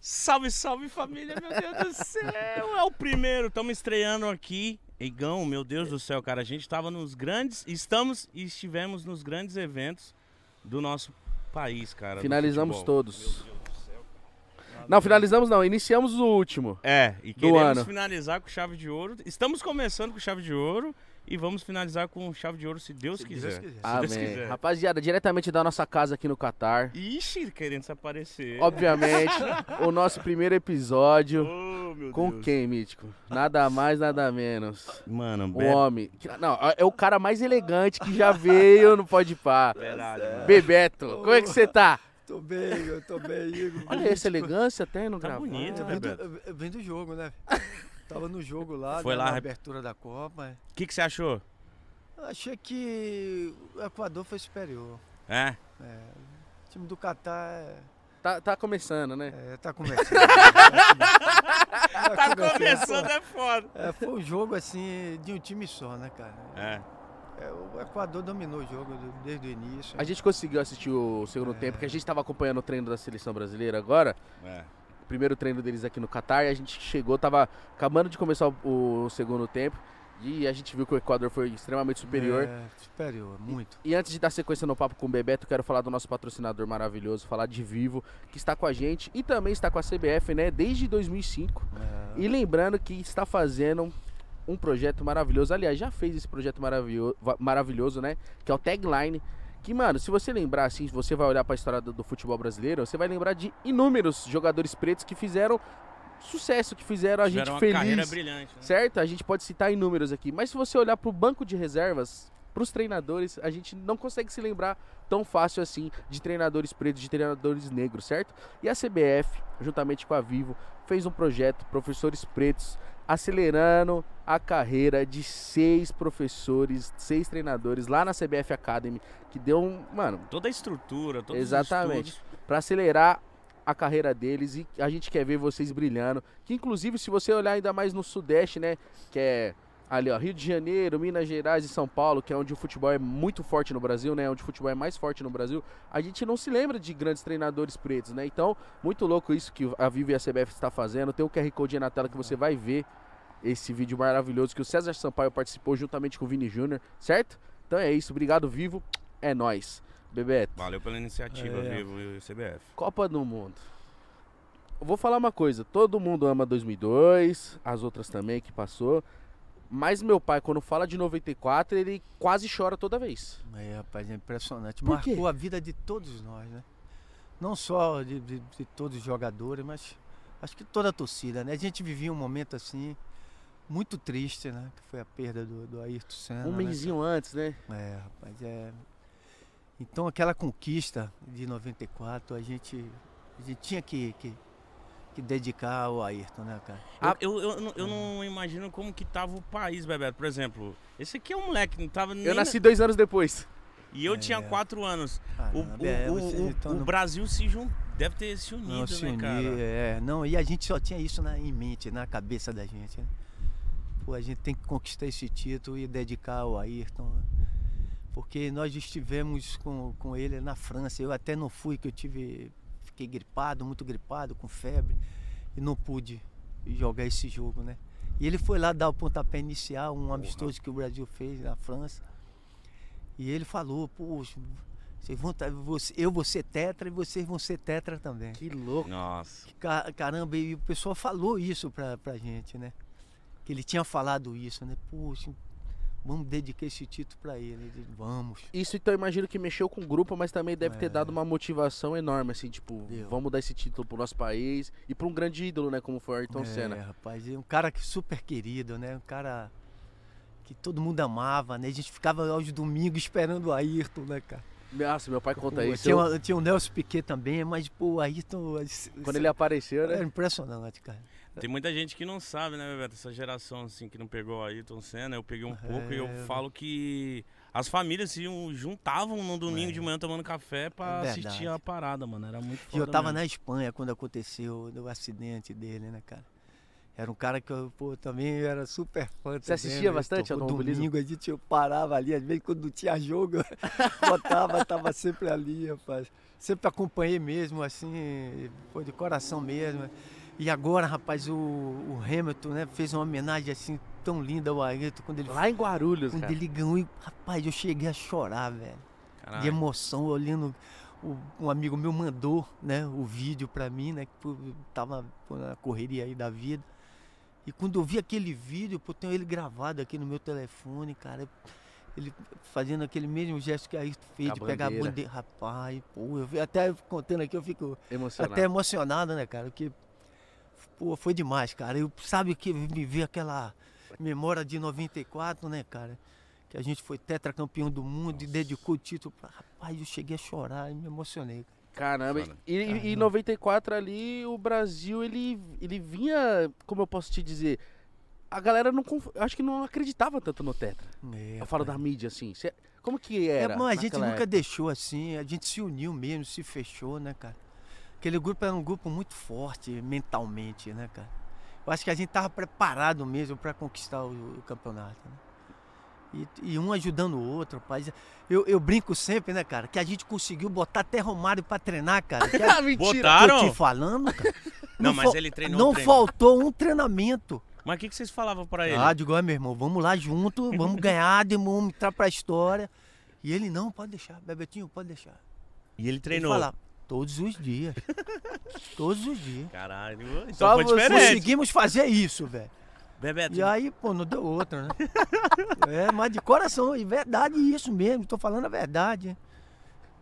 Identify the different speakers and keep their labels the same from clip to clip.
Speaker 1: Salve, salve família, meu Deus do céu! É o primeiro, estamos estreando aqui. Igão, meu Deus do céu, cara, a gente estava nos grandes, estamos e estivemos nos grandes eventos do nosso país, cara. do
Speaker 2: Finalizamos
Speaker 1: Tá futebol.
Speaker 2: todos. Não, finalizamos não, iniciamos o último.
Speaker 1: É, e queremos
Speaker 2: ano.
Speaker 1: finalizar com chave de ouro. Estamos começando com chave de ouro e vamos finalizar com chave de ouro se Deus quiser. Deus
Speaker 2: Amém.
Speaker 1: quiser.
Speaker 2: Rapaziada, diretamente da nossa casa aqui no Catar.
Speaker 1: Ixi, querendo se aparecer.
Speaker 2: Obviamente, o nosso primeiro episódio.
Speaker 1: Oh, meu
Speaker 2: Com
Speaker 1: Deus.
Speaker 2: quem, Mítico? Nada mais, nada menos.
Speaker 1: Mano,
Speaker 2: O
Speaker 1: Beto.
Speaker 2: Um homem. que- Não, é o cara mais elegante que já veio no Pode Pá.
Speaker 1: Verdade, Oh. mano.
Speaker 2: Bebeto, como é que você tá?
Speaker 3: Tô bem, eu tô bem, Igor.
Speaker 2: Olha essa elegância até no
Speaker 1: Tá
Speaker 2: gravado.
Speaker 1: bonito,
Speaker 3: Eu
Speaker 1: né?
Speaker 3: vim do,
Speaker 1: Beto?
Speaker 3: eu- eu vim do jogo, né? Tava no jogo lá,
Speaker 1: Foi
Speaker 3: né,
Speaker 1: lá,
Speaker 3: na
Speaker 1: rep-
Speaker 3: abertura da Copa.
Speaker 1: O que, que você achou?
Speaker 3: Achei que o Equador foi superior.
Speaker 1: É?
Speaker 3: É, o time do Catar é-
Speaker 2: Tá, tá começando, né?
Speaker 3: é, tá começando. tá
Speaker 1: Tá começando, é foda.
Speaker 3: É, foi um jogo assim de um time só, né, cara?
Speaker 1: É.
Speaker 3: É, o Equador dominou o jogo do- desde o início.
Speaker 2: A gente é conseguiu assistir o segundo tempo, porque a gente tava acompanhando o treino da seleção brasileira agora.
Speaker 1: É.
Speaker 2: primeiro treino deles aqui no Catar e a gente chegou, tava acabando de começar o, o segundo tempo e a gente viu que o Equador foi extremamente superior.
Speaker 3: É, superior, muito.
Speaker 2: E antes de dar sequência no papo com o Bebeto, quero falar do nosso patrocinador maravilhoso, falar de Vivo, que está com a gente e também está com a CBF, né, desde 2005.
Speaker 3: É,
Speaker 2: E lembrando que está fazendo um projeto maravilhoso, aliás, já fez esse projeto maravilhoso, maravilhoso né, que é o Tagline, que, mano, se você lembrar, assim, se você vai olhar pra história do, do futebol brasileiro, você vai lembrar de inúmeros jogadores pretos que fizeram sucesso, que fizeram a
Speaker 1: Tiveram
Speaker 2: gente
Speaker 1: uma carreira
Speaker 2: feliz,
Speaker 1: brilhante. Né?
Speaker 2: certo? A gente pode citar inúmeros aqui, mas se você olhar pro banco de reservas, pros treinadores, a gente não consegue se lembrar tão fácil assim de treinadores pretos, de treinadores negros, certo? E a CBF, juntamente com a Vivo, fez um projeto Professores Pretos, acelerando a carreira de seis professores, seis treinadores lá na CBF Academy, que deu um, mano,
Speaker 1: Toda a estrutura, todos
Speaker 2: Exatamente.
Speaker 1: os estudos.
Speaker 2: Pra acelerar a carreira deles e a gente quer ver vocês brilhando. Que inclusive se você olhar ainda mais no sudeste, né, que é ali ó, Rio de Janeiro, Minas Gerais e São Paulo, que é onde o futebol é muito forte no Brasil, né, onde o futebol é mais forte no Brasil, a gente não se lembra de grandes treinadores pretos, né? Então, muito louco isso que a Vivo e a CBF está fazendo. Tem o QR Code aí na tela que você vai ver esse vídeo maravilhoso que o César Sampaio participou juntamente com o Vini Júnior, certo? Então é isso, obrigado Vivo. É nóis. Bebeto.
Speaker 1: Valeu pela iniciativa,
Speaker 3: É.
Speaker 1: Vivo e o CBF.
Speaker 2: Copa do Mundo. Eu vou falar uma coisa, todo mundo ama 2002, as outras também que passou, mas meu pai quando fala de 94, ele quase chora toda vez.
Speaker 3: É, rapaz, é impressionante.
Speaker 2: Por
Speaker 3: Marcou
Speaker 2: quê?
Speaker 3: a vida de todos nós, né? Não só de, de- de todos os jogadores, mas acho que toda a torcida, né? A gente vivia um momento assim muito triste, né? Que foi a perda do, do Ayrton Senna.
Speaker 2: um
Speaker 3: né?
Speaker 2: mêsinho antes, né?
Speaker 3: É, rapaz, é. Então aquela conquista de 94, a gente, a gente tinha que, que, que dedicar ao Ayrton, né, cara?
Speaker 2: Ah,
Speaker 1: eu, eu, eu, não- eu não imagino como que tava o país, Bebeto. Por exemplo, esse aqui é um moleque, não tava nem...
Speaker 2: Eu nasci dois anos depois.
Speaker 1: E eu
Speaker 3: É.
Speaker 1: tinha quatro anos. O,
Speaker 3: Caramba, é,
Speaker 1: o- o-
Speaker 3: você
Speaker 1: o-
Speaker 3: então
Speaker 1: o
Speaker 3: não-
Speaker 1: Brasil se jun... deve ter se unido,
Speaker 3: Não, se
Speaker 1: né,
Speaker 3: unir,
Speaker 1: cara?
Speaker 3: é. Não, e a gente só tinha isso na, em mente, na cabeça da gente. Né? Pô, a gente tem que conquistar esse título e dedicar ao Ayrton. né? Porque nós estivemos com, com ele na França. Eu até não fui, que eu tive. Fiquei gripado, muito gripado, com febre. E não pude jogar esse jogo, né? E ele foi lá dar o pontapé inicial, um amistoso que o Brasil fez na França. E ele falou, poxa, vocês vão, tá- você- eu vou ser tetra e vocês vão ser tetra também.
Speaker 2: Que louco.
Speaker 1: Nossa.
Speaker 3: Ca- Caramba, e o pessoal falou isso pra, pra gente, né? Que ele tinha falado isso, né? Poxa, vamos dedicar esse título pra ele. Ele, Vamos.
Speaker 2: Isso então eu imagino que mexeu com o grupo, mas também deve ter
Speaker 3: É.
Speaker 2: dado uma motivação enorme, assim, tipo,
Speaker 3: Deu.
Speaker 2: vamos dar esse título pro nosso país e pra um grande ídolo, né, como foi o Ayrton
Speaker 3: é,
Speaker 2: Senna.
Speaker 3: rapaz, e um cara que super querido, né? Um cara que todo mundo amava, né? A gente ficava aos domingos esperando o Ayrton, né, cara?
Speaker 2: Nossa, meu pai conta
Speaker 3: Pô,
Speaker 2: isso.
Speaker 3: Tinha,
Speaker 2: eu-
Speaker 3: o- tinha o Nelson Piquet também, mas, pô, o Ayrton...
Speaker 2: Quando ele apareceu,
Speaker 3: Era
Speaker 2: né?
Speaker 3: impressionante, cara.
Speaker 1: Tem muita gente que não sabe, né, Bebeto? Essa geração, assim, que não pegou a Ayrton Senna. Eu peguei um pouco e eu
Speaker 3: É.
Speaker 1: falo que as famílias se jun- juntavam no domingo de manhã tomando café pra
Speaker 3: É
Speaker 1: assistir
Speaker 3: verdade.
Speaker 1: a parada, mano. Era muito
Speaker 3: E
Speaker 1: foda
Speaker 3: eu tava
Speaker 1: mesmo.
Speaker 3: na Espanha quando aconteceu o acidente dele, né, cara? Era um cara que eu pô, também era super fã. também,
Speaker 2: assistia
Speaker 3: né?
Speaker 2: bastante
Speaker 3: Pô,
Speaker 2: automobilismo?
Speaker 3: Domingo a gente eu parava ali, às vezes quando não tinha jogo, eu botava, tava sempre ali, rapaz. Sempre acompanhei mesmo, assim, foi de coração mesmo. E agora, rapaz, o, o Hamilton né, fez uma homenagem assim tão linda ao Ayrton quando ele
Speaker 2: Lá em Guarulhos,
Speaker 3: quando
Speaker 2: cara.
Speaker 3: ele ganhou. e, Rapaz, eu cheguei a chorar, velho. De
Speaker 1: Caralho.
Speaker 3: emoção, olhando. o- um amigo meu mandou né, o vídeo pra mim, né? Que pô, eu tava pô, na correria aí da vida. E quando eu vi aquele vídeo, pô, eu tenho ele gravado aqui no meu telefone, cara. Ele fazendo aquele mesmo gesto que a Ayrton fez,
Speaker 2: Com a
Speaker 3: de pegar a
Speaker 2: bandeira.
Speaker 3: bandeira. Rapaz, pô, eu vi- até contando aqui, eu fico
Speaker 2: Emocionado.
Speaker 3: até emocionado, né, cara? Porque, pô, foi demais, cara. Eu, sabe que me veio aquela memória de 94, né, cara? Que a gente foi tetracampeão do mundo e dedicou o título. Pra... Rapaz, eu cheguei a chorar e me emocionei.
Speaker 2: Caramba,
Speaker 1: Foda.
Speaker 2: e, e, e 94 ali, o Brasil, ele, ele vinha, como eu posso te dizer, a galera não, conf- acho que não acreditava tanto no Tetra.
Speaker 3: É,
Speaker 2: Eu falo
Speaker 3: rapaz.
Speaker 2: da mídia, assim, cê- como que era?
Speaker 3: É, mas a gente
Speaker 2: naquela
Speaker 3: nunca
Speaker 2: época?
Speaker 3: deixou assim, a gente se uniu mesmo, se fechou, né, cara? Aquele grupo era um grupo muito forte mentalmente, né, cara? Eu acho que a gente tava preparado mesmo para conquistar o, o campeonato, né? E, e um ajudando o outro, rapaz. Eu, eu brinco sempre, né, cara, que a gente conseguiu botar até Romário pra treinar, cara. Que é o
Speaker 2: Ah, mentira!
Speaker 3: que eu
Speaker 1: Botaram?
Speaker 3: te falando, cara.
Speaker 1: Não, mas
Speaker 3: fal-
Speaker 1: ele treinou
Speaker 3: Não
Speaker 1: um treino.
Speaker 3: faltou um treinamento.
Speaker 1: Mas o que, que vocês falavam pra ele?
Speaker 3: Ah, digo, ah, meu irmão, vamos lá junto, vamos ganhar, de- vamos entrar pra história. E ele, não, pode deixar, Bebetinho, pode deixar.
Speaker 1: e ele
Speaker 3: Ele
Speaker 1: treinou.
Speaker 3: fala, todos os dias. todos os dias.
Speaker 1: Caralho, então
Speaker 2: Só
Speaker 1: foi
Speaker 2: você
Speaker 1: diferente. É,
Speaker 3: Conseguimos fazer isso, velho.
Speaker 1: Bebeto,
Speaker 3: E aí, pô, não deu outra, né? É, mas de coração, e verdade isso mesmo, tô falando a verdade.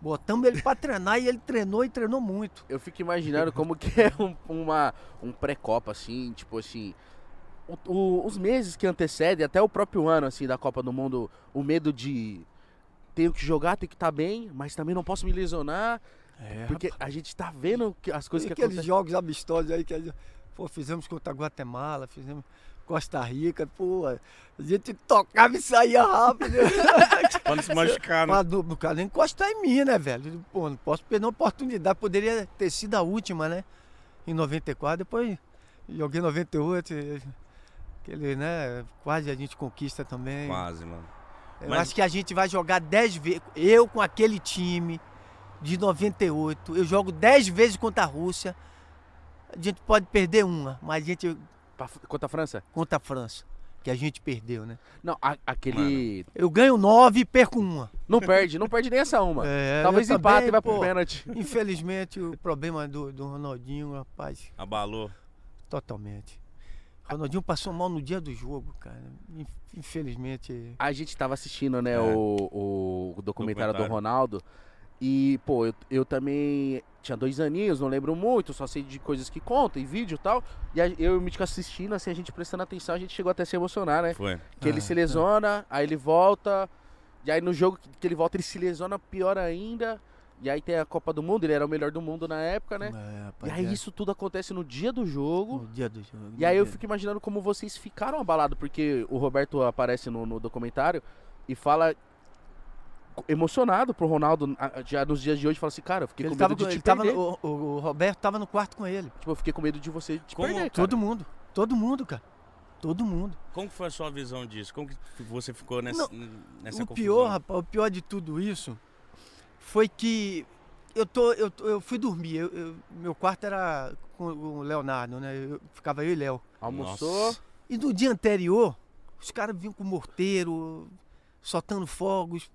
Speaker 3: Botamos ele pra treinar e ele treinou e treinou muito.
Speaker 2: Eu fico imaginando como que é um, uma, um pré-copa, assim, tipo assim... o- o- os meses que antecedem, até o próprio ano, assim, da Copa do Mundo, o medo de... Tenho que jogar, tenho que estar bem, mas também não posso me lesionar,
Speaker 3: É,
Speaker 2: porque a gente tá vendo que- as coisas
Speaker 3: E
Speaker 2: que
Speaker 3: aqueles
Speaker 2: acontecem.
Speaker 3: jogos amistosos aí que a gente, pô, fizemos contra a Guatemala, fizemos Costa Rica, pô, a gente tocava e saía rápido. né?
Speaker 1: pra não se machucar, né?
Speaker 3: Mas não, não quero nem encostar em mim, né, velho? Pô, não posso perder uma oportunidade. Poderia ter sido a última, né? Em 94, depois joguei em 98. eh, Aquele, né? Quase a gente conquista também.
Speaker 1: Quase, mano.
Speaker 3: Eu
Speaker 1: mas-
Speaker 3: acho que a gente vai jogar 10 vezes. Eu com aquele time de 98, eu jogo 10 vezes contra a Rússia. A gente pode perder uma, mas a gente.
Speaker 2: Pra- Contra a França?
Speaker 3: contra a França, que a gente perdeu, né?
Speaker 2: Não, a- aquele.
Speaker 3: Eu ganho 9 e perco uma.
Speaker 2: Não perde, não perde nem essa uma.
Speaker 3: É,
Speaker 2: Talvez
Speaker 3: eu
Speaker 2: empate
Speaker 3: também,
Speaker 2: e vai pro
Speaker 3: pô.
Speaker 2: pênalti.
Speaker 3: Infelizmente, o problema do, do Ronaldinho, rapaz,
Speaker 1: Abalou.
Speaker 3: totalmente. Ronaldinho passou mal no dia do jogo, cara. In- Infelizmente.
Speaker 2: A gente tava assistindo, né,
Speaker 1: É.
Speaker 2: o, o documentário do
Speaker 1: Documentário.
Speaker 2: Ronaldo. E, pô, eu, eu também tinha dois aninhos, não lembro muito, só sei de coisas que contam, e vídeo e tal. E a- eu e o Mítico assistindo, assim, a gente prestando atenção, a gente chegou até a se emocionar, né?
Speaker 1: Foi.
Speaker 2: Que ele
Speaker 3: Ah,
Speaker 2: se lesiona, aí ele volta. E aí no jogo que- que ele volta, ele se lesiona pior ainda. E aí tem a Copa do Mundo, ele era o melhor do mundo na época, né?
Speaker 3: É, rapaz,
Speaker 2: E aí
Speaker 3: é.
Speaker 2: isso tudo acontece no dia do jogo.
Speaker 3: No dia do jogo. né?
Speaker 2: E aí eu
Speaker 3: fiquei.
Speaker 2: fico imaginando como vocês ficaram abalados, porque o Roberto aparece no, no documentário e fala emocionado pro Ronaldo a- a- já nos dias de hoje, fala assim, cara, eu fiquei
Speaker 3: Ele
Speaker 2: com
Speaker 3: tava,
Speaker 2: medo de
Speaker 3: com-
Speaker 2: te
Speaker 3: ele tava
Speaker 2: perder.
Speaker 3: no- o, o Roberto tava no quarto com ele.
Speaker 2: Tipo, eu fiquei com medo de você te
Speaker 1: Como-
Speaker 2: perder, cara.
Speaker 3: Todo mundo. Todo mundo, cara. Todo mundo.
Speaker 1: Como que foi a sua visão disso? Como que f- você ficou nessa,
Speaker 2: é
Speaker 1: nessa confusão?
Speaker 3: o
Speaker 2: né?
Speaker 3: pior, rapaz, o pior de tudo isso foi que eu, tô, eu, tô- eu fui dormir. eu- eu- meu quarto era com o Leonardo, né? Eu, ficava eu e Léo.
Speaker 2: Almoçou,
Speaker 1: Nossa.
Speaker 3: E no dia anterior, os caras vinham com morteiro, soltando fogos,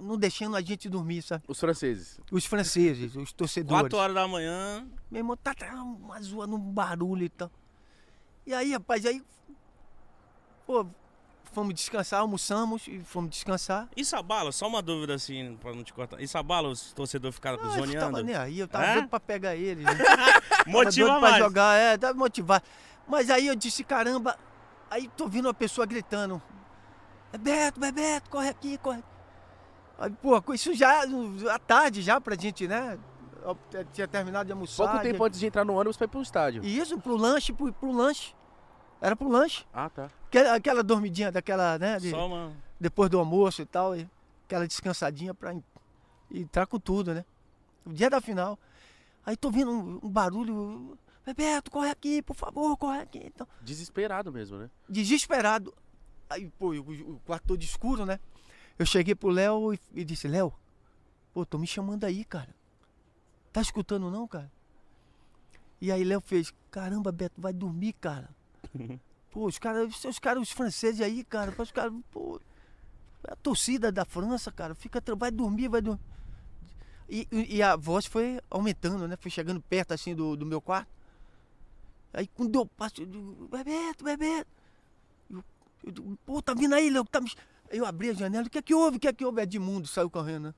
Speaker 3: não deixando a gente dormir, sabe?
Speaker 2: os franceses.
Speaker 3: Os franceses, os torcedores.
Speaker 1: 4 horas da manhã,
Speaker 3: Meu irmão tá tá uma zoando um barulho e tal. E aí, rapaz, aí. Pô, fomos descansar, almoçamos e fomos descansar.
Speaker 1: Isso abala, só uma dúvida assim, pra não te cortar. Isso abala os torcedores ficaram
Speaker 3: Ah, eu
Speaker 1: Tá zoneando?
Speaker 3: tava nem aí, eu tava
Speaker 1: É?
Speaker 3: doido pra pegar eles. Né?
Speaker 1: Motiva
Speaker 3: doido pra
Speaker 1: mais.
Speaker 3: jogar, é, dá motivar. Mas aí eu disse, caramba, aí tô ouvindo uma pessoa gritando. Bebeto, Bebeto, corre aqui, corre. Aí, pô, com isso já, uh, à tarde já pra gente, né? Eu te- Tinha terminado de almoçar.
Speaker 2: Pouco tempo
Speaker 3: já-
Speaker 2: antes de entrar no ônibus pra ir pro estádio.
Speaker 3: E isso, pro lanche, pro, pro lanche. Era pro lanche.
Speaker 2: Ah, tá.
Speaker 3: Aquela, aquela dormidinha daquela, né? de-
Speaker 1: Só um uma.
Speaker 3: depois do almoço e tal, e aquela descansadinha pra en- entrar com tudo, né? O dia da final. Aí tô vendo um, um barulho. Bebeto, corre aqui, por favor, corre aqui. Então,
Speaker 2: Desesperado mesmo, né?
Speaker 3: desesperado. Aí, pô, o, o quarto todo escuro, né? Eu cheguei pro Léo e, e disse, Léo, pô, tô me chamando aí, cara. Tá escutando não, cara? E aí Léo fez, caramba, Beto, vai dormir, cara. Pô, os caras, os caras, os franceses aí, cara, os caras, pô, é a torcida da França, cara, fica, tra- vai dormir, vai dormir. E, e- e a voz foi aumentando, né? Foi chegando perto, assim, do, do meu quarto. Aí, quando eu passo, eu digo, Bebeto, Bebeto. Eu, eu digo, pô, tá vindo aí, Léo, tá me... ch- Eu abri a janela, o que é que houve, o que é que houve? Edmundo saiu correndo, né?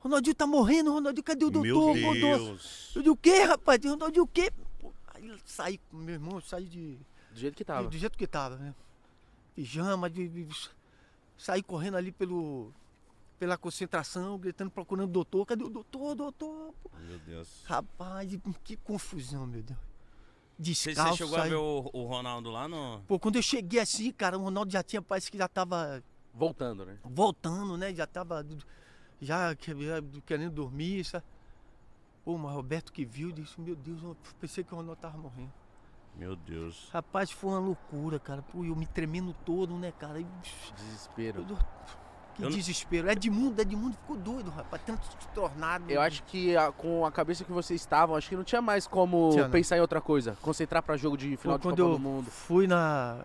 Speaker 3: Ronaldinho tá morrendo, Ronaldinho, cadê o
Speaker 1: Meu
Speaker 3: doutor? Doutor?
Speaker 1: Deus.
Speaker 3: Eu digo, o quê, rapaz? Eu digo, o quê? Pô, Aí eu saí, meu irmão, eu saí de,
Speaker 2: Do jeito que
Speaker 3: do
Speaker 2: tava.
Speaker 3: jeito que tava, né? Pijama, de, de- saí correndo ali pelo, pela concentração, gritando, procurando o doutor. Cadê o doutor, doutor? Pô,
Speaker 1: Meu Deus.
Speaker 3: Rapaz, que confusão, meu Deus.
Speaker 1: Você,
Speaker 3: Descalço,
Speaker 1: você chegou a
Speaker 3: saí-
Speaker 1: ver o, o Ronaldo lá no.
Speaker 3: Pô, quando eu cheguei assim, cara, o Ronaldo já tinha, parece que já tava
Speaker 2: Voltando, né?
Speaker 3: voltando, né? Já tava do- já, que- já querendo dormir, sabe? Pô, mas Roberto que viu disse, meu Deus, eu pensei que o Ronaldo tava morrendo.
Speaker 1: Meu Deus.
Speaker 3: Rapaz, foi uma loucura, cara. Pô, eu me tremendo todo, né, cara? E, pff,
Speaker 2: Desespero.
Speaker 3: eu- que
Speaker 1: Eu não-
Speaker 3: desespero. Edmundo, Edmundo ficou doido, rapaz. Tanto tornado.
Speaker 2: Eu acho que a- com a cabeça que vocês estavam, acho que não tinha mais como
Speaker 3: Tinha, não.
Speaker 2: pensar em outra coisa. Concentrar pra jogo de final
Speaker 3: Pô,
Speaker 2: de
Speaker 3: quando
Speaker 2: Copa
Speaker 3: eu
Speaker 2: do Mundo.
Speaker 3: fui na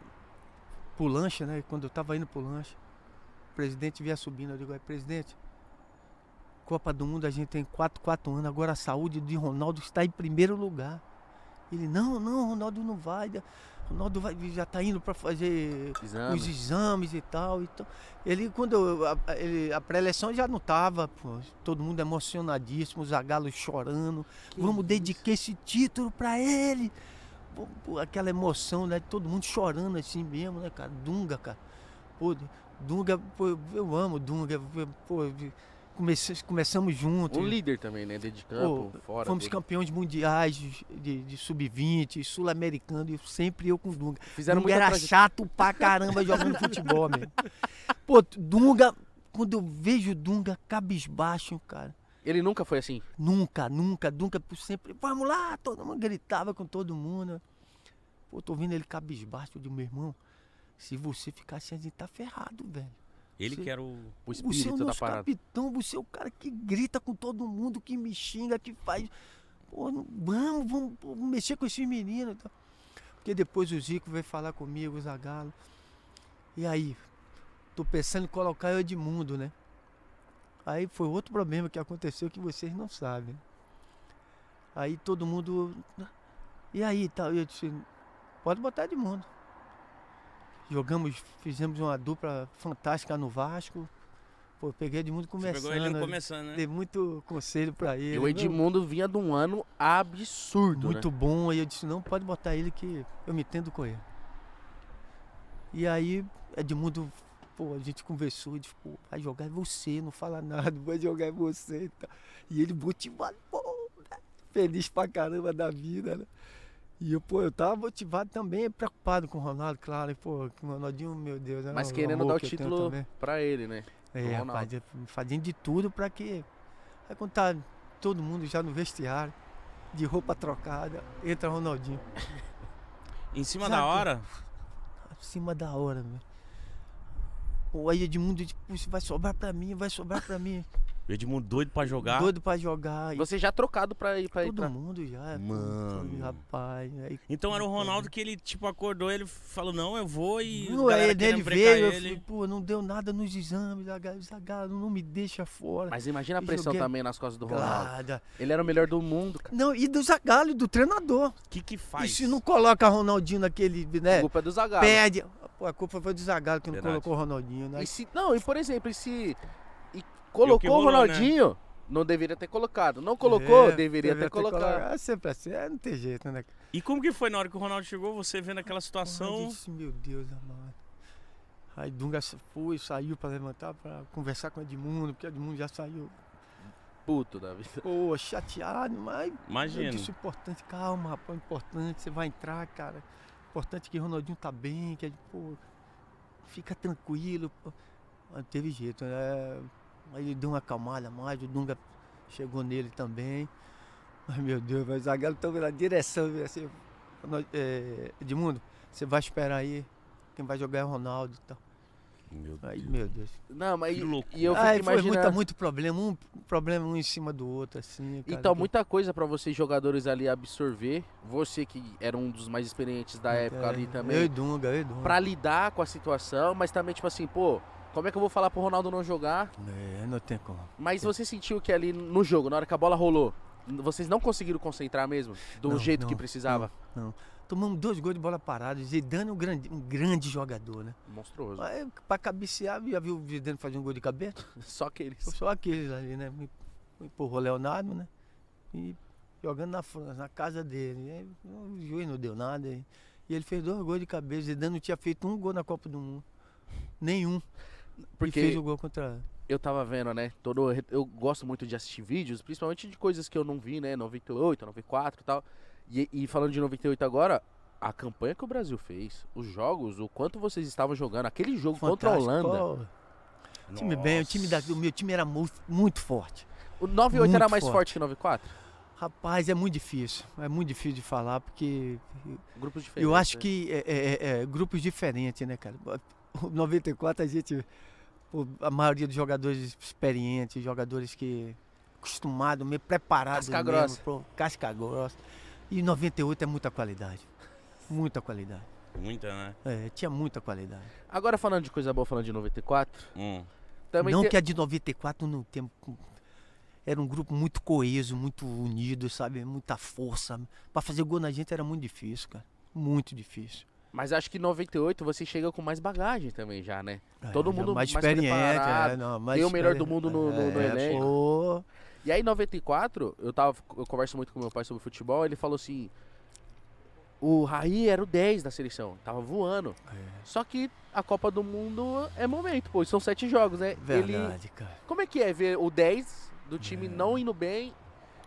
Speaker 3: pro lanche, né? Quando eu tava indo pro lanche, o presidente vinha subindo, eu digo, "Aí, presidente, Copa do Mundo a gente tem 4, 4 anos, agora a saúde de Ronaldo está em primeiro lugar. Ele, não, não, Ronaldo não vai, Ronaldo vai, já tá indo para fazer os
Speaker 2: Exame.
Speaker 3: exames e tal. Então, ele, quando eu- a, a- ele, a pré-eleção já não tava, pô, todo mundo emocionadíssimo, os agalos chorando. Vamos dedicar esse título para ele. Pô, pô, aquela emoção, né? Todo mundo chorando assim mesmo, né, cara? Dunga, cara. Pô, Dunga, pô, eu amo Dunga. Pô, comecei- começamos juntos.
Speaker 2: Um líder também, né? Dentro de campo, fora.
Speaker 3: Fomos
Speaker 2: dele.
Speaker 3: campeões mundiais de, de- de sub-20, sul-americano, e sempre eu com Dunga.
Speaker 2: Fizeram
Speaker 3: Dunga
Speaker 2: muita
Speaker 3: era
Speaker 2: traje-
Speaker 3: chato pra caramba jogando futebol, meu. Pô, Dunga, quando eu vejo Dunga cabisbaixo, cara,
Speaker 2: Ele nunca foi assim.
Speaker 3: nunca, nunca, Dunga por sempre, vamos lá, todo mundo gritava com todo mundo. Pô, tô vendo ele cabisbaixo, eu digo, meu irmão, se você ficar assim, a gente tá ferrado, velho.
Speaker 1: Ele
Speaker 3: Sim.
Speaker 1: que era o.
Speaker 2: O
Speaker 3: Você é o
Speaker 2: espírito da
Speaker 3: nosso
Speaker 2: parada.
Speaker 3: capitão, você é o cara que grita com todo mundo, que me xinga, que faz. Pô, não- vamos, vamos, pô, vamos mexer com esses meninos. e tal. Porque depois o Zico veio falar comigo, o Zagalo. E aí? Tô pensando em colocar o Edmundo, né? Aí foi outro problema que aconteceu que vocês não sabem. Aí todo mundo. "Ah, E aí, tal? Eu disse, pode botar Edmundo. Jogamos, fizemos uma dupla fantástica no Vasco. Pô, peguei Edmundo
Speaker 1: Você
Speaker 3: começando.
Speaker 1: pegou ele no começando, né?
Speaker 3: Dei muito conselho pra ele.
Speaker 2: E o Edmundo vinha de um ano absurdo, né?
Speaker 3: né? Muito bom. Aí eu disse, não, pode botar ele que eu me entendo com ele. E aí, Edmundo, pô, a gente conversou, ele disse, pô, vai jogar é você, não fala nada, vai jogar é você e tal. E ele motivado, pô, né? feliz pra caramba da vida, né? E eu, pô, eu tava motivado também, preocupado com o Ronaldo, claro, e, pô, que o Ronaldinho, meu Deus, era
Speaker 2: Mas
Speaker 3: um
Speaker 2: querendo
Speaker 3: amor
Speaker 2: dar o
Speaker 3: que eu tenho
Speaker 2: título
Speaker 3: também.
Speaker 2: pra ele, né?
Speaker 3: É,
Speaker 2: Ronaldo.
Speaker 3: rapaz, eu fazendo de tudo para que. Aí quando tá todo mundo já no vestiário, de roupa trocada, entra Ronaldinho.
Speaker 1: Em cima
Speaker 3: Sabe?
Speaker 1: da hora,
Speaker 3: Acima da hora, meu. O aí Edmundo, tipo, isso vai sobrar pra mim, vai sobrar pra mim.
Speaker 1: o Edmundo doido pra jogar.
Speaker 3: Doido pra jogar. e
Speaker 2: Você já trocado pra ir pra
Speaker 3: todo
Speaker 2: entrar.
Speaker 3: mundo já. pô,
Speaker 1: tá- Mano.
Speaker 3: Rapaz. né? Aí,
Speaker 1: Então era o Ronaldo que ele, tipo, acordou, ele falou, não, eu vou e.
Speaker 3: não,
Speaker 1: a
Speaker 3: aí
Speaker 1: galera
Speaker 3: ele,
Speaker 1: querendo brecar
Speaker 3: é veio, eu
Speaker 1: ele.
Speaker 3: falei, pô, não deu nada nos exames, Zagalo, não me deixa fora.
Speaker 2: Mas imagina a
Speaker 3: Eu
Speaker 2: pressão
Speaker 3: né? joguei-
Speaker 2: também nas costas do Ronaldo.
Speaker 3: Nada.
Speaker 2: Ele era o melhor do mundo, cara.
Speaker 3: Não, e do Zagalo, e do treinador.
Speaker 1: O que que faz?
Speaker 3: E se não coloca Ronaldinho naquele,
Speaker 2: A
Speaker 3: né?
Speaker 2: culpa é do Zagallo.
Speaker 3: Perde. Pô, a culpa foi do Zagallo que não
Speaker 1: Verdade.
Speaker 3: colocou o Ronaldinho, né?
Speaker 2: E se, não, e por exemplo, e se e colocou o
Speaker 1: rolou, né?
Speaker 2: Ronaldinho, não deveria ter colocado. Não colocou,
Speaker 3: É,
Speaker 2: deveria ter colocado.
Speaker 3: Ah, sempre assim, é, não tem jeito, né?
Speaker 1: E como que foi na hora que o Ronaldo chegou, você vendo aquela
Speaker 3: Ai,
Speaker 1: situação?
Speaker 3: disse, meu Deus, amado. Aí Dunga sa- foi, saiu pra levantar, pra conversar com o Edmundo, porque o Edmundo já saiu.
Speaker 2: Puto da vida.
Speaker 3: Pô, chateado, mas eu
Speaker 1: Imagina.
Speaker 3: disse, o importante, calma, rapaz, o importante, você vai entrar, cara. O Importante é que o Ronaldinho tá bem, que a gente, pô, fica tranquilo. pô. Mas Não teve jeito, né? Aí ele deu uma acalmada a mais, o Dunga chegou nele também. Mas meu Deus, mas o Zagallo tava na direção, viu, assim, Ronald- é, Edmundo, você vai esperar aí, quem vai jogar é o Ronaldo e tal.
Speaker 1: Meu Deus.
Speaker 3: Aí, meu Deus.
Speaker 2: Não, mas
Speaker 1: Que
Speaker 2: e-
Speaker 1: loucura.
Speaker 2: e eu fico
Speaker 3: Aí foi
Speaker 2: imaginando.
Speaker 3: muita, muito problema, um problema um em cima do outro, assim. cara,
Speaker 2: Então,
Speaker 3: que-
Speaker 2: muita coisa pra vocês jogadores ali absorver. Você que era um dos mais experientes da época ali
Speaker 3: é. Eu
Speaker 2: também.
Speaker 3: e Dunga, eu e Dunga.
Speaker 2: Pra lidar com a situação, mas também, tipo assim, pô, como é que eu vou falar pro Ronaldo não jogar?
Speaker 3: É, não tem como.
Speaker 2: Mas você sentiu que ali no jogo, na hora que a bola rolou, n- vocês não conseguiram concentrar mesmo? Do
Speaker 3: Não,
Speaker 2: jeito que
Speaker 3: não,
Speaker 2: precisava?
Speaker 3: Tomamos dois gols de bola parada. Zidane é um grande, um grande jogador, né?
Speaker 2: Monstruoso.
Speaker 3: Aí, pra cabecear, já viu o Zidane fazer um gol de cabeça?
Speaker 2: Só aqueles.
Speaker 3: Só aqueles ali, né? Me- me Empurrou o Leonardo, né? E jogando na França, na casa dele. Aí, o juiz não deu nada. E e ele fez dois gols de cabeça. Zidane não tinha feito um gol na Copa do Mundo. Nenhum.
Speaker 2: Porque-
Speaker 3: E fez o gol contra...
Speaker 2: Eu tava vendo, né? Todo, eu gosto muito de assistir vídeos, principalmente de coisas que eu não vi, né? 98, 94 e tal. E, e falando de 98 agora, a campanha que o Brasil fez, os jogos, o quanto vocês estavam jogando, aquele jogo contra a
Speaker 3: Fantástico.
Speaker 2: Holanda.
Speaker 3: Pô, Time bem, o time da, o meu time era mu- muito forte.
Speaker 2: O 98
Speaker 3: Muito
Speaker 2: era mais forte.
Speaker 3: forte.
Speaker 2: que 94?
Speaker 3: Rapaz, é muito difícil. É muito difícil de falar, porque
Speaker 2: Grupos diferentes.
Speaker 3: eu acho
Speaker 2: né?
Speaker 3: que é, é- é- é grupos diferentes, né, cara? O 94 a gente. pô, A maioria dos jogadores experientes, jogadores que. acostumados, meio preparados.
Speaker 2: Casca
Speaker 3: mesmo,
Speaker 2: grossa.
Speaker 3: pro- casca grossa. E 98 é muita qualidade. Muita qualidade.
Speaker 1: Muita, né?
Speaker 3: É, tinha muita qualidade.
Speaker 2: Agora falando de coisa boa, falando de 94,
Speaker 1: Hum.
Speaker 2: também
Speaker 3: não
Speaker 2: tem-
Speaker 3: que a de 94 não tem. Era um grupo muito coeso, muito unido, sabe? Muita força. Pra fazer gol na gente era muito difícil, cara. Muito difícil.
Speaker 2: Mas acho que 98 você chega com mais bagagem também já, né?
Speaker 3: É,
Speaker 2: Todo
Speaker 3: já
Speaker 2: mundo
Speaker 3: mais
Speaker 2: mais
Speaker 3: experiente,
Speaker 2: preparado,
Speaker 3: é, não, mais
Speaker 2: tem o melhor do
Speaker 3: experiente. É,
Speaker 2: mundo no- no- no elenco.
Speaker 3: pô,
Speaker 2: E aí, em 94, eu, tava, eu converso muito com meu pai sobre futebol, ele falou assim: o Raí era o 10 da seleção, tava voando.
Speaker 3: é,
Speaker 2: Só que a Copa do Mundo é momento, pô, são sete jogos, né? Ele,
Speaker 3: verdade, É. cara.
Speaker 2: como é que é ver o 10 do time não indo bem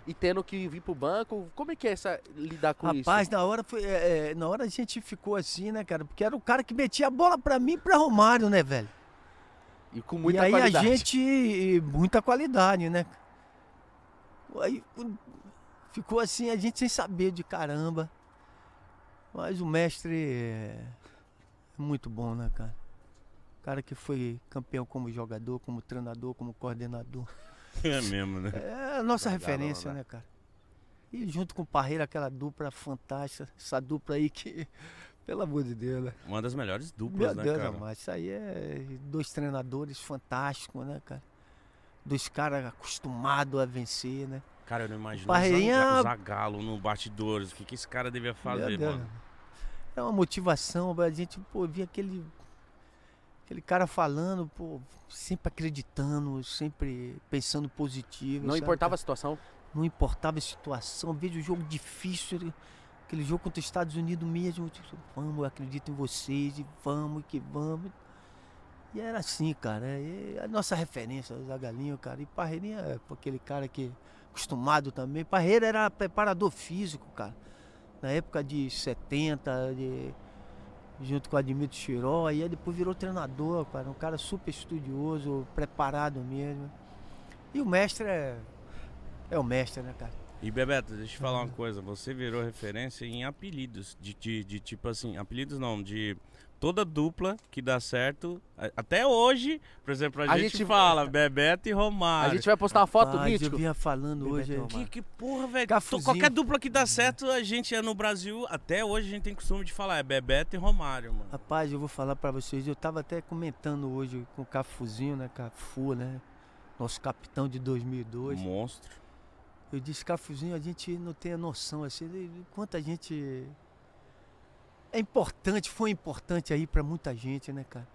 Speaker 2: e tendo que vir pro banco? Como é que é essa, lidar com
Speaker 3: Rapaz,
Speaker 2: isso?
Speaker 3: na hora, foi, é, é, na hora a gente ficou assim, né, cara? Porque era o cara que metia a bola pra mim e pra Romário, né, velho?
Speaker 2: E com muita
Speaker 3: e aí
Speaker 2: qualidade.
Speaker 3: a gente. e Muita qualidade, né? Aí um, ficou assim, a gente sem saber de caramba. Mas o mestre é muito bom, né, cara? Cara que foi campeão como jogador, como treinador, como coordenador.
Speaker 1: É mesmo, né?
Speaker 3: É a nossa
Speaker 2: Não dá,
Speaker 3: referência,
Speaker 2: não dá.
Speaker 3: né, cara? E junto com o Parreira, aquela dupla fantástica, essa dupla aí que, pelo amor de Deus, né?
Speaker 1: Uma das melhores
Speaker 3: Meu
Speaker 1: duplas, né,
Speaker 3: Deus,
Speaker 1: cara?
Speaker 3: amado, isso aí é dois treinadores fantásticos, né, cara? Dois caras acostumados a vencer, né?
Speaker 1: Cara, eu não imagino o
Speaker 3: Parreirinha-
Speaker 1: Zaga- o Zagalo no bastidores. O que, que esse cara devia fazer,
Speaker 3: Meu Deus,
Speaker 1: mano?
Speaker 3: amado. É uma motivação, a gente, pô, via aquele, aquele cara falando, pô, sempre acreditando, sempre pensando positivo.
Speaker 2: Não
Speaker 3: sabe,
Speaker 2: importava a
Speaker 3: cara?
Speaker 2: situação.
Speaker 3: Não importava a situação, veja o jogo difícil, ele- aquele jogo contra os Estados Unidos mesmo. tipo, Vamos, eu acredito em vocês, e vamos que vamos. E era assim, cara. E a nossa referência, o Zagalinho, cara. E Parreirinha, é, pô, aquele cara que é acostumado também. Parreira era preparador físico, cara. Na época de 70, de- junto com o Admito Chiró. E aí depois virou treinador, cara. Um cara super estudioso, preparado mesmo. E o mestre é, é o mestre, né, cara?
Speaker 1: E Bebeto, deixa eu te falar uma coisa. Você virou referência em apelidos. De, de, de tipo assim, apelidos não, de toda dupla que dá certo. a- Até hoje, por exemplo, a,
Speaker 2: A
Speaker 1: gente,
Speaker 2: gente-
Speaker 3: é,
Speaker 1: fala Bebeto e
Speaker 2: A
Speaker 1: Romário.
Speaker 2: gente vai postar uma foto
Speaker 3: Rapaz,
Speaker 2: mítico.
Speaker 3: Eu vinha falando é hoje.
Speaker 2: Bebeto
Speaker 1: Que, que porra, velho.
Speaker 3: Cafuzinho.
Speaker 1: To- Qualquer dupla que dá certo, a gente é no Brasil. Até hoje a gente tem costume de falar, é Bebeto e Romário, mano.
Speaker 3: Rapaz, eu vou falar pra vocês, eu tava até comentando hoje com o Cafuzinho, né, Cafu, né? Nosso capitão de 2002.
Speaker 1: Monstro.
Speaker 3: Eu disse, Cafuzinho, a gente não tem a noção assim, de de quanto a gente é importante, foi importante aí pra muita gente, né, cara?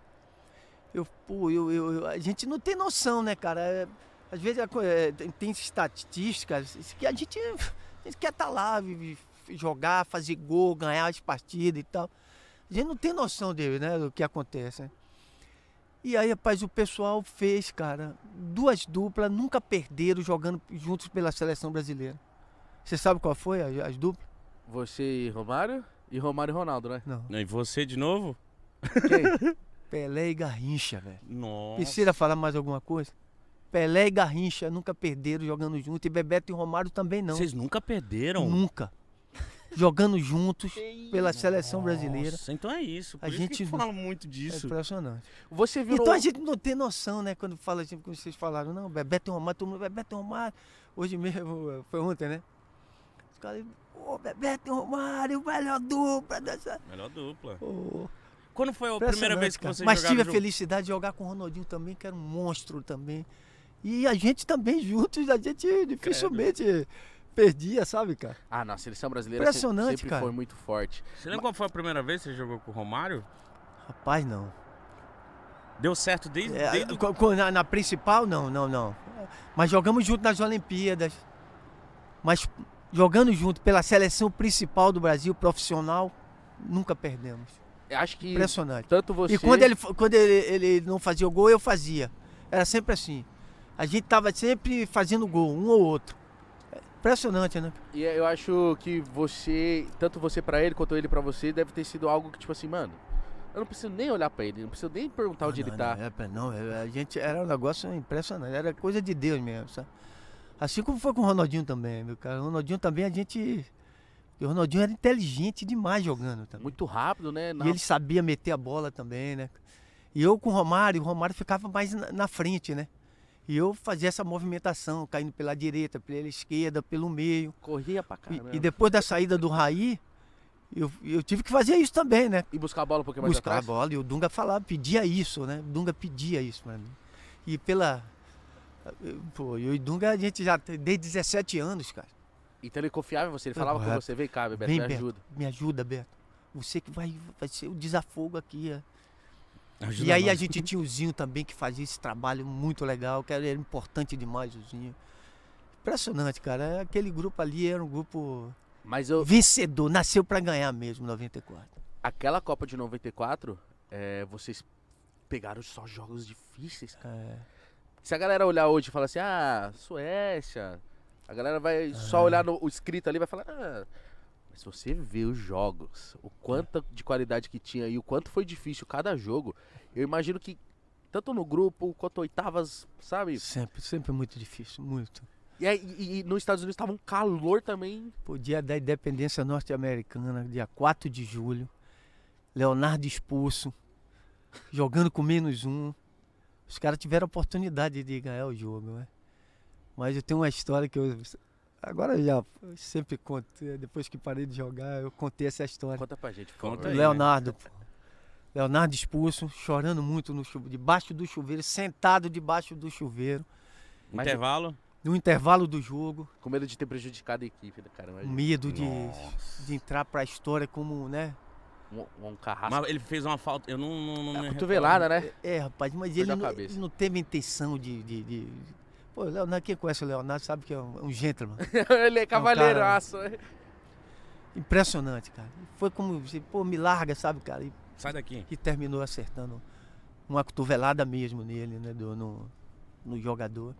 Speaker 3: Eu, pô, eu, eu- eu- a gente não tem noção, né, cara? É, às vezes a co- é, tem tem estatísticas isso que a gente, a gente quer estar lá, vi- vi- jogar, fazer gol, ganhar as partidas e tal. A gente não tem noção dele, né, do que acontece. né? E aí, rapaz, o pessoal fez, cara, duas duplas, nunca perderam jogando juntos pela seleção brasileira. Você sabe qual foi a- as duplas?
Speaker 2: Você e Romário? E Romário e Ronaldo, né?
Speaker 3: Não.
Speaker 1: E você de novo?
Speaker 2: Quem?
Speaker 3: Pelé e Garrincha, velho.
Speaker 1: Nossa.
Speaker 3: Precisa falar mais alguma coisa? Pelé e Garrincha nunca perderam jogando junto. E Bebeto e Romário também não.
Speaker 1: Vocês nunca perderam?
Speaker 3: Nunca. jogando juntos pela seleção brasileira.
Speaker 1: Nossa, então é isso. Por
Speaker 3: A
Speaker 1: isso
Speaker 3: gente
Speaker 1: que eu falo muito
Speaker 3: É
Speaker 1: disso.
Speaker 3: impressionante.
Speaker 2: Você virou.
Speaker 3: Então a gente não tem noção, né? Quando fala assim, como vocês falaram, não, Bebeto e Romário, todo mundo, Bebeto e Romário. Hoje mesmo, foi ontem, né? Os caras, ô, Bebeto e Romário, melhor dupla dessa.
Speaker 1: Melhor dupla.
Speaker 3: Ô,
Speaker 1: Quando foi a primeira
Speaker 3: impressionante,
Speaker 1: vez que
Speaker 3: cara.
Speaker 1: vocês
Speaker 3: Mas
Speaker 1: jogaram
Speaker 3: tive a
Speaker 1: junto?
Speaker 3: felicidade de jogar com o Ronaldinho também, que era um monstro também. E a gente também juntos, a gente dificilmente perdia, sabe, cara?
Speaker 2: Ah, não, a seleção brasileira se-
Speaker 3: Impressionante,
Speaker 2: sempre
Speaker 3: cara.
Speaker 2: foi muito forte.
Speaker 1: Você lembra qual foi a primeira vez que você jogou com o Romário?
Speaker 3: Rapaz, não.
Speaker 1: Deu certo desde,
Speaker 3: É,
Speaker 1: desde o
Speaker 3: co- co- na, na principal, não, não, não. Mas jogamos junto nas Olimpíadas. Mas jogando junto pela seleção principal do Brasil, profissional, nunca perdemos.
Speaker 2: Eu Acho que
Speaker 3: Impressionante.
Speaker 2: tanto você.
Speaker 3: E quando, ele, fa- quando ele, ele não fazia o gol, eu fazia. Era sempre assim. A gente tava sempre fazendo gol, um ou outro. É Impressionante, né?
Speaker 2: E eu acho que você, tanto você pra ele quanto ele pra você, deve ter sido algo que, tipo assim, mano, eu não preciso nem olhar pra ele, não preciso nem perguntar onde
Speaker 3: não,
Speaker 2: ele tá.
Speaker 3: Não, é pra- não, é- a gente era um negócio impressionante, era coisa de Deus mesmo, sabe? Assim como foi com o Ronaldinho também, meu cara. O Ronaldinho também a gente. e O Ronaldinho era inteligente demais jogando também.
Speaker 2: Muito rápido, né? Na-
Speaker 3: E ele sabia meter a bola também, né? E eu com o Romário, o Romário ficava mais na, na frente, né? E eu fazia essa movimentação, caindo pela direita, pela esquerda, pelo meio.
Speaker 2: Corria pra
Speaker 3: E-
Speaker 2: caramba.
Speaker 3: E,
Speaker 2: E,
Speaker 3: depois da saída do Raí, eu- eu tive que fazer isso também, né?
Speaker 2: buscar a bola um pouquinho mais
Speaker 3: buscar a
Speaker 2: atrás.
Speaker 3: bola. E o Dunga falava, pedia isso, né? O Dunga pedia isso pra mim. E pela. Pô, eu e o Dunga a gente já tem desde 17 anos, cara.
Speaker 2: Então ele confiava em você, ele falava com
Speaker 3: Correto.
Speaker 2: você, vem cá, Bebeto,
Speaker 3: Vem,
Speaker 2: me
Speaker 3: Beto.
Speaker 2: ajuda.
Speaker 3: Me ajuda, Beto. Você que vai, vai ser o desafogo aqui. ó.
Speaker 1: Ajuda
Speaker 3: e aí a
Speaker 1: nós.
Speaker 3: gente tinha o Zinho também que fazia esse trabalho muito legal, que era importante demais o Zinho. Impressionante, cara. É, Aquele grupo ali era um grupo
Speaker 2: Mas eu,
Speaker 3: vencedor, nasceu pra ganhar mesmo, 94.
Speaker 2: aquela Copa de 94, é, vocês pegaram só jogos difíceis, cara.
Speaker 3: É.
Speaker 2: Se a galera olhar hoje e falar assim, ah, Suécia, a galera vai
Speaker 3: É.
Speaker 2: só olhar no, o escrito ali e vai falar, ah. Mas se você vê os jogos, o
Speaker 3: É.
Speaker 2: quanto de qualidade que tinha e o quanto foi difícil cada jogo, eu imagino que tanto no grupo quanto oitavas, sabe?
Speaker 3: Sempre, sempre muito difícil, muito.
Speaker 2: E, aí- e- e nos Estados Unidos tava um calor também.
Speaker 3: Pô, dia da independência norte-americana, dia 4 de julho. Leonardo expulso, jogando com menos um. Os caras tiveram a oportunidade de ganhar o jogo, né? Mas eu tenho uma história que eu. Agora eu já sempre conto, eh, depois que parei de jogar, eu contei essa história.
Speaker 2: Conta pra gente, por
Speaker 1: Conta
Speaker 2: favor.
Speaker 1: aí.
Speaker 3: Leonardo, pô. Leonardo expulso, chorando muito no chuveiro, debaixo do chuveiro, sentado debaixo do chuveiro,
Speaker 2: Mas-
Speaker 1: Intervalo?
Speaker 3: no intervalo do jogo. Um
Speaker 2: Com medo de ter prejudicado a equipe, né, cara? Imagina.
Speaker 3: medo de,
Speaker 1: Nossa.
Speaker 3: de entrar pra história como, né?
Speaker 2: Um, um carrasco.
Speaker 1: Mas ele fez uma falta. Eu não. não, não me
Speaker 2: a cotovelada, né?
Speaker 3: É, rapaz, mas
Speaker 2: Foi
Speaker 3: ele
Speaker 2: da
Speaker 3: não,
Speaker 2: cabeça.
Speaker 3: ele não teve intenção de. de, de... Pô, Leonardo, quem conhece o Leonardo sabe que é um, um gentleman.
Speaker 2: Ele é
Speaker 3: um
Speaker 2: cavaleiraço. né?
Speaker 3: Impressionante, cara. Foi como, assim, pô, me larga, sabe, cara? E,
Speaker 1: recordo. Sai daqui.
Speaker 3: e terminou acertando uma cotovelada mesmo nele, né? do- no, no jogador.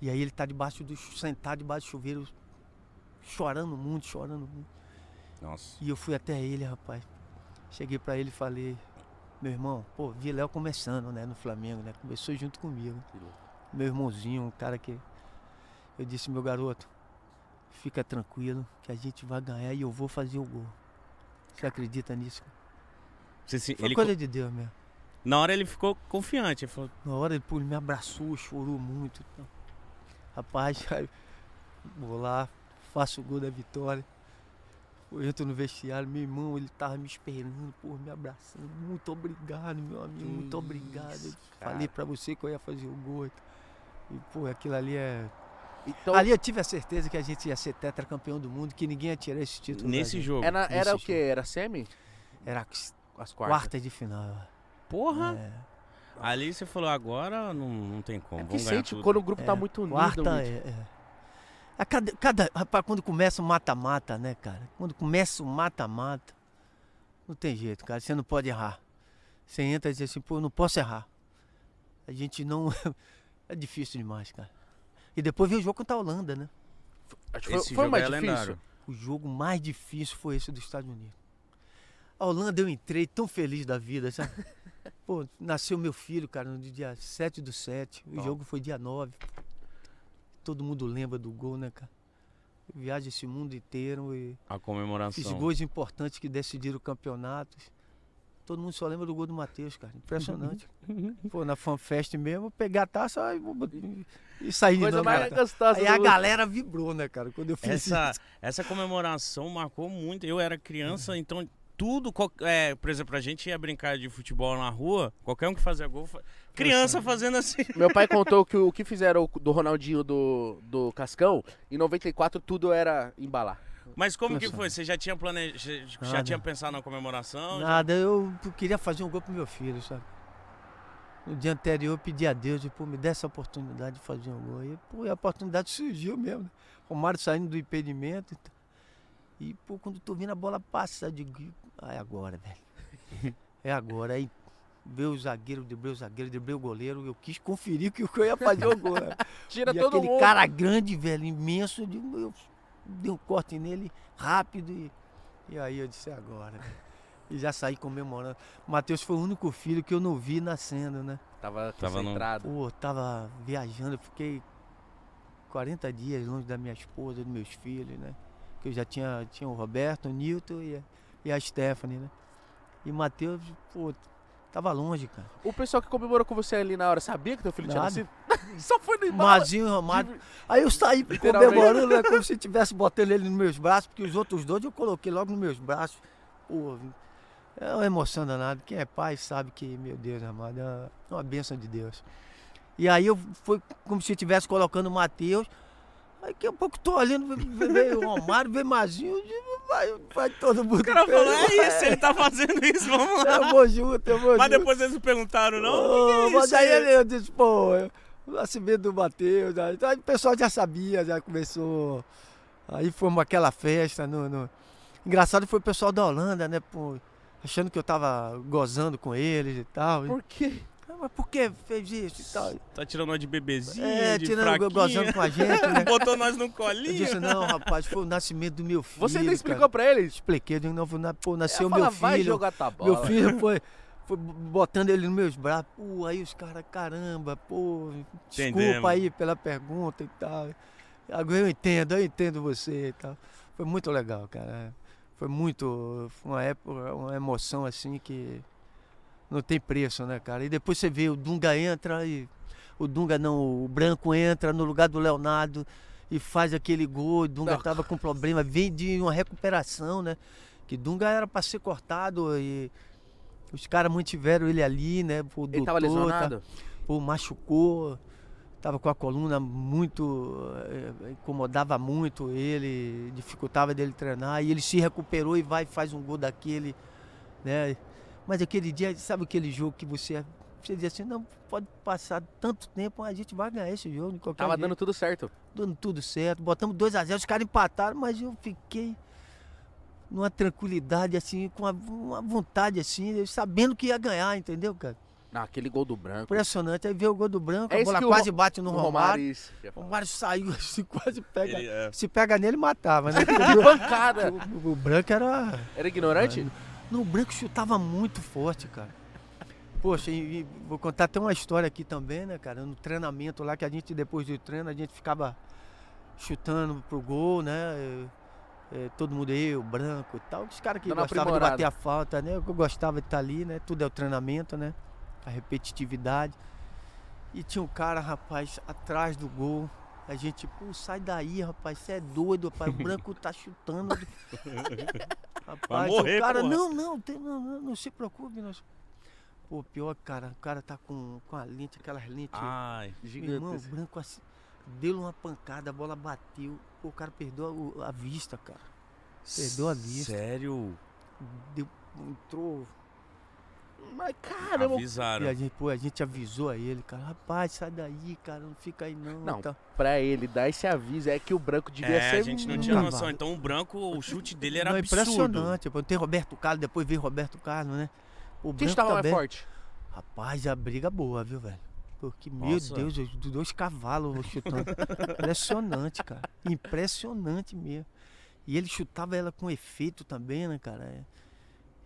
Speaker 3: E aí ele tá debaixo do. chu- sentado debaixo do chuveiro, chorando muito, chorando muito.
Speaker 1: Nossa.
Speaker 3: E eu fui até ele, rapaz. Cheguei pra ele e falei, meu irmão, pô, vi Léo começando, né, no Flamengo, né? Começou junto comigo.
Speaker 2: Que louco.
Speaker 3: Meu irmãozinho, um cara que. Eu disse, meu garoto, fica tranquilo que a gente vai ganhar e eu vou fazer o gol. Você acredita nisso?
Speaker 1: Você se-
Speaker 3: Foi
Speaker 1: ele
Speaker 3: coisa de Deus mesmo.
Speaker 1: co- Na hora ele ficou confiante. Ele falou,
Speaker 3: Na hora ele pô, ele me abraçou, chorou muito. Então, rapaz, aí, vou lá, faço o gol da vitória. Eu entro no vestiário, meu irmão, ele tava me esperando, pô, me abraçando. Muito obrigado, meu amigo, muito obrigado.
Speaker 2: Isso,
Speaker 3: Eu
Speaker 2: cara.
Speaker 3: Falei pra você que eu ia fazer o gol. E, pô, aquilo ali é.
Speaker 2: Então,
Speaker 3: Ali eu tive a certeza que a gente ia ser tetracampeão do mundo, que ninguém ia tirar esse título. da
Speaker 1: nesse
Speaker 3: gente.
Speaker 1: jogo.
Speaker 2: era, era
Speaker 3: nesse
Speaker 2: o quê? Era semi?
Speaker 3: Era a
Speaker 2: As quartas.
Speaker 3: quarta de final.
Speaker 1: Porra!
Speaker 3: É.
Speaker 1: Ali você falou, agora não, não tem como.
Speaker 2: É que
Speaker 1: vamos ganhar
Speaker 2: sente
Speaker 1: tudo.
Speaker 2: quando o grupo tá muito unido.
Speaker 3: Quarta
Speaker 2: Mitch.
Speaker 3: é, é. A cada, cada- rapaz, quando começa o mata-mata, né, cara? Quando começa o mata-mata, não tem jeito, cara. Você não pode errar. Você entra e diz assim, pô, eu não posso errar. A gente não. é difícil demais, cara. E depois veio o jogo contra a Holanda, né?
Speaker 2: Acho que foi,
Speaker 1: Esse
Speaker 2: foi o
Speaker 1: jogo
Speaker 2: mais
Speaker 1: é
Speaker 2: difícil.
Speaker 1: lendário.
Speaker 3: O jogo mais difícil foi esse dos Estados Unidos. A Holanda eu entrei tão feliz da vida, sabe? Pô, nasceu meu filho, cara, no dia 7 do 7. O
Speaker 2: Ó.
Speaker 3: jogo foi dia 9. Todo mundo lembra do gol, né, cara? viaja esse mundo inteiro e
Speaker 1: A
Speaker 3: esses
Speaker 1: comemoração.
Speaker 3: gols importantes que decidiram campeonatos. Todo mundo só lembra do gol do Matheus, cara. Impressionante. Pô, na fanfest mesmo, pegar a taça e, e sair de
Speaker 2: Coisa
Speaker 3: novo.
Speaker 2: mais
Speaker 3: cara.
Speaker 2: gostosa.
Speaker 3: Aí é a
Speaker 2: do-
Speaker 3: galera vibrou, né, cara? Quando eu fiz
Speaker 1: Essa,
Speaker 3: isso.
Speaker 1: essa comemoração marcou muito. Eu era criança, então tudo. qual- É, por exemplo, a gente ia brincar de futebol na rua, qualquer um que fazia gol. fa- Criança fazendo assim.
Speaker 2: Meu pai contou que o que fizeram do Ronaldinho do, do Cascão, em 94 tudo era embalar.
Speaker 1: Mas como que
Speaker 3: Nossa.
Speaker 1: foi? Você já tinha planejado. Já
Speaker 3: Nada.
Speaker 1: tinha pensado na comemoração? Já-
Speaker 3: Nada, eu queria fazer um gol pro meu filho, sabe? No dia anterior eu pedi a Deus, pô, me dê essa oportunidade de fazer um gol. E, pô, e a oportunidade surgiu mesmo. Né? Romário saindo do impedimento. e tal. E, pô, quando eu tô vendo a bola passar, eu digo, ah, é agora, velho. É agora. Aí veio o zagueiro, driblei o zagueiro, driblei o goleiro. Eu quis conferir que eu ia fazer o gol. né?
Speaker 2: Tira
Speaker 3: e
Speaker 2: todo
Speaker 3: aquele
Speaker 2: mundo.
Speaker 3: cara grande, velho, imenso, eu, digo, eu dei um corte nele rápido e, e aí eu disse "É agora. velho." E já saí comemorando. Matheus foi o único filho que eu não vi nascendo, né?
Speaker 2: Tava
Speaker 1: Tava no-
Speaker 2: concentrado.
Speaker 3: Pô, eu tava viajando, eu fiquei 40 dias longe da minha esposa, dos meus filhos, né? Que eu já tinha, tinha o Roberto, o Nilton e a, e a Stephanie, né? E Matheus, pô, tava longe, cara.
Speaker 2: O pessoal que comemorou com você ali na hora sabia que teu filho tinha
Speaker 3: Nada.
Speaker 2: nascido? Só foi no embalo.
Speaker 3: Mazinho Um Romário. Aí eu saí
Speaker 2: Literalmente.
Speaker 3: comemorando, né, como se estivesse botando ele nos meus braços, porque os outros dois eu coloquei logo nos meus braços. Pô, é uma emoção danada. Quem é pai sabe que, meu Deus amado, é uma- é uma bênção de Deus. E aí eu foi como se estivesse colocando o Matheus. Aí daqui a pouco tô olhando, veio o Romário, veio Mazinho, eu digo, vai, vai todo mundo.
Speaker 1: O cara falou, é isso, ele tá fazendo isso, vamos lá.
Speaker 3: Eu vou junto, eu vou
Speaker 1: Mas
Speaker 3: junto.
Speaker 1: depois eles não perguntaram, não? O
Speaker 3: Ô,
Speaker 1: que que é
Speaker 3: mas
Speaker 1: isso
Speaker 3: aí
Speaker 1: aí?
Speaker 3: ele eu disse, pô, eu- o nascimento do Matheus. Aí, aí o pessoal já sabia, já começou. Aí fomos aquela festa. No, no- Engraçado foi o pessoal da Holanda, né? pô, achando que eu tava gozando com eles e tal.
Speaker 2: Por quê?
Speaker 3: Ah, Mas por que fez isso e tal?
Speaker 1: Tá tirando nós de bebezinho,
Speaker 3: É,
Speaker 1: de
Speaker 3: tirando,
Speaker 1: fraquinho.
Speaker 3: gozando com a gente, né?
Speaker 1: Botou nós no
Speaker 3: Eu
Speaker 1: colinho.
Speaker 3: disse, não, rapaz, foi o nascimento do meu filho.
Speaker 2: Você ainda
Speaker 3: cara.
Speaker 2: explicou pra eles?
Speaker 3: Expliquei, eu disse, não, na- pô, nasceu
Speaker 2: Eu
Speaker 3: meu
Speaker 2: falo, vai
Speaker 3: filho.
Speaker 2: jogar tua bola.
Speaker 3: Meu filho foi, foi botando ele nos meus braços. Pô, aí os caras, caramba, pô, desculpa
Speaker 1: Entendemos.
Speaker 3: aí pela pergunta e tal. Agora eu entendo, eu entendo você e tal. Foi muito legal, cara. Foi muito. Foi uma época, uma emoção assim que não tem preço, né, cara? E depois você vê o Dunga entra e. O Dunga não, o Branco entra no lugar do Leonardo e faz aquele gol. O Dunga
Speaker 2: Não.
Speaker 3: tava com problema, vem de uma recuperação, né? Que Dunga era para ser cortado e os caras mantiveram ele ali, né? O
Speaker 2: Ele tava
Speaker 3: doutor, tá-
Speaker 2: lesionado?
Speaker 3: pô, machucou, tava com a coluna muito, eh, incomodava muito ele, dificultava dele treinar, e ele se recuperou e vai e faz um gol daquele, né? Mas aquele dia, sabe aquele jogo que você, você diz assim, não, pode passar tanto tempo, mas a gente vai ganhar esse jogo de qualquer
Speaker 2: Tava
Speaker 3: jeito
Speaker 2: dando tudo certo.
Speaker 3: dando tudo certo, botamos 2 a 0 os caras empataram, mas eu fiquei numa tranquilidade, assim, com uma, uma vontade, assim, sabendo que ia ganhar, entendeu, cara?
Speaker 2: Não, aquele gol do branco.
Speaker 3: Impressionante, aí vê o gol do Branco,
Speaker 2: É
Speaker 3: a
Speaker 2: isso
Speaker 3: bola
Speaker 2: que o
Speaker 3: quase bate no
Speaker 2: O
Speaker 3: Romário,
Speaker 2: isso.
Speaker 3: o Romário saiu, assim, quase pega,
Speaker 1: Ele, é,
Speaker 3: se pega nele, matava, né?
Speaker 2: Que bancada!
Speaker 3: o, o Branco era...
Speaker 2: Era ignorante?
Speaker 3: Não, o Branco chutava muito forte, cara. Poxa, e, e vou contar até uma história aqui também, né, cara? No treinamento lá, que a gente, depois do treino, a gente ficava chutando pro gol, né? É, é, todo mundo, eu, Branco e tal. Os caras que
Speaker 2: Dando uma
Speaker 3: gostavam de
Speaker 2: aprimorada.
Speaker 3: bater a falta, né? Eu gostava de estar ali, né? Tudo é o treinamento, né? A repetitividade. E tinha um cara, rapaz, atrás do gol. A gente, pô, sai daí, rapaz, você é doido, rapaz. O branco tá chutando. rapaz,
Speaker 1: morrer,
Speaker 3: o cara,
Speaker 1: porra.
Speaker 3: não, não, tem- não, não, não se preocupe. Não. se- Pô, pior, cara, o cara tá com, com a lente, aquelas lentes.
Speaker 1: Ai,
Speaker 3: Meu irmão, o
Speaker 2: Gigante.
Speaker 3: branco assim, deu uma pancada, a bola bateu. Pô, o cara perdeu a, a vista, cara. Perdeu a vista.
Speaker 1: sério?
Speaker 3: Deu, entrou
Speaker 2: Mas caramba,
Speaker 3: E a
Speaker 1: Avisaram.
Speaker 3: gente, pô, a gente avisou a ele, cara, rapaz, sai daí, cara, não fica aí não.
Speaker 2: Não,
Speaker 3: tá.
Speaker 2: pra ele dar esse aviso é que o branco devia
Speaker 1: É,
Speaker 2: ser. um
Speaker 1: a gente não tinha
Speaker 3: muito
Speaker 1: noção.
Speaker 3: cavalo.
Speaker 1: Então o branco, o chute dele era
Speaker 3: um Não, é
Speaker 1: absurdo.
Speaker 3: impressionante. Pô, tem Roberto Carlos, depois veio Roberto Carlos, né? O
Speaker 2: Quem
Speaker 3: Branco
Speaker 2: estava mais
Speaker 3: também.
Speaker 2: forte?
Speaker 3: Rapaz, a briga boa, viu, velho? Porque, meu
Speaker 1: Nossa.
Speaker 3: Deus, os dois cavalos chutando. Impressionante, cara. Impressionante mesmo. E ele chutava ela com efeito também, né, cara? É.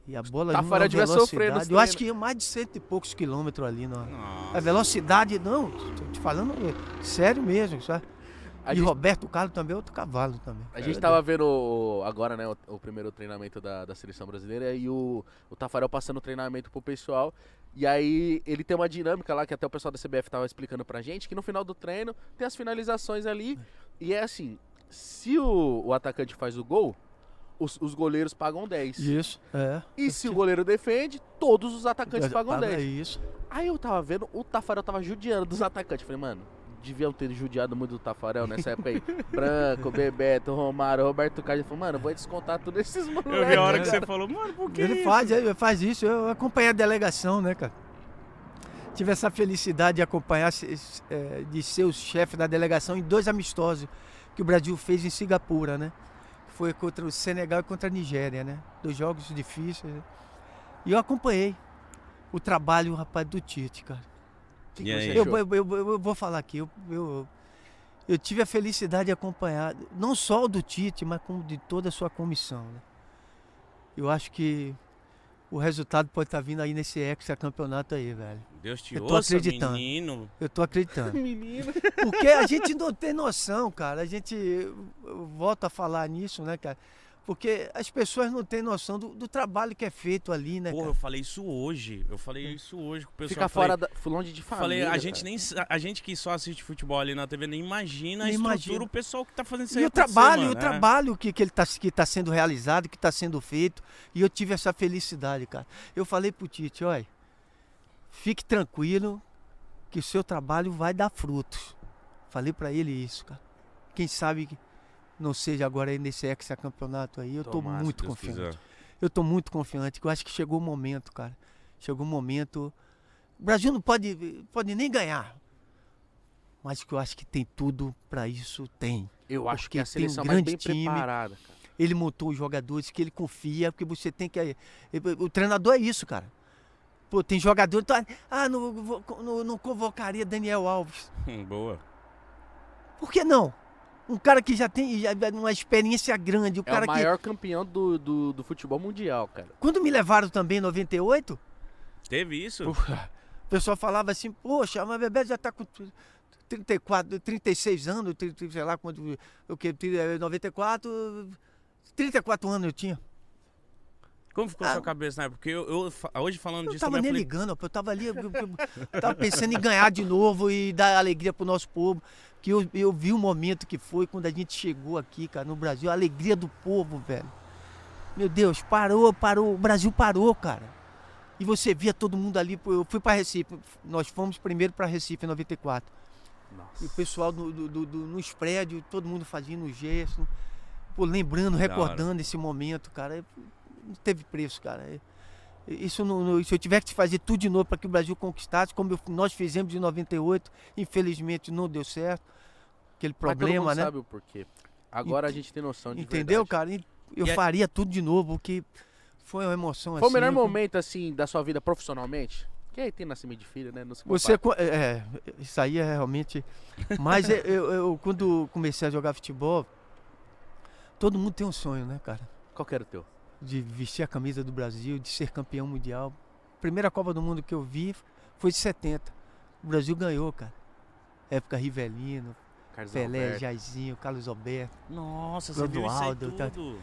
Speaker 3: E a bola numa
Speaker 2: Tafarel devia sofrer nos
Speaker 3: velocidade- Eu
Speaker 2: treinos.
Speaker 3: acho que ia mais de cento e poucos quilômetros ali, não.
Speaker 1: Nossa.
Speaker 3: A velocidade, não, tô te falando é, sério mesmo, sabe?
Speaker 2: A
Speaker 3: e
Speaker 2: gente-
Speaker 3: Roberto Carlos também é outro cavalo também.
Speaker 2: A gente tava vendo o- agora, né, o, o primeiro treinamento da, da seleção brasileira e o, o Tafarel passando o treinamento pro pessoal. E aí ele tem uma dinâmica lá que até o pessoal da CBF tava explicando pra gente, que no final do treino tem as finalizações ali. E é assim, se o, o atacante faz o gol, os, os goleiros pagam 10.
Speaker 3: Isso. É.
Speaker 2: E se o goleiro defende, todos os atacantes pagam
Speaker 3: Paga
Speaker 2: 10.
Speaker 3: Isso.
Speaker 2: Aí eu tava vendo, o Tafarel tava judiando dos atacantes. Falei, mano, deviam ter judiado muito do Tafarel nessa época aí. Branco, Bebeto, Romário, Roberto Carlos. Eu falei, mano, vou descontar tudo esses moleques. né,
Speaker 1: Eu vi a hora que
Speaker 2: cara.
Speaker 1: você falou, mano, por que
Speaker 3: ele
Speaker 1: isso?
Speaker 3: faz, ele faz isso. Eu acompanhei a delegação, né, cara? Tive essa felicidade de acompanhar, se- se- eh, de ser o chefe da delegação em dois amistosos que o Brasil fez em Singapura, né? Foi contra o Senegal e contra a Nigéria, né? Dois jogos difíceis. né? E eu acompanhei o trabalho, rapaz, do Tite, cara.
Speaker 2: O que
Speaker 1: E
Speaker 2: que
Speaker 1: aí?
Speaker 2: você
Speaker 3: Eu,
Speaker 2: achou?
Speaker 3: eu- eu- eu- eu vou falar aqui. Eu, eu- eu tive a felicidade de acompanhar, não só o do Tite, mas como de toda a sua comissão. né? Eu acho que o resultado pode estar vindo aí nesse hexacampeonato aí, velho.
Speaker 1: Deus te
Speaker 3: Eu tô
Speaker 1: ouça,
Speaker 3: acreditando.
Speaker 1: menino.
Speaker 3: Eu tô acreditando.
Speaker 2: Menino.
Speaker 3: Porque a gente não tem noção, cara. A gente eu- eu volto a falar nisso, né, cara? Porque as pessoas não têm noção do, do trabalho que é feito ali, né,
Speaker 1: Porra,
Speaker 3: cara?
Speaker 1: eu falei isso hoje. Eu falei isso hoje com o pessoal.
Speaker 2: Fica
Speaker 1: Eu falei,
Speaker 2: fora, da, longe de família.
Speaker 1: Falei, a gente,
Speaker 2: cara.
Speaker 1: nem, sa- a gente que só assiste futebol ali na TV nem imagina a
Speaker 3: Nem
Speaker 1: estrutura,
Speaker 3: imagina.
Speaker 1: o pessoal que tá fazendo isso aí
Speaker 3: E o
Speaker 1: acontecer,
Speaker 3: trabalho,
Speaker 1: mano,
Speaker 3: o
Speaker 1: né?
Speaker 3: trabalho que, que ele tá, que tá sendo realizado, que está sendo feito. E eu tive essa felicidade, cara. Eu falei pro Tite, olha, fique tranquilo que o seu trabalho vai dar frutos. Falei para ele isso, cara. Quem sabe que não seja agora aí nesse hexacampeonato aí, eu estou
Speaker 2: Tomara, se
Speaker 3: muito
Speaker 1: Deus
Speaker 3: confiante.
Speaker 1: quiser.
Speaker 3: Eu tô muito confiante, que eu acho que chegou o momento, cara. Chegou o momento. O Brasil não pode, pode nem ganhar. Mas que eu acho que tem tudo para isso, tem.
Speaker 2: Eu acho que
Speaker 3: Porque
Speaker 2: é
Speaker 3: tem
Speaker 2: a
Speaker 3: um
Speaker 2: seleção mais
Speaker 3: grande
Speaker 2: bem
Speaker 3: time.
Speaker 2: preparada, cara.
Speaker 3: Ele montou os jogadores que ele confia, porque você tem que. eh, O treinador é isso, cara. Pô, tem jogador. Então, ah, não, vou- não- não convocaria Daniel Alves.
Speaker 1: Hum, boa.
Speaker 3: Por que não? Um cara que já tem já- uma experiência grande.
Speaker 2: É
Speaker 3: O cara
Speaker 2: o
Speaker 3: que.
Speaker 2: maior campeão do, do, do futebol mundial, cara.
Speaker 3: Quando me levaram também em 98,
Speaker 1: Teve isso?
Speaker 3: O pessoal falava assim, poxa, mas Bebeto já está com 34, 36 anos, 30, sei lá quanto, o que, 94, 34 anos eu tinha.
Speaker 1: Como ficou
Speaker 3: Ah.
Speaker 1: sua cabeça na época? Porque eu, eu fa- hoje falando
Speaker 3: Eu não
Speaker 1: disso
Speaker 3: tava
Speaker 1: também,
Speaker 3: nem
Speaker 1: eu falei,
Speaker 3: ligando, rapaz, eu tava ali, eu, eu- eu tava pensando em ganhar de novo e dar alegria pro nosso povo. Que eu, eu vi o momento que foi quando a gente chegou aqui, cara, no Brasil, a alegria do povo, velho. Meu Deus, parou, parou, o Brasil parou, cara. E você via todo mundo ali, pô, eu fui para Recife, nós fomos primeiro para Recife em 94.
Speaker 2: Nossa.
Speaker 3: E o pessoal do, do- do- do- nos prédios, todo mundo fazendo gesto, pô, lembrando,
Speaker 1: hora.
Speaker 3: recordando esse momento, cara. é- Não teve preço, cara. é- Isso não, não- se eu tiver que fazer tudo de novo para que o Brasil conquistasse, como eu- nós fizemos em 98, infelizmente não deu certo. Aquele
Speaker 2: Mas todo
Speaker 3: problema,
Speaker 2: mundo
Speaker 3: né?
Speaker 2: sabe o porquê. Agora a gente tem noção de
Speaker 3: Entendeu,
Speaker 2: verdade. é
Speaker 3: cara? E Eu
Speaker 1: E a-
Speaker 3: faria tudo de novo, o que foi uma emoção
Speaker 2: Foi o
Speaker 3: assim,
Speaker 2: melhor
Speaker 3: eu-
Speaker 2: momento, assim, da sua vida profissionalmente? Que aí tem nascimento de filho, né? Não se
Speaker 3: Você, co- é, é, isso aí é realmente. Mas eu, eu- eu, quando comecei a jogar futebol, todo mundo tem um sonho, né, cara?
Speaker 2: Qual que era o teu?
Speaker 3: De vestir a camisa do Brasil, de ser campeão mundial. Primeira Copa do Mundo que eu vi foi de 70. O Brasil ganhou, cara. Época Rivelino,
Speaker 2: Carlos
Speaker 3: Pelé,
Speaker 2: Alberto.
Speaker 3: Jairzinho, Carlos Alberto.
Speaker 1: nossa, você viu isso aí
Speaker 3: Clodoaldo, tá-
Speaker 1: tudo.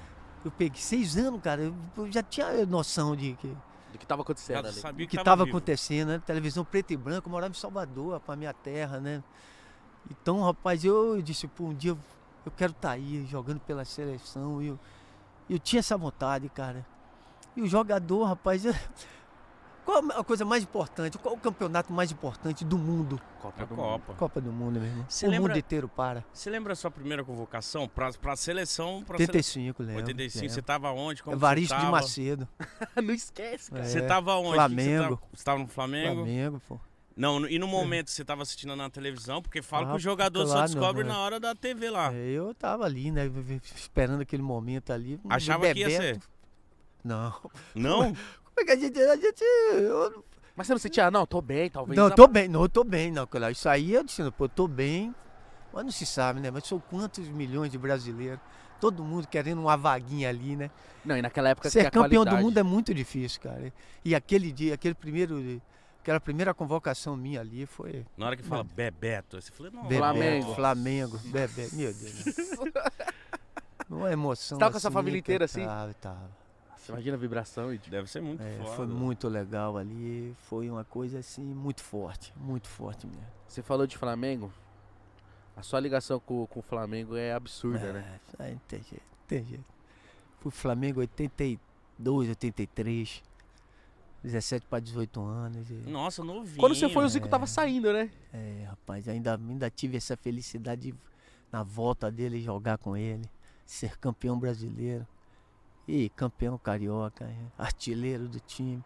Speaker 3: Eu peguei seis anos, cara. Eu eu já tinha noção de que
Speaker 2: Do que tava acontecendo
Speaker 1: Eu
Speaker 2: ali.
Speaker 1: sabia
Speaker 3: o que
Speaker 1: tava
Speaker 3: estava
Speaker 1: vivo.
Speaker 3: acontecendo, né? Televisão preto e branco, eu morava em Salvador, para minha terra, né? Então, rapaz, eu disse, pô, um dia eu, eu quero estar aí jogando pela seleção. E eu, eu tinha essa vontade, cara. E o jogador, rapaz, é- qual a coisa mais importante? Qual o campeonato mais importante do mundo?
Speaker 1: A
Speaker 2: Copa do Mundo.
Speaker 1: Copa.
Speaker 3: Copa do Mundo, meu irmão.
Speaker 1: Você
Speaker 3: o
Speaker 1: lembra-
Speaker 3: mundo inteiro para.
Speaker 1: Você lembra a sua primeira convocação pra, pra seleção? Pra
Speaker 3: 85,
Speaker 1: sele...
Speaker 3: lembro.
Speaker 1: 85, você
Speaker 3: lembro.
Speaker 1: tava onde? Como
Speaker 3: é. Evaristo
Speaker 1: você
Speaker 3: de
Speaker 1: tava?
Speaker 3: Macedo.
Speaker 2: Não esquece, cara.
Speaker 1: Você
Speaker 3: é,
Speaker 1: tava onde?
Speaker 3: Flamengo.
Speaker 1: Você tava, você tava no Flamengo?
Speaker 3: Flamengo, pô.
Speaker 1: Não, no- e no momento você tava assistindo na televisão? Porque fala que
Speaker 3: Ah,
Speaker 1: o jogador só
Speaker 3: claro,
Speaker 1: descobre
Speaker 3: né?
Speaker 1: na hora da TV lá.
Speaker 3: É, Eu tava ali, né? Esperando aquele momento ali.
Speaker 1: Achava que ia
Speaker 3: Bebeto. Não. Como
Speaker 1: Não?
Speaker 3: é que a gente. A gente eu-
Speaker 2: Mas você não sentia, ah, não, tô bem, talvez.
Speaker 3: Não,
Speaker 2: Ah,
Speaker 3: eu tô bem, não, eu tô bem, não. Claro. Isso aí eu dizendo, pô, eu tô bem. Mas não se sabe, né? Mas são quantos milhões de brasileiros? Todo mundo querendo uma vaguinha ali, né?
Speaker 2: Não, e naquela época que é
Speaker 3: Ser
Speaker 2: a
Speaker 3: é campeão do
Speaker 2: qualidade-
Speaker 3: mundo é muito difícil, cara. E aquele dia, aquele primeiro Aquela primeira convocação minha ali foi
Speaker 1: Na hora que fala Bebeto, você fala, não,
Speaker 3: Bebeto,
Speaker 2: Hum. Flamengo.
Speaker 3: Flamengo, Bebeto. Meu Deus. Uma emoção.
Speaker 2: Você tava com essa
Speaker 3: assim,
Speaker 2: família inteira, assim?
Speaker 3: incantável, Tava,
Speaker 2: Você imagina a vibração, Ed?
Speaker 1: Deve ser muito
Speaker 3: É,
Speaker 1: foda.
Speaker 3: foi muito legal ali. Foi uma coisa assim, muito forte. Muito forte mesmo.
Speaker 2: Você falou de Flamengo? A sua ligação com, com o Flamengo é absurda, né?
Speaker 3: É, aí não tem jeito, não tem jeito. Fui pro Flamengo 82, 83. 17 para 18 anos. e-
Speaker 1: Nossa, novinho.
Speaker 2: Quando você foi, o Zico tava saindo, né?
Speaker 3: É, rapaz, ainda, ainda tive essa felicidade de, na volta dele jogar com ele, ser campeão brasileiro e campeão carioca, é, artilheiro do time.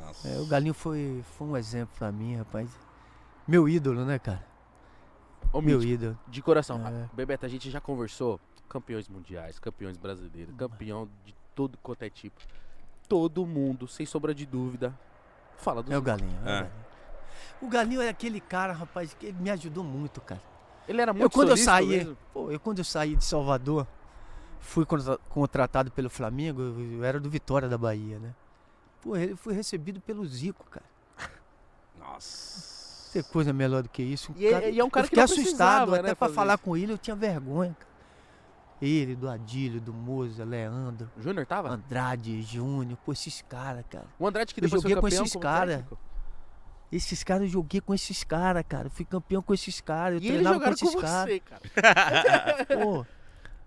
Speaker 1: Nossa.
Speaker 3: É, o Galinho foi, foi um exemplo pra mim, rapaz. Meu ídolo, né, cara?
Speaker 2: Ô,
Speaker 3: Meu
Speaker 2: Mítico,
Speaker 3: ídolo.
Speaker 2: de coração.
Speaker 3: É.
Speaker 2: Bebeto, a gente já conversou. Campeões mundiais, campeões brasileiros, campeão de todo quanto é tipo. Todo mundo, sem sombra de dúvida, fala do
Speaker 3: É o
Speaker 2: Zico.
Speaker 3: Galinho. é o
Speaker 1: É.
Speaker 3: Galinho. O Galinho é aquele cara, rapaz, que ele me ajudou muito, cara.
Speaker 2: Ele era
Speaker 3: Eu,
Speaker 2: muito
Speaker 3: quando eu
Speaker 2: solícito
Speaker 3: saí,
Speaker 2: mesmo.
Speaker 3: pô, eu quando eu saí de Salvador, fui contra- contratado pelo Flamengo, eu eu era do Vitória da Bahia, né? Pô, eu fui recebido pelo Zico, cara.
Speaker 1: Nossa.
Speaker 3: Tem coisa melhor do que isso.
Speaker 2: E, é- e é um cara
Speaker 3: eu
Speaker 2: que
Speaker 3: fiquei
Speaker 2: não
Speaker 3: assustado,
Speaker 2: precisava,
Speaker 3: até
Speaker 2: né,
Speaker 3: pra
Speaker 2: fazer
Speaker 3: falar
Speaker 2: isso.
Speaker 3: com ele eu tinha vergonha, cara. Ele, do Adílio, do Moza, Leandro,
Speaker 2: Júnior tava?
Speaker 3: Andrade, Júnior, pô, esses caras, cara.
Speaker 2: O Andrade que
Speaker 3: Eu
Speaker 2: depois foi
Speaker 3: joguei com
Speaker 2: campeão
Speaker 3: esses
Speaker 2: como
Speaker 3: cara.
Speaker 2: técnico.
Speaker 3: Esses caras eu joguei com esses caras, cara. Eu fui campeão com esses caras, eu
Speaker 2: E eles
Speaker 3: treinava com
Speaker 2: jogaram com
Speaker 3: esses caras.
Speaker 2: você, cara.
Speaker 3: Pô,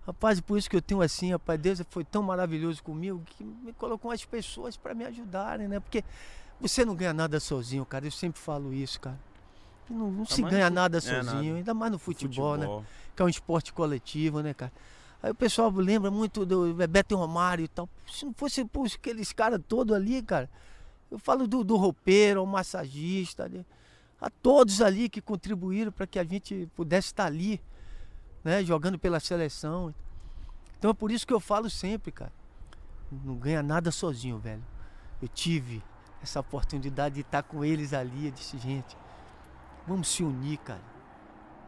Speaker 3: rapaz, por isso que eu tenho assim, rapaz, Deus foi tão maravilhoso comigo que me colocou as pessoas pra me ajudarem, né? Porque você não ganha nada sozinho, cara. Eu sempre falo isso, cara. Não, não se
Speaker 1: mais
Speaker 3: ganha
Speaker 1: no fu-
Speaker 3: nada
Speaker 1: é,
Speaker 3: sozinho,
Speaker 1: nada.
Speaker 3: ainda mais no futebol, né? Que é um esporte coletivo, né, cara? Aí o pessoal lembra muito do Bebeto e Romário e tal. Se não fosse pô, aqueles caras todos ali, cara, eu falo do, do roupeiro, ao massagista, né? a todos ali que contribuíram para que a gente pudesse estar ali, né, jogando pela seleção. Então é por isso que eu falo sempre, cara. Não ganha nada sozinho, velho. Eu tive essa oportunidade de estar com eles ali. Eu disse, gente, vamos se unir, cara.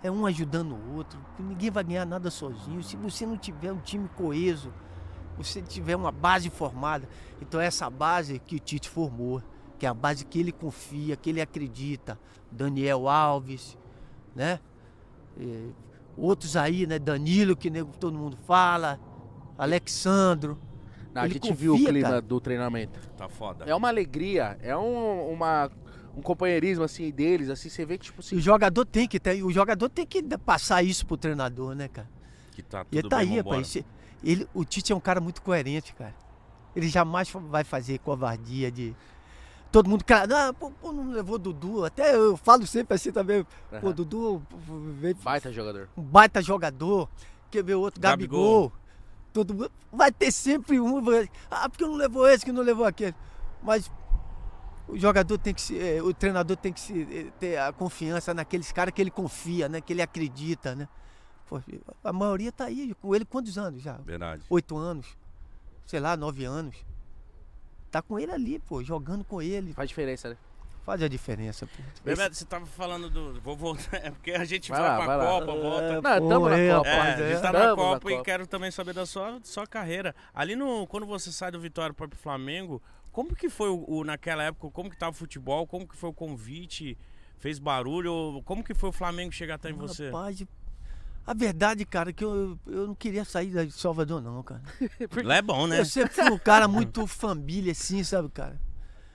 Speaker 3: É um ajudando o outro. Ninguém vai ganhar nada sozinho. Se você não tiver um time coeso, você tiver uma base formada. Então é essa base que o Tite formou, que é a base que ele confia, que ele acredita. Daniel Alves, né? E outros aí, né? Danilo, que nego- todo mundo fala. Alexandro.
Speaker 2: Não, a
Speaker 3: Ele
Speaker 2: gente viu o
Speaker 3: confia,
Speaker 2: clima
Speaker 3: cara.
Speaker 2: do treinamento.
Speaker 1: Tá foda.
Speaker 2: É uma alegria, é um, uma, um companheirismo, assim, deles, assim, você vê que, tipo assim,
Speaker 3: O jogador tem que ter, o jogador tem que passar isso pro treinador, né, cara?
Speaker 1: Que tá tudo
Speaker 3: E ele tá
Speaker 1: bem,
Speaker 3: aí,
Speaker 1: vambora.
Speaker 3: rapaz. Esse- Ele, o Tite é um cara muito coerente, cara. Ele jamais fa- vai fazer covardia de. Todo mundo, cara, ah, pô, pô, não levou Dudu. Até eu falo sempre assim também. Pô,
Speaker 2: Aham.
Speaker 3: Dudu pô, veio
Speaker 2: baita jogador.
Speaker 3: um baita jogador, quer ver outro Gabigol.
Speaker 1: Gabigol.
Speaker 3: Todo mundo. Vai ter sempre um. vai- Ah, porque não levou esse, que não levou aquele. Mas o jogador tem que se. eh, O treinador tem que se, eh, ter a confiança naqueles caras que ele confia, né? Que ele acredita, né? Pô, a maioria tá aí com ele quantos anos já?
Speaker 1: Verdade.
Speaker 3: Oito anos? Sei lá, nove anos. Tá com ele ali, pô, jogando com ele.
Speaker 2: Faz diferença, né?
Speaker 3: Faz a diferença, pô.
Speaker 1: Bebeto, você tava falando do. Vou voltar. É porque a gente
Speaker 2: Vai
Speaker 1: vai,
Speaker 2: lá,
Speaker 1: pra
Speaker 2: vai lá.
Speaker 1: Copa, volta.
Speaker 2: Não, tamo na
Speaker 3: é,
Speaker 2: Copa.
Speaker 1: É,
Speaker 3: rapaz,
Speaker 1: a gente
Speaker 3: é.
Speaker 1: tá na
Speaker 2: Tamo na
Speaker 1: Copa e
Speaker 2: Copa.
Speaker 1: quero também saber da sua, sua carreira. Ali no. Quando você sai do Vitória para o Flamengo, como que foi o, o- naquela época? Como que tava o futebol? Como que foi o convite? Fez barulho? Ou Como que foi o Flamengo chegar até em você?
Speaker 3: Rapaz, a verdade, cara, é que eu, eu não queria sair da- de Salvador, não, cara.
Speaker 1: Lá é bom, né?
Speaker 3: Eu sempre fui um cara muito família, assim, sabe, cara?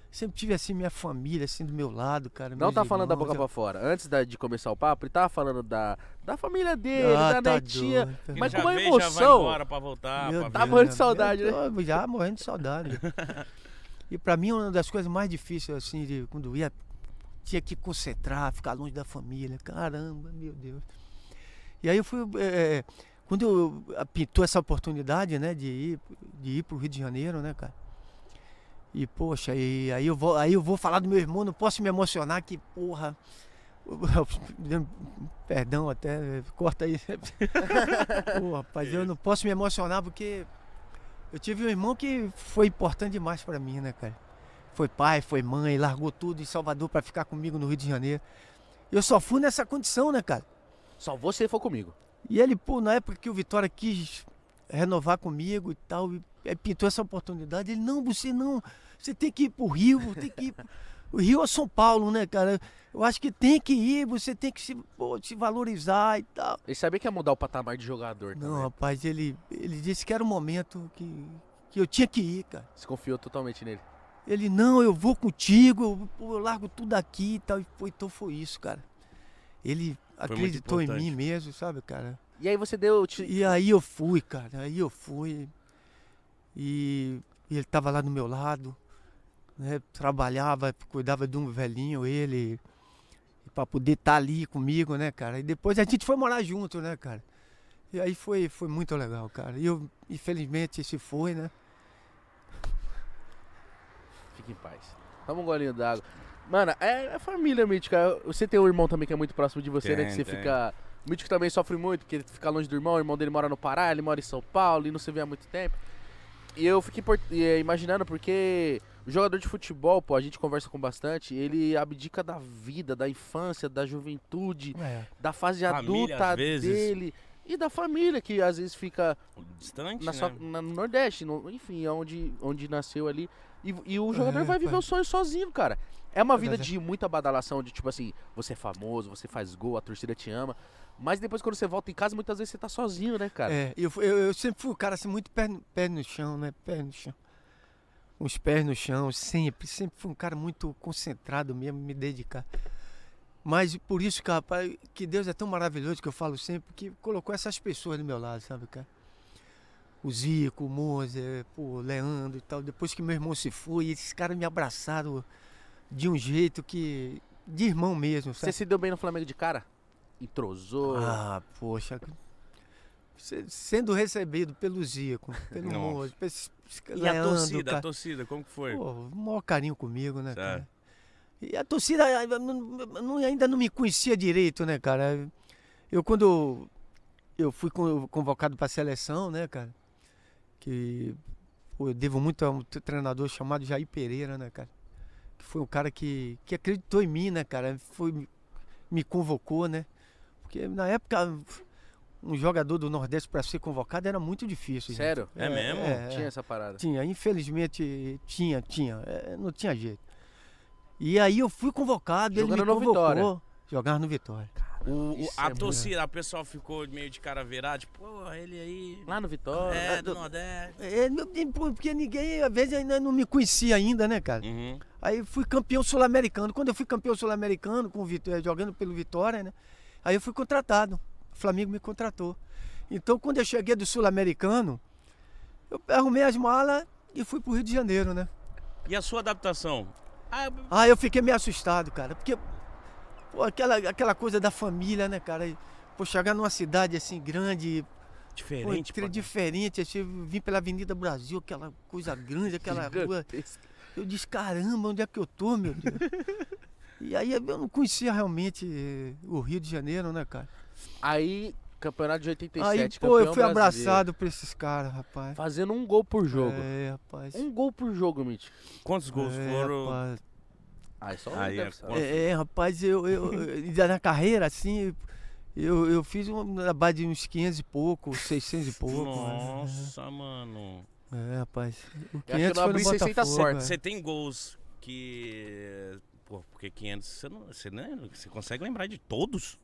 Speaker 3: Sempre tive, assim, minha família, assim, do meu lado, cara.
Speaker 2: Não
Speaker 3: meus
Speaker 2: tá falando da
Speaker 3: irmãos,
Speaker 2: boca
Speaker 3: eu-
Speaker 2: pra fora. Antes da- de começar o papo, ele tava falando da, da família dele,
Speaker 3: Ah,
Speaker 2: da
Speaker 3: tá
Speaker 2: netinha.
Speaker 3: doido, tá
Speaker 2: mas
Speaker 1: Já
Speaker 2: com uma
Speaker 1: veio, Já vai
Speaker 2: emoção.
Speaker 1: embora pra voltar.
Speaker 3: Meu
Speaker 1: pra
Speaker 2: Tá
Speaker 1: ver.
Speaker 2: morrendo de
Speaker 3: né?
Speaker 2: saudade, né?
Speaker 3: Eu tô Já morrendo de saudade. e pra mim, uma das coisas mais difíceis, assim, de quando eu ia, tinha que concentrar, ficar longe da família. Caramba, meu Deus. E aí eu fui. eh, eh, quando eu- a- pintou essa oportunidade, né, de ir, de ir pro Rio de Janeiro, né, cara? E, poxa, e aí eu vou, aí eu vou falar do meu irmão, não posso me emocionar, que porra. Perdão até, eh, corta aí. Pô, rapaz, eu não posso me emocionar porque eu tive um irmão que foi importante demais pra mim, né, cara? Foi pai, foi mãe, largou tudo em Salvador pra ficar comigo no Rio de Janeiro. Eu só fui nessa condição, né, cara?
Speaker 2: Só você for comigo.
Speaker 3: E ele, pô, na época que o Vitória quis renovar comigo e é, tal, e aí pintou essa oportunidade, ele, não, você não, você tem que ir pro Rio, tem que ir. pro-" O Rio é São Paulo, né, cara? Eu acho que tem que ir, você tem que se, pô, se valorizar e tal.
Speaker 2: Ele sabia que ia mudar o patamar de jogador também. né?
Speaker 3: Não, rapaz, ele, ele disse que era o momento que, que eu tinha que ir, cara.
Speaker 2: Se confiou totalmente nele.
Speaker 3: Ele, não, eu vou contigo, eu, pô, eu largo tudo aqui e tal. E, pô, então foi isso, cara. Ele
Speaker 1: muito
Speaker 3: acreditou em
Speaker 1: importante.
Speaker 3: mim mesmo, sabe, cara?
Speaker 2: E aí você deu. te-
Speaker 3: E aí eu fui, cara, aí eu fui. E, e ele tava lá do meu lado, né? Trabalhava, cuidava de um velhinho, ele, para poder estar ali comigo, né, cara? E depois a gente foi morar junto, né, cara? E aí foi, foi muito legal, cara. E eu, infelizmente, se foi, né?
Speaker 2: Fique em paz. Toma um golinho d'água. Mano, é, é família, Mítico. É, Você tem um irmão também que é muito próximo de você, né?
Speaker 1: Tem,
Speaker 2: Que você
Speaker 1: tem.
Speaker 2: fica. O Mítico também sofre muito, porque ele fica longe do irmão, o irmão dele mora no Pará, ele mora em São Paulo e não se vê há muito tempo. E eu fiquei por- e, é, imaginando porque o jogador de futebol, pô, a gente conversa com bastante, ele abdica da vida, da infância, da juventude,
Speaker 3: É.
Speaker 2: da fase
Speaker 1: Família, às
Speaker 2: adulta
Speaker 1: vezes.
Speaker 2: dele e da família que às vezes fica
Speaker 1: Distante,
Speaker 2: na
Speaker 1: né?
Speaker 2: sua- na- no Nordeste, no- enfim, é onde, onde nasceu ali. E, e o jogador
Speaker 3: É,
Speaker 2: vai viver
Speaker 3: pai.
Speaker 2: o sonho sozinho, cara. É uma vida
Speaker 3: Verdade.
Speaker 2: de muita badalação, de tipo assim, você é famoso, você faz gol, a torcida te ama. Mas depois quando você volta em casa, muitas vezes você tá sozinho, né, cara?
Speaker 3: É, eu, fui- eu, eu sempre fui um cara assim, muito pé no, pé no chão, né? Pé no chão. Os pés no chão, sempre. Sempre fui um cara muito concentrado mesmo, me dedicar. Mas por isso, cara, rapaz, que Deus é tão maravilhoso que eu falo sempre, que colocou essas pessoas do meu lado, sabe, cara? O Zico, o Mozer, pô, o Leandro e tal. Depois que meu irmão se foi, esses caras me abraçaram de um jeito que. de irmão mesmo, sabe?
Speaker 2: Você se deu bem no Flamengo de cara? Entrosou.
Speaker 3: é. Ah, poxa. Se- Sendo recebido pelo Zico, pelo
Speaker 1: Nossa.
Speaker 3: Moço, pelo esse- esse
Speaker 1: E a
Speaker 3: Leandro,
Speaker 1: torcida, a
Speaker 3: cara.
Speaker 1: torcida, como que foi?
Speaker 3: Pô, o maior carinho comigo, né,
Speaker 1: Sério.
Speaker 3: cara? E a torcida ai, não- não- ainda não me conhecia direito, né, cara? Eu, quando eu fui con- convocado para a seleção, né, cara? Que pô, eu devo muito a um tre- treinador chamado Jair Pereira, né, cara? Que foi um cara que, que acreditou em mim, né, cara? Foi, me convocou, né? Porque na época, um jogador do Nordeste para ser convocado era muito difícil. gente.
Speaker 2: Sério?
Speaker 1: É mesmo?
Speaker 2: Tinha essa parada.
Speaker 3: Tinha, infelizmente tinha, tinha. É, Não tinha jeito. E aí eu fui convocado, ele
Speaker 2: Jogando
Speaker 3: me
Speaker 2: no
Speaker 3: convocou.
Speaker 2: Vitória.
Speaker 3: Jogar no Vitória.
Speaker 1: O- o-
Speaker 2: Isso é
Speaker 1: a
Speaker 2: muito-
Speaker 1: torcida, a pessoa ficou meio de cara virada, tipo, pô, ele aí.
Speaker 2: Lá no Vitória. né?
Speaker 1: é,
Speaker 2: lá
Speaker 1: do
Speaker 2: Ah, do-
Speaker 1: Nordeste.
Speaker 3: É, não- porque ninguém, às vezes, ainda não me conhecia ainda, né, cara?
Speaker 1: Uhum.
Speaker 3: Aí fui campeão sul-americano. Quando eu fui campeão sul-americano, com o Vitó- eh, jogando pelo Vitória, né? Aí eu fui contratado. O Flamengo me contratou. Então, quando eu cheguei do sul-americano, eu arrumei as malas e fui pro Rio de Janeiro, né?
Speaker 1: E a sua adaptação? Ah,
Speaker 3: Ah, eu fiquei meio assustado, cara, porque pô, aquela, aquela coisa da família, né, cara? E, Pô, chegar numa cidade assim grande, pô,
Speaker 1: diferente.
Speaker 3: entre-
Speaker 1: pô.
Speaker 3: diferente, assim, eu vim pela Avenida Brasil, aquela coisa grande, aquela rua.
Speaker 2: Gigantesco.
Speaker 3: Eu disse, caramba, onde é que eu tô, meu Deus? E aí eu não conhecia realmente eh, o Rio de Janeiro, né, cara?
Speaker 2: Aí, campeonato de 87,
Speaker 3: aí, pô, eu
Speaker 2: campeão
Speaker 3: fui
Speaker 2: brasileiro.
Speaker 3: abraçado por esses caras, rapaz.
Speaker 2: Fazendo um gol por jogo.
Speaker 3: É, rapaz.
Speaker 2: Um gol por jogo, Mítico.
Speaker 1: Quantos gols
Speaker 3: É,
Speaker 1: foram?
Speaker 3: rapaz.
Speaker 2: Ah, é só um
Speaker 1: Aí é
Speaker 2: deve ser.
Speaker 1: quatro.
Speaker 3: É, é, rapaz, eu, eu, eu- na carreira, assim, eu, eu fiz um na base de uns 500 e pouco, 600 e pouco.
Speaker 1: Nossa, mano.
Speaker 3: né? É, rapaz. O
Speaker 2: Eu acho que eu
Speaker 3: 500
Speaker 2: não
Speaker 3: foi no
Speaker 2: abri 60
Speaker 3: Botafogo.
Speaker 1: Você
Speaker 3: é.
Speaker 1: tem gols que. Pô, porque 500 você não, você não. Você consegue lembrar de todos?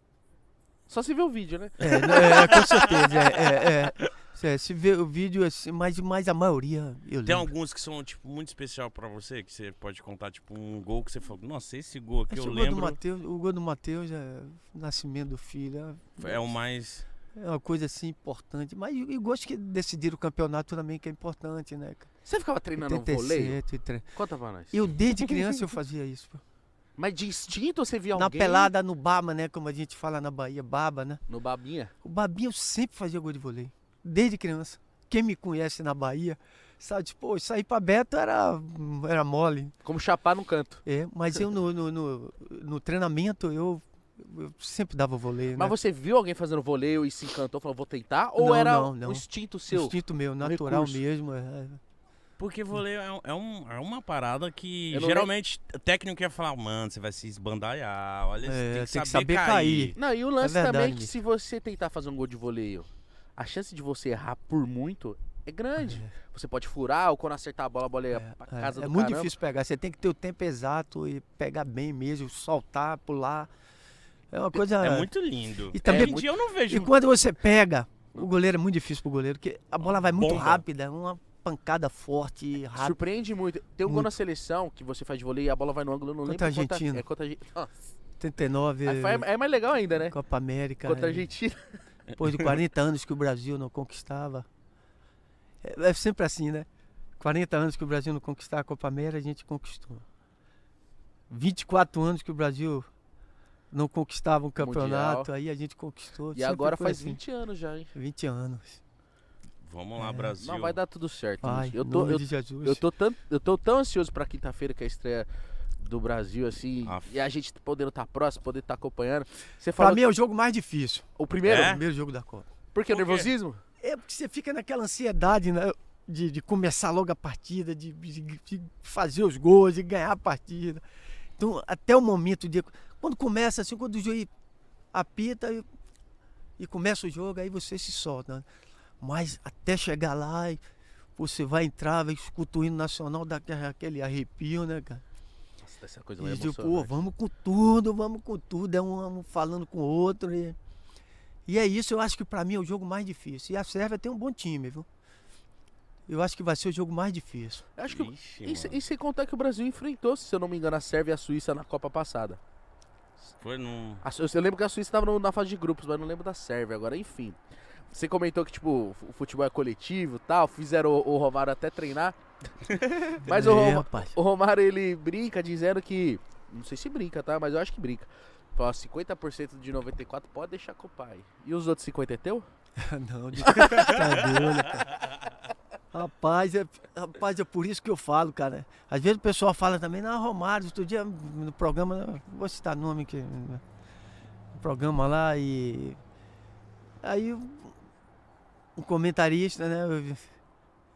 Speaker 2: Só se vê o vídeo, né?
Speaker 3: É, não, é, com certeza, é, é, é. Cê- Se vê o vídeo, assim, mas, mas a maioria eu
Speaker 1: Tem
Speaker 3: lembro.
Speaker 1: alguns que são, tipo, muito especial pra você, que você pode contar, tipo, um gol que você falou, nossa, esse gol é aqui
Speaker 3: Esse
Speaker 1: eu
Speaker 3: gol do
Speaker 1: lembro
Speaker 3: Mateus, o gol do Matheus, é, nascimento do filho,
Speaker 1: é o mais.
Speaker 3: é, é uma coisa assim importante. Mas e gosto que decidiram o campeonato também, que é importante, né? cara?
Speaker 2: Você ficava treinando um vôlei?
Speaker 3: 87, 83.
Speaker 2: Conta pra nós.
Speaker 3: Eu desde criança eu fazia isso, pô.
Speaker 2: Mas de instinto ou você via
Speaker 3: Na
Speaker 2: alguém?
Speaker 3: pelada, no baba, né? Como a gente fala na Bahia, baba, né?
Speaker 2: No babinha?
Speaker 3: O babinho eu sempre fazia gol de vôlei. Desde criança. Quem me conhece na Bahia, sabe, tipo, pô, sair pra Beto era, era mole.
Speaker 2: Como chapar num canto.
Speaker 3: É, mas eu no, no, no- no treinamento, eu, eu sempre dava vôlei,
Speaker 2: Mas
Speaker 3: né?
Speaker 2: você viu alguém fazendo vôlei e se encantou, falou, vou tentar? Ou
Speaker 3: Não,
Speaker 2: era
Speaker 3: não,
Speaker 2: um
Speaker 3: não.
Speaker 2: instinto seu?
Speaker 3: Instinto meu, natural
Speaker 2: recurso.
Speaker 3: mesmo. é.
Speaker 1: Porque vôlei é, um- é um- é uma parada que
Speaker 2: Eu não
Speaker 1: geralmente o técnico ia falar, mano, você vai se esbandalhar, olha,
Speaker 3: É,
Speaker 1: você tem que saber, cair.
Speaker 2: Não, e o lance
Speaker 3: verdade,
Speaker 2: também é que
Speaker 3: Nick.
Speaker 2: se você tentar fazer um gol de vôlei, a chance de você errar por muito é grande. Você pode furar, o quando acertar a bola, a bola é, pra
Speaker 3: É,
Speaker 2: casa
Speaker 3: é
Speaker 2: do
Speaker 3: muito
Speaker 2: caramba.
Speaker 3: difícil pegar. Você tem que ter o tempo exato e pegar bem mesmo, soltar, pular. É uma coisa.
Speaker 1: É muito lindo. É,
Speaker 3: E também- é
Speaker 1: Hoje em dia eu não vejo.
Speaker 3: E quando você pega, o goleiro é muito difícil pro goleiro, porque a bola vai muito
Speaker 1: Bomba.
Speaker 3: rápida, é uma pancada
Speaker 2: É,
Speaker 3: forte, rápida.
Speaker 2: Surpreende muito. Tem um gol
Speaker 3: Muito.
Speaker 2: na seleção que você faz de vôlei e a bola vai no ângulo, eu não
Speaker 3: Contra
Speaker 2: lembro.
Speaker 3: a Argentina.
Speaker 2: é contra a Argentina. Ah,
Speaker 3: 89,
Speaker 2: aí foi- é mais legal ainda, né?
Speaker 3: Copa América.
Speaker 2: Contra a
Speaker 3: é,
Speaker 2: Argentina.
Speaker 3: Depois de 40 anos que o Brasil não conquistava. É, é sempre assim, né? 40 anos que o Brasil não conquistava a Copa América, a gente conquistou. 24 anos que o Brasil não conquistava um campeonato,
Speaker 2: Mundial.
Speaker 3: aí a gente conquistou.
Speaker 2: E agora
Speaker 3: foi
Speaker 2: faz
Speaker 3: assim,
Speaker 2: 20 anos já, hein?
Speaker 3: 20 anos.
Speaker 1: Vamos
Speaker 3: É.
Speaker 1: lá, Brasil.
Speaker 2: Não, vai dar tudo certo.
Speaker 3: Ai,
Speaker 2: gente. eu, tô, eu,
Speaker 3: de Jesus.
Speaker 2: eu, tô tão, eu tô tão ansioso pra quinta-feira que é a estreia do Brasil, assim.
Speaker 1: Ah,
Speaker 2: E a gente podendo estar próximo, poder estar acompanhando. Você
Speaker 3: Pra
Speaker 2: falou
Speaker 3: mim é o jogo mais difícil.
Speaker 2: o primeiro?
Speaker 1: É?
Speaker 3: O primeiro jogo da Copa.
Speaker 2: Por que o
Speaker 1: Por quê?
Speaker 2: nervosismo?
Speaker 3: É porque você fica naquela ansiedade, né? De, de começar logo a partida, de, de- de fazer os gols, de ganhar a partida. Então, até o momento de. Quando começa, assim, quando o juiz apita e, e começa o jogo, aí você se solta. né? Mas até chegar lá, e você vai entrar, vai escutar o hino nacional, dá aquele- aquele arrepio, né, cara?
Speaker 2: Nossa, essa coisa
Speaker 3: E
Speaker 2: é
Speaker 3: tipo,
Speaker 2: emocionante.
Speaker 3: "Ô, vamos com tudo, vamos com tudo, é um, um falando com o outro. E, e é isso, eu acho que pra mim é o jogo mais difícil. E a Sérvia tem um bom time, viu? Eu acho que vai ser o jogo mais difícil.
Speaker 2: Eu Acho que
Speaker 1: Ixi,
Speaker 2: E, se-
Speaker 1: mano.
Speaker 2: e sem contar que o Brasil enfrentou, se eu não me engano, a Sérvia e a Suíça na Copa passada. é-
Speaker 1: Foi num.
Speaker 2: A Su- eu lembro que a Suíça estava na fase de grupos, mas não lembro da Sérvia agora, enfim. Você comentou que, tipo, o fu- o futebol é coletivo e tal, fizeram o, o Romário até treinar. mas o,
Speaker 3: é,
Speaker 2: Roma-
Speaker 3: rapaz.
Speaker 2: o Romário, ele brinca dizendo que. Não sei se brinca, tá? Mas eu acho que brinca. Fala, 50% de 94 pode deixar com o pai. E os outros 50 é teu?
Speaker 3: Não, de brincadeira, cara. Rapaz é, rapaz, é por isso que eu falo, cara. Às vezes o pessoal fala também, não, Romário, outro dia no programa, não vou citar nome que. No programa lá e. Aí o- um comentarista, né?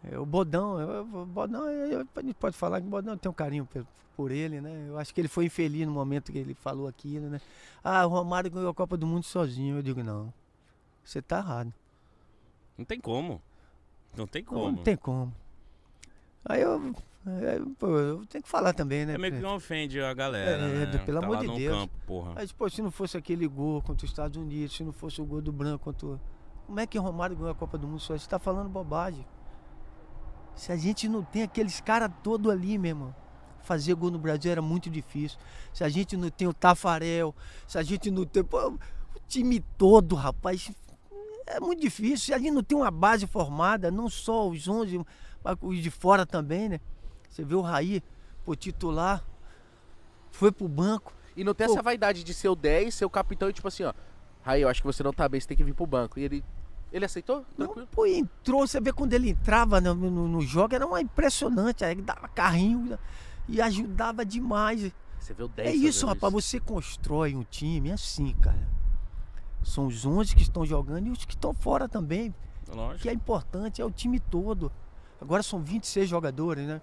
Speaker 3: eu- é, O Bodão, eu- o Bodão, eu- eu- a gente pode falar que o Bodão tem um carinho pe- por, ele, né? Eu acho que ele foi infeliz no momento que ele falou aquilo, né? Ah, o Romário ganhou a Copa do Mundo sozinho. Eu digo, não, você tá errado.
Speaker 1: Não tem como. Não tem
Speaker 3: Não,
Speaker 1: como.
Speaker 3: Não tem como. Aí eu, aí, pô, eu tenho que falar também, né?
Speaker 1: É meio que
Speaker 3: Fred?
Speaker 1: não ofende a galera.
Speaker 3: É,
Speaker 1: né?
Speaker 3: pelo
Speaker 1: Tá
Speaker 3: amor
Speaker 1: lá
Speaker 3: de
Speaker 1: no
Speaker 3: Deus.
Speaker 1: campo, porra.
Speaker 3: Mas, pô, tipo, se não fosse aquele gol contra os Estados Unidos, se não fosse o gol do Branco contra... o- Como é que Romário ganhou a Copa do Mundo só? Você tá falando bobagem. Se a gente não tem aqueles caras todo ali, meu irmão, fazer gol no Brasil era muito difícil. Se a gente não tem o Tafarel, se a gente não tem... pô, o time todo, rapaz, é muito difícil. Se a gente não tem uma base formada, não só os 11, mas os de fora também, né? Você vê o Raí, pô, titular, foi pro banco.
Speaker 2: E não tem
Speaker 3: Pô.
Speaker 2: essa vaidade de ser o 10, ser o capitão e, tipo assim, ó. Aí eu acho que você não tá bem, você tem que vir pro banco. E ele. Ele aceitou?
Speaker 3: Não,
Speaker 2: Tranquilo?
Speaker 3: pô, entrou, você vê quando ele entrava no, no, no jogo, era uma impressionante. Aí ele dava carrinho né, e ajudava demais.
Speaker 2: Você vê o 10.
Speaker 3: É
Speaker 2: fazendo
Speaker 3: isso, rapaz. Você constrói um time assim, cara. São os 11 que estão jogando e os que estão fora também. O que
Speaker 1: Lógico.
Speaker 3: é importante é o time todo. Agora são 26 jogadores, né?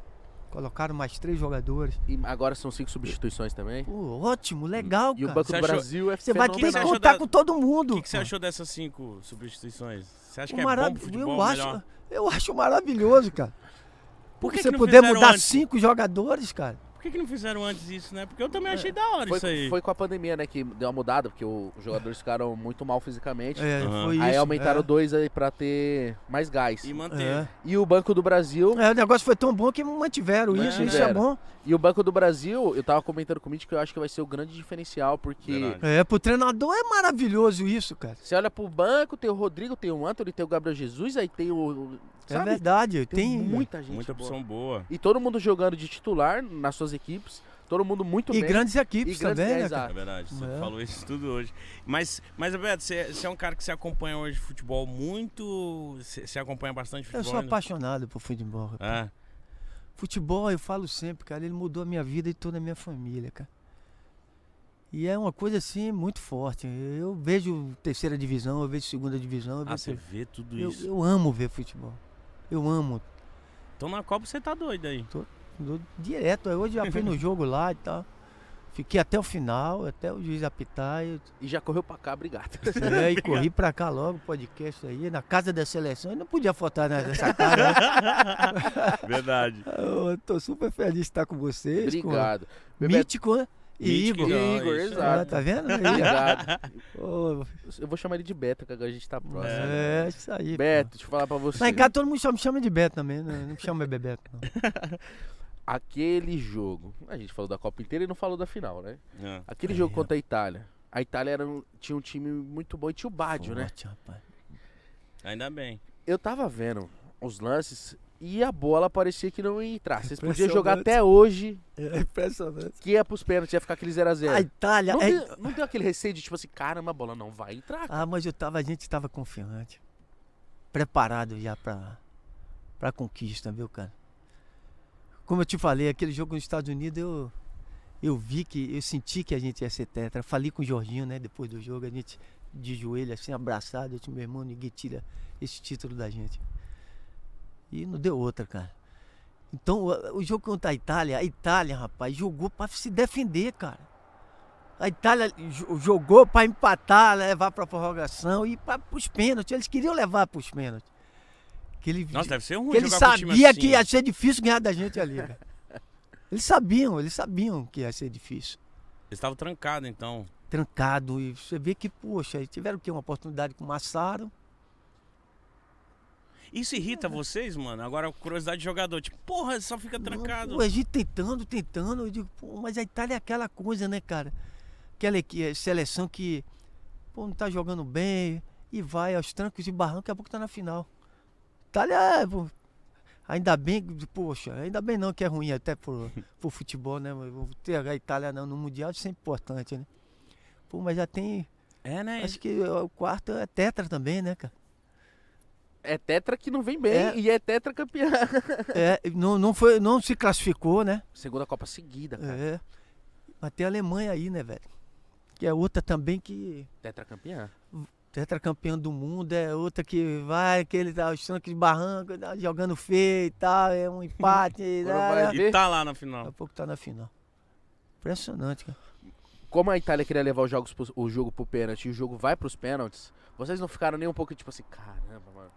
Speaker 3: Colocaram mais três jogadores.
Speaker 2: E agora são cinco substituições também.
Speaker 3: Pô, ótimo, legal,
Speaker 2: E o
Speaker 3: cara.
Speaker 2: Banco
Speaker 1: Você
Speaker 2: do
Speaker 1: achou-
Speaker 2: Brasil é
Speaker 3: Você vai
Speaker 1: que
Speaker 2: fenomenal.
Speaker 3: ter
Speaker 1: você
Speaker 3: que
Speaker 1: achou
Speaker 3: contar
Speaker 1: da-
Speaker 3: com todo mundo.
Speaker 1: O que, que você
Speaker 3: pô.
Speaker 1: achou dessas cinco substituições? Você acha
Speaker 3: O
Speaker 1: que é
Speaker 3: mara-
Speaker 1: bom pro futebol?
Speaker 3: eu,
Speaker 1: melhor?
Speaker 3: acho, eu acho maravilhoso, cara.
Speaker 1: Por que
Speaker 3: Porque
Speaker 1: que
Speaker 3: você
Speaker 1: não
Speaker 3: puder
Speaker 1: fizeram
Speaker 3: mudar
Speaker 1: antes?
Speaker 3: cinco jogadores, cara.
Speaker 1: Por que, que não fizeram antes isso, né? Porque eu
Speaker 3: É.
Speaker 1: também achei da hora
Speaker 2: Foi,
Speaker 1: isso aí.
Speaker 2: foi com a pandemia, né, que deu uma mudada, porque o- os jogadores ficaram muito mal fisicamente.
Speaker 3: É,
Speaker 1: Aham.
Speaker 3: foi isso.
Speaker 2: aí aumentaram
Speaker 3: é.
Speaker 2: dois aí pra ter mais gás.
Speaker 1: E
Speaker 2: E,
Speaker 1: manteve.
Speaker 2: o Banco do Brasil.
Speaker 3: É. É, o negócio foi tão bom que mantiveram isso, isso é
Speaker 2: Mantiveram.
Speaker 3: bom.
Speaker 2: E o Banco do Brasil, eu tava comentando com o Mitch que eu acho que vai ser o grande diferencial, porque.
Speaker 1: Verdade.
Speaker 3: É, pro treinador é maravilhoso isso, cara.
Speaker 2: Você olha pro banco, tem o Rodrigo, tem o Anthony, tem o Gabriel Jesus, aí tem o.
Speaker 3: É
Speaker 2: Sabe?
Speaker 3: verdade,
Speaker 2: tem,
Speaker 3: tem,
Speaker 2: muita gente.
Speaker 1: Muita
Speaker 2: boa.
Speaker 1: opção boa.
Speaker 2: E todo mundo jogando de titular nas suas equipes. Todo mundo muito
Speaker 3: e
Speaker 2: bem.
Speaker 3: grandes equipes
Speaker 2: E grandes-
Speaker 3: também,
Speaker 2: é,
Speaker 3: né,
Speaker 2: exato.
Speaker 3: cara?
Speaker 1: É verdade, você
Speaker 3: É.
Speaker 1: falou isso tudo hoje. Mas, mas Beto, você, você é um cara que se acompanha hoje futebol muito. Você, você acompanha bastante
Speaker 3: Eu
Speaker 1: futebol? né?
Speaker 3: sou
Speaker 1: ainda?
Speaker 3: apaixonado por futebol. cara.
Speaker 1: É.
Speaker 3: Futebol, eu falo sempre, cara, ele mudou a minha vida e toda a minha família, cara. E é uma coisa assim muito forte. Eu vejo terceira divisão, eu vejo segunda divisão, eu
Speaker 1: Ah,
Speaker 3: vejo
Speaker 1: você vê tudo
Speaker 3: Eu,
Speaker 1: isso.
Speaker 3: eu amo ver futebol. Eu amo.
Speaker 1: Então na Copa você tá doido aí.
Speaker 3: Eu- Direto. Hoje já fui no jogo lá e tal. Fiquei até o final, até o juiz apitar. E,
Speaker 2: E já correu pra cá, obrigado.
Speaker 3: né, e corri pra cá logo, podcast aí, na casa da seleção. Eu não podia faltar ne- nessa cara. né?
Speaker 1: Verdade.
Speaker 3: Eu tô super feliz de estar com vocês.
Speaker 2: obrigado.
Speaker 3: Com
Speaker 2: Bebeto,
Speaker 3: Mítico né? e
Speaker 1: Mítico,
Speaker 3: Igor.
Speaker 1: não,
Speaker 2: Igor,
Speaker 1: isso.
Speaker 3: Ah,
Speaker 2: exato.
Speaker 3: tá vendo? Aí,
Speaker 2: obrigado.
Speaker 3: ó.
Speaker 2: Eu vou chamar ele de Beto, que agora a gente tá
Speaker 3: Ô,
Speaker 2: próximo.
Speaker 3: é, isso aí. pô.
Speaker 2: Beto, deixa eu falar pra você.
Speaker 3: Lá em casa todo mundo só me chama de Beto também, né? não me chama Bebeto. Não.
Speaker 2: Aquele jogo. A gente falou da Copa inteira e não falou da final, né?
Speaker 1: É.
Speaker 2: Aquele
Speaker 3: É.
Speaker 2: jogo contra a Itália. A Itália era um- tinha um time muito bom e tinha o Bádio, né?
Speaker 3: Forte, rapaz.
Speaker 1: Ainda bem.
Speaker 2: Eu tava vendo os lances e a bola parecia que não ia entrar. Vocês podiam
Speaker 3: Impressionante.
Speaker 2: jogar até hoje,
Speaker 3: É impressionante.
Speaker 2: que ia pros pênaltis, ia ficar aquele 0x0.
Speaker 3: A Itália.
Speaker 2: Não,
Speaker 3: é-
Speaker 2: deu, não deu aquele receio de tipo assim, caramba, a bola não vai entrar.
Speaker 3: Ah, mas eu tava, a gente tava confiante. Preparado já pra, pra conquista, viu, cara? Como eu te falei, aquele jogo nos Estados Unidos, eu, eu vi que, eu senti que a gente ia ser tetra. Falei com o Jorginho, né, depois do jogo, a gente de joelho, assim, abraçado. Eu disse, meu irmão, ninguém tira esse título da gente. E não deu outra, cara. Então, o- o jogo contra a Itália, a Itália, rapaz, jogou pra se defender, cara. A Itália jo- jogou para empatar, levar para prorrogação e para os pênaltis. Eles queriam levar para os pênaltis. Que ele,
Speaker 1: Nossa, deve ser ruim
Speaker 3: que ele
Speaker 1: jogar com o
Speaker 3: sabia
Speaker 1: time assim.
Speaker 3: que ia ser difícil ganhar da gente ali. velho. eles sabiam, eles sabiam que ia ser difícil.
Speaker 1: Eles estavam trancados, então.
Speaker 3: Trancado. E você vê que, poxa, eles tiveram que uma oportunidade com o Massaro.
Speaker 1: Isso
Speaker 3: É.
Speaker 1: irrita vocês, mano? Agora, curiosidade de jogador. Tipo, porra, só fica trancado.
Speaker 3: Pô, é a gente tentando, tentando. Eu digo, pô, mas a Itália é aquela coisa, né, cara? Aquela equi- eh, seleção que pô, não tá jogando bem e vai aos trancos e barrancos, daqui a pouco tá na final. Itália, é, pô, ainda bem, que- poxa, ainda bem não que é ruim até pro, pro futebol, né? mas Ter a Itália não, no Mundial isso é importante, né? Pô, mas já tem.
Speaker 1: É, né?
Speaker 3: Acho que ó, o quarto é tetra também, né, cara?
Speaker 2: É tetra que não vem bem
Speaker 3: É.
Speaker 2: e é tetra campeã.
Speaker 3: É, não, não, foi, não se classificou, né?
Speaker 2: Segunda Copa seguida, cara.
Speaker 3: É. Mas tem a Alemanha aí, né, velho? Que é outra também que.
Speaker 2: Tetra campeã.
Speaker 3: Tetracampeã do mundo, é outra que vai, que ele tá os tanques de barranco, tá jogando feio e tal, é um empate. e
Speaker 2: Quando
Speaker 3: lá,
Speaker 2: vai
Speaker 3: lá.
Speaker 2: ver-
Speaker 1: E tá lá na
Speaker 3: Daqui a
Speaker 1: final.
Speaker 3: pouco tá na final. Impressionante, cara.
Speaker 2: Como a Itália queria levar os jogos pros- o jogo pro pênalti e o jogo vai pros pênaltis, vocês não ficaram nem um pouco tipo assim, caramba, mano.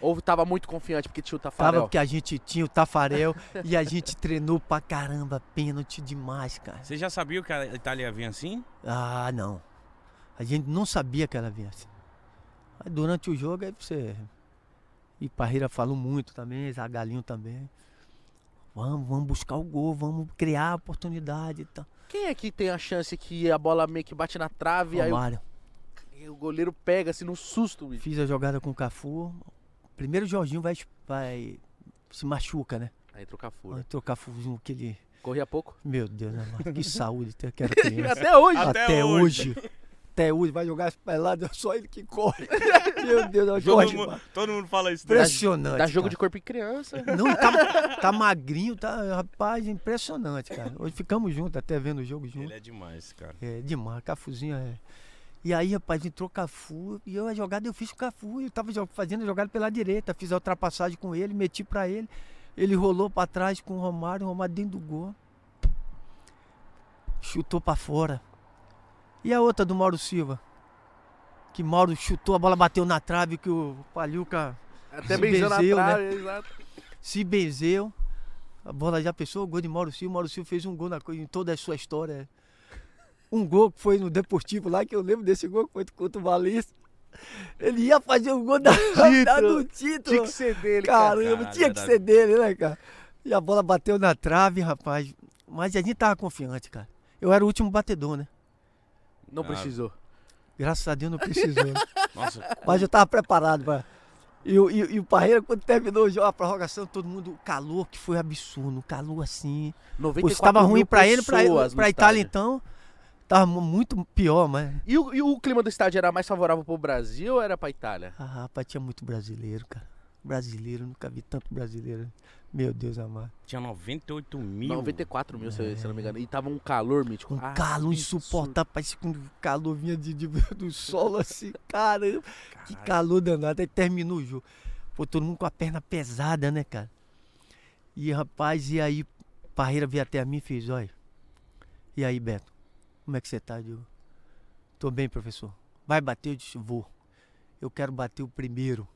Speaker 2: Ou tava muito confiante porque tinha o
Speaker 3: Tava
Speaker 2: Tafarel.
Speaker 3: porque a gente tinha o Tafarel e a gente treinou pra caramba, pênalti demais, cara.
Speaker 1: Você já sabia que a Itália ia vir assim?
Speaker 3: Ah, não. A gente não sabia que ela vinha assim. Aí, durante o jogo, aí você. E Parreira falou muito também, Zagalinho também. Vamos, vamos buscar o gol, vamos criar a oportunidade e tal.
Speaker 2: Quem é que tem a chance que a bola meio que bate na trave e aí o,
Speaker 3: Romário,
Speaker 2: e o goleiro pega assim no susto, bicho?
Speaker 3: fiz a jogada com o Cafu. Primeiro o Jorginho vai, vai se machuca, né?
Speaker 2: Aí entra o Cafu.
Speaker 3: Aí
Speaker 2: Né?
Speaker 3: o Cafuzinho, aquele.
Speaker 2: Corria pouco?
Speaker 3: Meu Deus, né, mano? que saúde tem aquela criança.
Speaker 2: Até hoje.
Speaker 1: Até
Speaker 3: Até,
Speaker 1: hoje.
Speaker 3: hoje. Até hoje, vai jogar as peladas, é só ele que corre. Meu Deus, é o
Speaker 1: Todo,
Speaker 3: Jorge.
Speaker 1: mu-
Speaker 3: mano.
Speaker 1: todo mundo fala isso. né?
Speaker 3: Impressionante.
Speaker 2: Dá jogo
Speaker 3: cara.
Speaker 2: de corpo em criança.
Speaker 3: Não, tá, tá magrinho, tá. Rapaz, impressionante, cara. Hoje ficamos juntos, até vendo o jogo
Speaker 1: Ele
Speaker 3: junto.
Speaker 1: é demais, cara.
Speaker 3: É demais, Cafuzinho é. E aí, rapaz, entrou Cafu e eu a jogada eu fiz com o Cafu. Eu tava jo- fazendo a jogada pela direita, fiz a ultrapassagem com ele, meti pra ele. Ele rolou pra trás com o Romário, o Romário dentro do gol. Chutou pra fora. E a outra do Mauro Silva? Que Mauro chutou, a bola bateu na trave que o Palhuca
Speaker 2: Até
Speaker 3: Se
Speaker 2: beijando
Speaker 3: benzeu,
Speaker 2: na trave, exato.
Speaker 3: se benzeu. A bola já pensou, o gol de Mauro Silva. Mauro Silva fez um gol na, co- em toda a sua história. Um gol que foi no Deportivo lá, que eu lembro desse gol que foi contra o Valência. Ele ia fazer o gol da, da, do
Speaker 2: Tinha
Speaker 3: título.
Speaker 2: que ser dele, cara. Ah,
Speaker 3: Caramba,
Speaker 1: Caralho,
Speaker 3: tinha que
Speaker 1: verdade.
Speaker 3: ser dele, né, cara? E a bola bateu na trave, rapaz. Mas a gente tava confiante, cara. Eu era o último batedor, né?
Speaker 2: Não
Speaker 1: Ah.
Speaker 2: precisou.
Speaker 3: Graças a Deus não precisou. né?
Speaker 1: Nossa,
Speaker 3: Mas eu tava preparado pra. E, o- e o- e o Parreira, quando terminou o jogo, a prorrogação, todo mundo, o calor que foi absurdo, o calor assim. Pô,
Speaker 2: 94
Speaker 3: se tava ruim
Speaker 2: mil
Speaker 3: pra ele, pra,
Speaker 2: pessoas no
Speaker 3: pra Itália
Speaker 2: estádio.
Speaker 3: então, tava mu- muito pior, mas.
Speaker 2: E o, e o clima do estádio era mais favorável pro Brasil ou era pra Itália?
Speaker 3: Ah, rapaz, tinha muito brasileiro, cara. Brasileiro, nunca vi tanto brasileiro. Meu Deus amado.
Speaker 1: tinha 98 mil.
Speaker 2: 94 mil, se, eu- se eu não me engano. E tava um calor mítico.
Speaker 3: É. Um
Speaker 2: Ah,
Speaker 3: calor
Speaker 2: absurdo.
Speaker 3: insuportável, parecia que o calor vinha de, de- do solo assim, caramba. Que calor danado. Aí terminou o jogo. Pô, todo mundo com a perna pesada, né, cara? E rapaz, e aí, Parreira veio até a mim e fez: olha. E aí, Beto? Como é que você tá, Diogo? Tô bem, professor. Vai bater? Eu disse, vou. Eu quero bater o primeiro.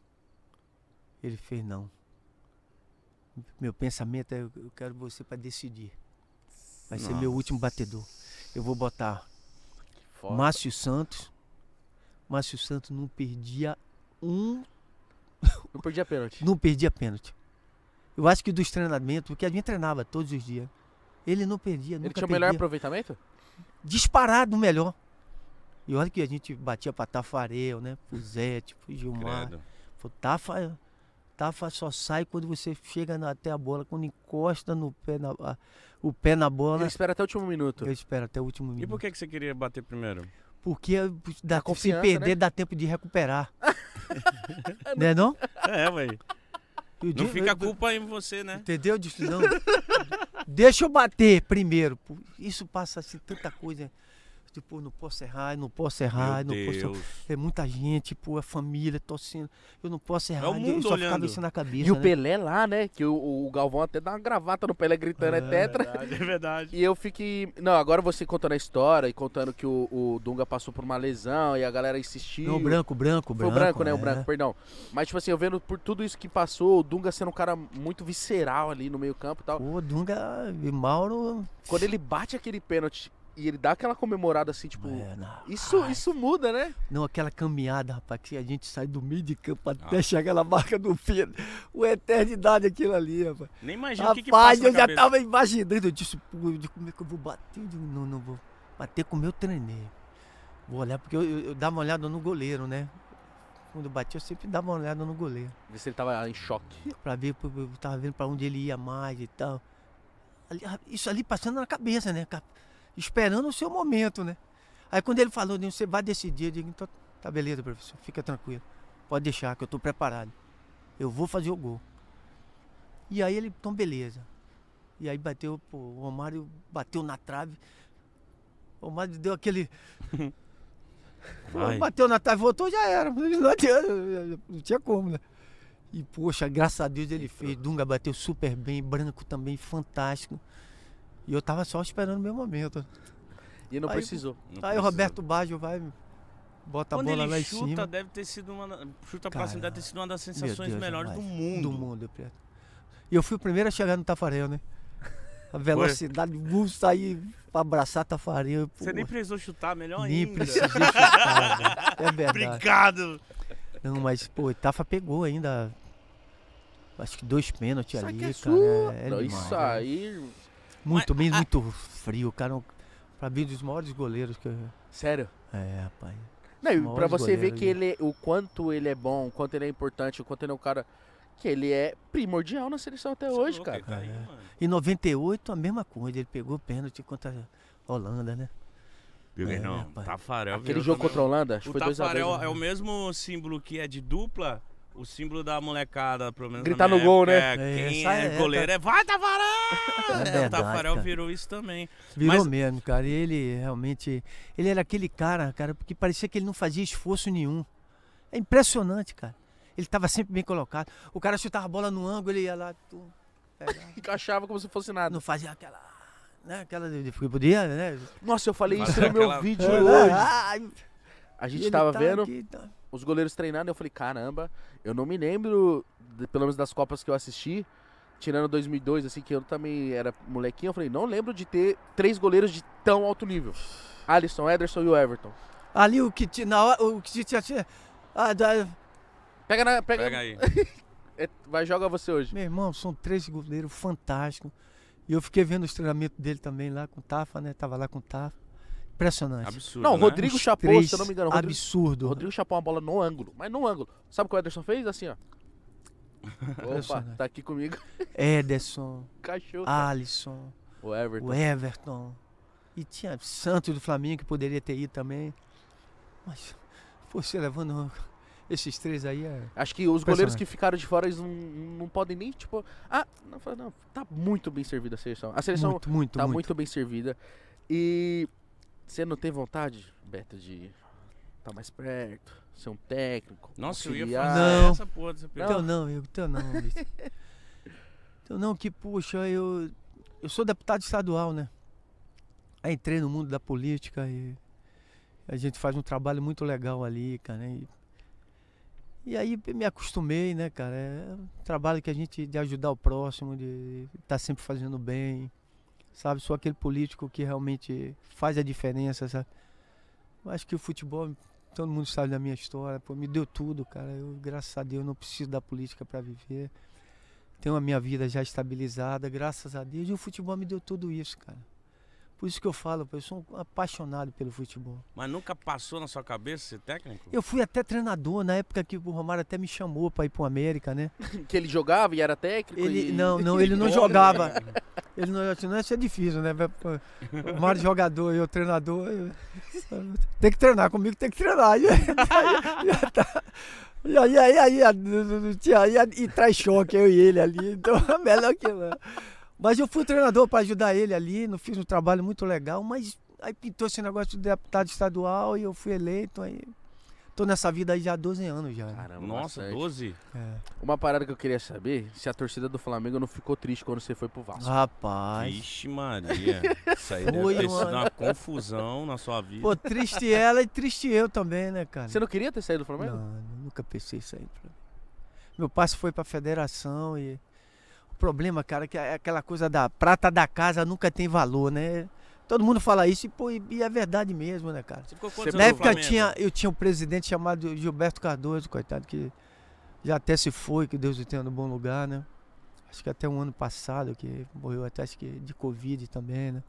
Speaker 3: Ele fez, não. Meu pensamento é, eu quero você para decidir. Vai ser meu último batedor. Eu vou botar
Speaker 2: Foda.
Speaker 3: Márcio Santos. Márcio Santos não perdia um
Speaker 2: Não perdia pênalti.
Speaker 3: não perdia pênalti. Eu acho que dos treinamentos, porque a gente treinava todos os dias, ele não perdia,
Speaker 2: Ele
Speaker 3: nunca
Speaker 2: tinha o
Speaker 3: perdia.
Speaker 2: melhor aproveitamento?
Speaker 3: Disparado o melhor. E olha que a gente batia pra Tafarel, né? Pro Zete, pro Gilmar.
Speaker 1: Credo.
Speaker 3: Pô, Tafa, Tafa só sai quando você chega na- até a bola, quando encosta no pé na, a- o pé na
Speaker 2: Ele
Speaker 3: bola.
Speaker 2: espera até o último minuto.
Speaker 3: Eu espero até o último
Speaker 1: E
Speaker 3: minuto.
Speaker 1: por que, que você queria bater primeiro?
Speaker 3: Porque é dá, se
Speaker 2: confiança, né?
Speaker 3: perder, dá tempo de recuperar. né não?
Speaker 1: É, velho.
Speaker 3: Eu
Speaker 1: Não
Speaker 3: digo-
Speaker 1: fica a
Speaker 3: eu-
Speaker 1: culpa em você, né?
Speaker 3: Entendeu? Eu disse, não. Deixa eu bater primeiro. pô. Isso passa assim, tanta coisa. Tipo, não posso errar, eu não posso errar, eu
Speaker 1: Meu
Speaker 3: não posso.
Speaker 1: Deus.
Speaker 3: É muita gente, pô, a família torcendo. Eu não posso errar.
Speaker 1: É o mundo
Speaker 3: eu só
Speaker 1: olhando.
Speaker 3: ficava isso na cabeça.
Speaker 2: E o
Speaker 3: né?
Speaker 2: Pelé lá, né? Que o, o Galvão até dá uma gravata no Pelé gritando, é
Speaker 3: Ah.
Speaker 2: tetra.
Speaker 1: Verdade, é verdade.
Speaker 2: E eu fiquei. Não, agora você contando a história e contando que o, o Dunga passou por uma lesão e a galera insistiu.
Speaker 3: Não, o branco, branco, branco.
Speaker 2: Foi o branco, né? O
Speaker 3: é.
Speaker 2: branco, perdão. Mas, tipo assim, eu vendo por tudo isso que passou, o Dunga sendo um cara muito visceral ali no meio-campo e tal.
Speaker 3: O Dunga e Mauro.
Speaker 2: Quando ele bate aquele pênalti e ele dá aquela comemorada assim, tipo.
Speaker 3: É, não.
Speaker 2: Isso, isso muda, né?
Speaker 3: Não, aquela caminhada, rapaz, que a gente sai do meio de campo
Speaker 1: Ah.
Speaker 3: até chegar na marca do Pedro. Uma eternidade aquilo ali, rapaz.
Speaker 1: Nem imagina o que, que
Speaker 3: Rapaz,
Speaker 1: passa na
Speaker 3: eu já
Speaker 1: cabeça.
Speaker 3: tava imaginando. Eu disse, pô, eu digo, como é que eu vou bater? Eu digo, não, não vou bater como eu treinei. Vou olhar, porque eu, eu- eu dava uma olhada no goleiro, né? Quando eu bati, eu sempre dava uma olhada no goleiro.
Speaker 2: Vê se ele tava em choque.
Speaker 3: Pra ver, pô, eu tava vendo pra onde ele ia mais e tal. Ali- ah, isso ali passando na cabeça, né? Ca- Esperando o seu momento, né? Aí quando ele falou, "Nil, você vai decidir, eu digo, então tá beleza, professor, fica tranquilo. Pode deixar que eu tô preparado. Eu vou fazer o gol. E aí ele, então beleza. E aí bateu, pô, o Romário bateu na trave. O Romário deu aquele. Pô,
Speaker 1: Ai.
Speaker 3: bateu na trave, voltou, já era. Não adianta, não tinha como, né? E poxa, graças a Deus ele fez. Dunga bateu super bem, branco também, fantástico. E eu tava só esperando o meu momento.
Speaker 2: E não
Speaker 3: Aí-
Speaker 2: precisou.
Speaker 1: Não
Speaker 3: Aí
Speaker 1: precisa.
Speaker 3: o Roberto Baggio vai, bota
Speaker 1: Quando
Speaker 3: a bola
Speaker 1: ele
Speaker 3: lá em
Speaker 1: chuta,
Speaker 3: cima.
Speaker 1: deve ter sido uma. da- Chuta pra
Speaker 3: Cara,
Speaker 1: cima, deve ter sido uma das sensações
Speaker 3: Deus,
Speaker 1: melhores do
Speaker 3: jamais.
Speaker 1: mundo.
Speaker 3: Do mundo, Preto. E eu fui o primeiro a chegar no Tafarel, né? A velocidade, vou sair pra abraçar Tafarel.
Speaker 1: Você nem precisou chutar, melhor
Speaker 3: nem
Speaker 1: ainda.
Speaker 3: precisei chutar, velho. É verdade.
Speaker 1: Obrigado.
Speaker 3: Não, mas, pô, o Tafa pegou ainda. Acho que dois pênaltis
Speaker 2: Isso
Speaker 3: ali,
Speaker 2: aqui é
Speaker 3: cara.
Speaker 2: sua.
Speaker 3: é
Speaker 2: Não,
Speaker 3: demais,
Speaker 2: isso
Speaker 3: né?
Speaker 2: aí.
Speaker 3: Muito bem, muito frio, cara. um- Pra mim, um dos maiores goleiros que eu...
Speaker 2: Sério.
Speaker 3: É, rapaz.
Speaker 2: Não, e
Speaker 3: Maiores
Speaker 2: pra você ver
Speaker 3: goleiros,
Speaker 2: que
Speaker 3: né?
Speaker 2: ele, o quanto ele é bom, o quanto ele é importante, o quanto ele é um cara. Que ele é primordial na seleção até
Speaker 1: Você é
Speaker 2: hoje,
Speaker 1: louco,
Speaker 2: cara.
Speaker 1: ele tá aí,
Speaker 3: É.
Speaker 1: mano.
Speaker 3: Em 98, a mesma coisa. Ele pegou pênalti contra a Holanda, né?
Speaker 1: Viu,
Speaker 3: É,
Speaker 1: Guerrão?
Speaker 3: rapaz.
Speaker 1: Tafarel.
Speaker 2: Aquele
Speaker 1: virou
Speaker 2: jogo
Speaker 1: também
Speaker 2: contra a né? Holanda, acho
Speaker 1: O
Speaker 2: que foi 2x2.
Speaker 1: Tafarel é o mesmo símbolo que é de dupla, o símbolo da molecada, pelo menos. na
Speaker 2: Gritar
Speaker 1: minha
Speaker 2: no gol,
Speaker 1: época,
Speaker 3: né?
Speaker 1: É,
Speaker 3: É,
Speaker 1: quem
Speaker 3: essa
Speaker 1: é,
Speaker 3: é,
Speaker 1: goleiro é. Vai, Tafarel!
Speaker 3: É
Speaker 1: É, o
Speaker 3: verdade,
Speaker 1: Tafarel
Speaker 3: cara.
Speaker 1: virou isso também.
Speaker 3: Virou
Speaker 1: Mas-
Speaker 3: mesmo, cara. E ele realmente. Ele era aquele cara, cara, porque parecia que ele não fazia esforço nenhum. É impressionante, cara. Ele tava sempre bem colocado. O cara chutava a bola no ângulo, ele ia lá. tum, pegava.
Speaker 2: Encaixava como se fosse nada.
Speaker 3: não fazia aquela. Né? Aquela. de- de- Porque podia, né?
Speaker 2: Nossa, eu falei isso
Speaker 1: Fazer
Speaker 2: no meu
Speaker 1: aquela-
Speaker 2: vídeo
Speaker 3: É,
Speaker 2: hoje.
Speaker 3: ai,
Speaker 2: A
Speaker 3: ele
Speaker 2: gente tava
Speaker 3: tá
Speaker 2: vendo
Speaker 3: aqui, tá.
Speaker 2: os goleiros treinando e eu falei, caramba, eu não me lembro, de- pelo menos das Copas que eu assisti, tirando 2002, assim, que eu também era molequinho, eu falei, não lembro de ter três goleiros de tão alto nível. Alisson, Ederson e o Everton.
Speaker 3: Ali o que ti- na hora. O que tinha. tinha- ah, da-
Speaker 2: Pega na... Pega,
Speaker 1: Pega aí.
Speaker 2: é, vai, joga você hoje.
Speaker 3: Meu irmão, são três goleiros fantásticos. E eu fiquei vendo os treinamentos dele também lá com o Tafa, né? Tava lá com o Tafa. Impressionante.
Speaker 1: Absurdo.
Speaker 2: Não, o
Speaker 1: né?
Speaker 2: Rodrigo
Speaker 3: Os
Speaker 2: chapou,
Speaker 3: três,
Speaker 2: se eu não me engano, o Rodrigo, o
Speaker 3: Absurdo.
Speaker 2: Rodrigo chapou uma bola no ângulo, mas no ângulo. Sabe o que o Ederson fez? Assim, ó. Opa,
Speaker 3: Impressionante. Ah,
Speaker 2: tá aqui comigo,
Speaker 3: Ederson,
Speaker 2: cachorro.
Speaker 3: Alisson,
Speaker 2: O Everton.
Speaker 3: o Everton. E tinha Santos do Flamengo que poderia ter ido também. Mas você levando esses três aí é.
Speaker 2: Acho que os goleiros
Speaker 3: Impressionante.
Speaker 2: que ficaram de fora, eles não, não podem nem, tipo. Ah, não, fala, não, tá muito bem servida a seleção. A seleção
Speaker 3: Muito, muito,
Speaker 2: tá muito.
Speaker 3: muito.
Speaker 2: bem servida. E você não tem vontade, Beto, de estar mais perto, ser um técnico?
Speaker 1: Nossa, eu ia
Speaker 2: auxiliar?
Speaker 1: fazer
Speaker 3: Não.
Speaker 1: essa porra dessa pergunta.
Speaker 3: Então não, eu, então não, Luiz. Então não, que puxa, eu, eu sou deputado estadual, né? Aí entrei no mundo da política e a gente faz um trabalho muito legal ali, cara. E, e aí me acostumei, né, cara? É um trabalho que a gente de ajudar o próximo, de estar sempre fazendo bem, sabe? Sou aquele político que realmente faz a diferença, sabe? Acho que o futebol, todo mundo sabe da minha história, pô, me deu tudo, cara. Eu, graças a Deus, não preciso da política para viver. Tenho a minha vida já estabilizada, graças a Deus. E o futebol me deu tudo isso, cara. Por isso que eu falo, pô, eu sou um apaixonado pelo futebol.
Speaker 1: Mas nunca passou na sua cabeça ser técnico?
Speaker 3: Eu fui até treinador na época que o Romário até me chamou para ir pro América, né?
Speaker 2: Que ele jogava e era técnico?
Speaker 3: Ele
Speaker 2: e-
Speaker 3: não, não, ele não
Speaker 2: Olha,
Speaker 3: jogava. Ele não, senão isso é difícil, né? Pô, O Mário jogador e eu treinador. eu- tem que treinar comigo, tem que treinar. E aí, já tá- e aí, aí, aí, a- tinha- e a- e traz choque eu e ele ali. Então é melhor que não. Mas eu fui treinador para ajudar ele ali, não fiz um trabalho muito legal, mas aí pintou esse negócio de deputado estadual e eu fui eleito. Aí tô nessa vida aí já há 12 anos já. né?
Speaker 2: Caramba,
Speaker 1: Nossa,
Speaker 2: É bastante.
Speaker 1: 12?
Speaker 3: É.
Speaker 2: Uma parada que eu queria saber, se a torcida do Flamengo não ficou triste quando você foi pro Vasco.
Speaker 3: Rapaz.
Speaker 1: Vixe Maria. Isso aí deve
Speaker 3: Foi
Speaker 1: ter
Speaker 3: uma-
Speaker 1: sido uma confusão na sua vida.
Speaker 3: Pô, triste ela e triste eu também, né, cara?
Speaker 2: Você não tá queria ter saído do Flamengo?
Speaker 3: Não, eu nunca pensei isso aí. pra mim. Meu passo foi pra federação e o problema, cara, é que é aquela coisa da prata da casa nunca tem valor, né? Todo mundo fala isso e, pô, e- e é verdade mesmo, né, cara?
Speaker 1: Você ficou
Speaker 2: Você-
Speaker 1: quantos
Speaker 2: Pelo
Speaker 3: Na
Speaker 1: anos no
Speaker 3: época
Speaker 1: Flamengo?
Speaker 3: tinha, eu tinha um presidente chamado Gilberto Cardoso, coitado, que já até se foi, que Deus o tenha no bom lugar, né? Acho que até um ano passado, que morreu até acho que de Covid também, né?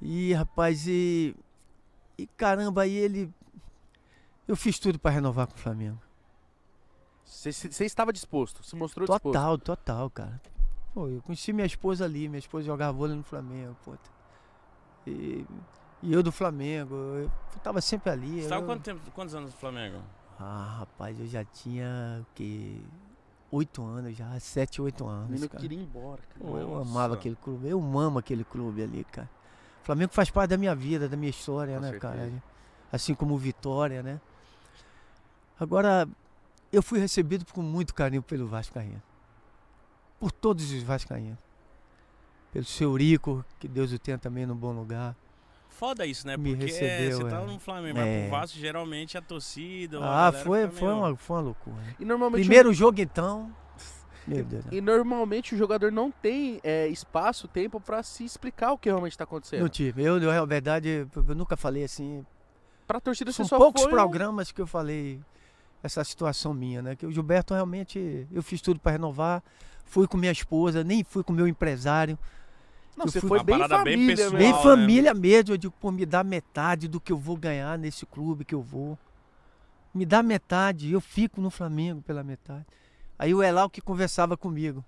Speaker 3: E rapaz, e, e caramba, aí ele. Eu fiz tudo pra renovar com o Flamengo.
Speaker 2: Você, você- você estava disposto, se mostrou disposto.
Speaker 3: Total, total, cara. Pô, eu conheci minha esposa ali, minha esposa jogava vôlei no Flamengo, pô. E, e eu do Flamengo, eu, tava sempre ali.
Speaker 1: Você tava
Speaker 3: eu-
Speaker 1: quanto tempo- quantos anos no Flamengo?
Speaker 3: Ah, rapaz, eu já tinha o quê? Oito anos já, sete, oito
Speaker 2: O
Speaker 3: anos.
Speaker 2: menino
Speaker 3: Cara.
Speaker 2: queria ir embora, cara.
Speaker 3: Pô, eu
Speaker 1: Nossa.
Speaker 3: amava aquele clube, eu amo aquele clube ali, cara. O Flamengo faz parte da minha vida, da minha história,
Speaker 2: Com
Speaker 3: né,
Speaker 2: certeza.
Speaker 3: cara? Assim como o Vitória, né? Agora, eu fui recebido com muito carinho pelo Vascaíno. Por todos os Vascaínos. Pelo seu Rico, que Deus o tenha também no bom lugar.
Speaker 1: Foda isso, né?
Speaker 3: Me
Speaker 1: Porque é,
Speaker 3: recebeu,
Speaker 1: você
Speaker 3: é.
Speaker 1: tava no Flamengo, mas
Speaker 3: É.
Speaker 1: pro Vasco geralmente a torcida. a
Speaker 3: ah,
Speaker 1: galera
Speaker 3: foi,
Speaker 1: fica
Speaker 3: foi,
Speaker 1: meio-
Speaker 3: uma, foi uma loucura.
Speaker 2: E normalmente,
Speaker 3: Primeiro jogo, então. Meu Deus.
Speaker 2: e normalmente o jogador não tem é, espaço, tempo pra se explicar o que realmente tá
Speaker 3: Não
Speaker 2: acontecendo.
Speaker 3: tive. Eu, na verdade, eu nunca falei assim.
Speaker 2: Pra torcida você
Speaker 3: São
Speaker 2: só
Speaker 3: poucos
Speaker 2: foi um-
Speaker 3: programas que eu falei essa situação minha, né? Que o Gilberto realmente. Eu fiz tudo para renovar. Fui com minha esposa, nem fui com meu empresário.
Speaker 2: Não,
Speaker 3: Eu
Speaker 2: você
Speaker 3: fui-
Speaker 2: foi
Speaker 1: Uma
Speaker 2: bem
Speaker 1: parada bem
Speaker 2: família,
Speaker 1: pessoal.
Speaker 2: mesmo.
Speaker 1: Legal,
Speaker 3: Nem
Speaker 1: né?
Speaker 3: família mesmo. Eu digo, pô, me dá metade do que eu vou ganhar nesse clube que eu vou. Me dá metade. Eu fico no Flamengo pela metade. Aí o Elal que conversava comigo.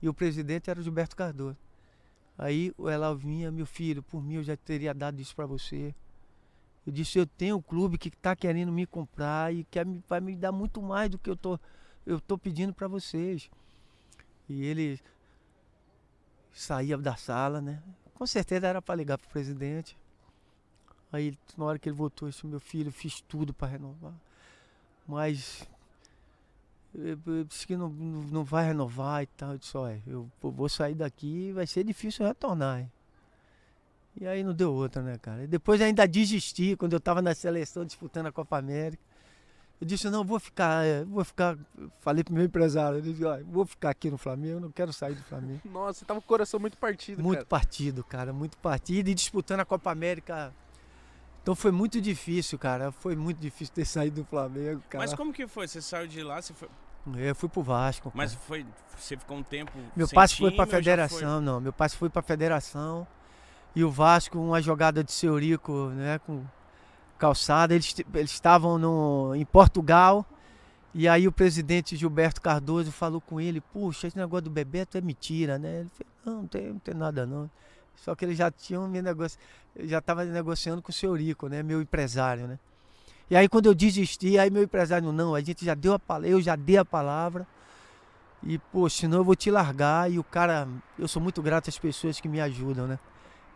Speaker 3: E o presidente era o Gilberto Cardoso. Aí o Elal vinha, meu filho, por mim eu já teria dado isso para você. Eu disse, eu tenho um clube que está querendo me comprar e quer me, vai me dar muito mais do que eu tô, eu tô pedindo para vocês. E ele saía da sala, né? Com certeza era para ligar pro presidente. Aí ele- na hora que ele voltou, eu disse, meu filho, eu fiz tudo para renovar. Mas eu, eu disse que não, não não vai renovar e tal. Eu disse, olha, eu vou- vou sair daqui e vai ser difícil eu retornar. hein?" E aí não deu outra, né, cara? E depois ainda desisti quando eu estava na seleção disputando a Copa América. Eu disse, não, eu vou ficar, eh, vou ficar. Falei pro meu empresário, eu disse, olha, vou ficar aqui no Flamengo, eu não quero sair do Flamengo.
Speaker 2: Nossa, você tava com o coração muito partido,
Speaker 3: Muito né?
Speaker 2: cara.
Speaker 3: partido, cara, muito partido e disputando a Copa América. Então foi muito difícil, cara. Foi muito difícil ter saído do Flamengo, cara.
Speaker 1: Mas como que foi? Você saiu de lá, você foi...
Speaker 3: Eu fui pro Vasco.
Speaker 1: mas
Speaker 3: cara.
Speaker 1: foi. Você ficou um tempo.
Speaker 3: meu
Speaker 1: sem
Speaker 3: passe foi
Speaker 1: time
Speaker 3: pra
Speaker 1: ou já
Speaker 3: federação, não. Meu passe foi pra federação. E o Vasco, uma jogada de Seurico, né, com calçada. Eles t- eles estavam no- em Portugal. E aí o presidente Gilberto Cardoso falou com ele, puxa, esse negócio do Bebeto é mentira, né? Ele falou, não, não tem, não tem nada não. Só que ele já tinha me negócio, já estava negociando com o seu Rico, né? Meu empresário, né? E aí quando eu desisti, aí meu empresário, não, a gente já deu a palavra, eu já dei a palavra. E, pô, senão eu vou te largar. E o cara, eu sou muito grato às pessoas que me ajudam, né?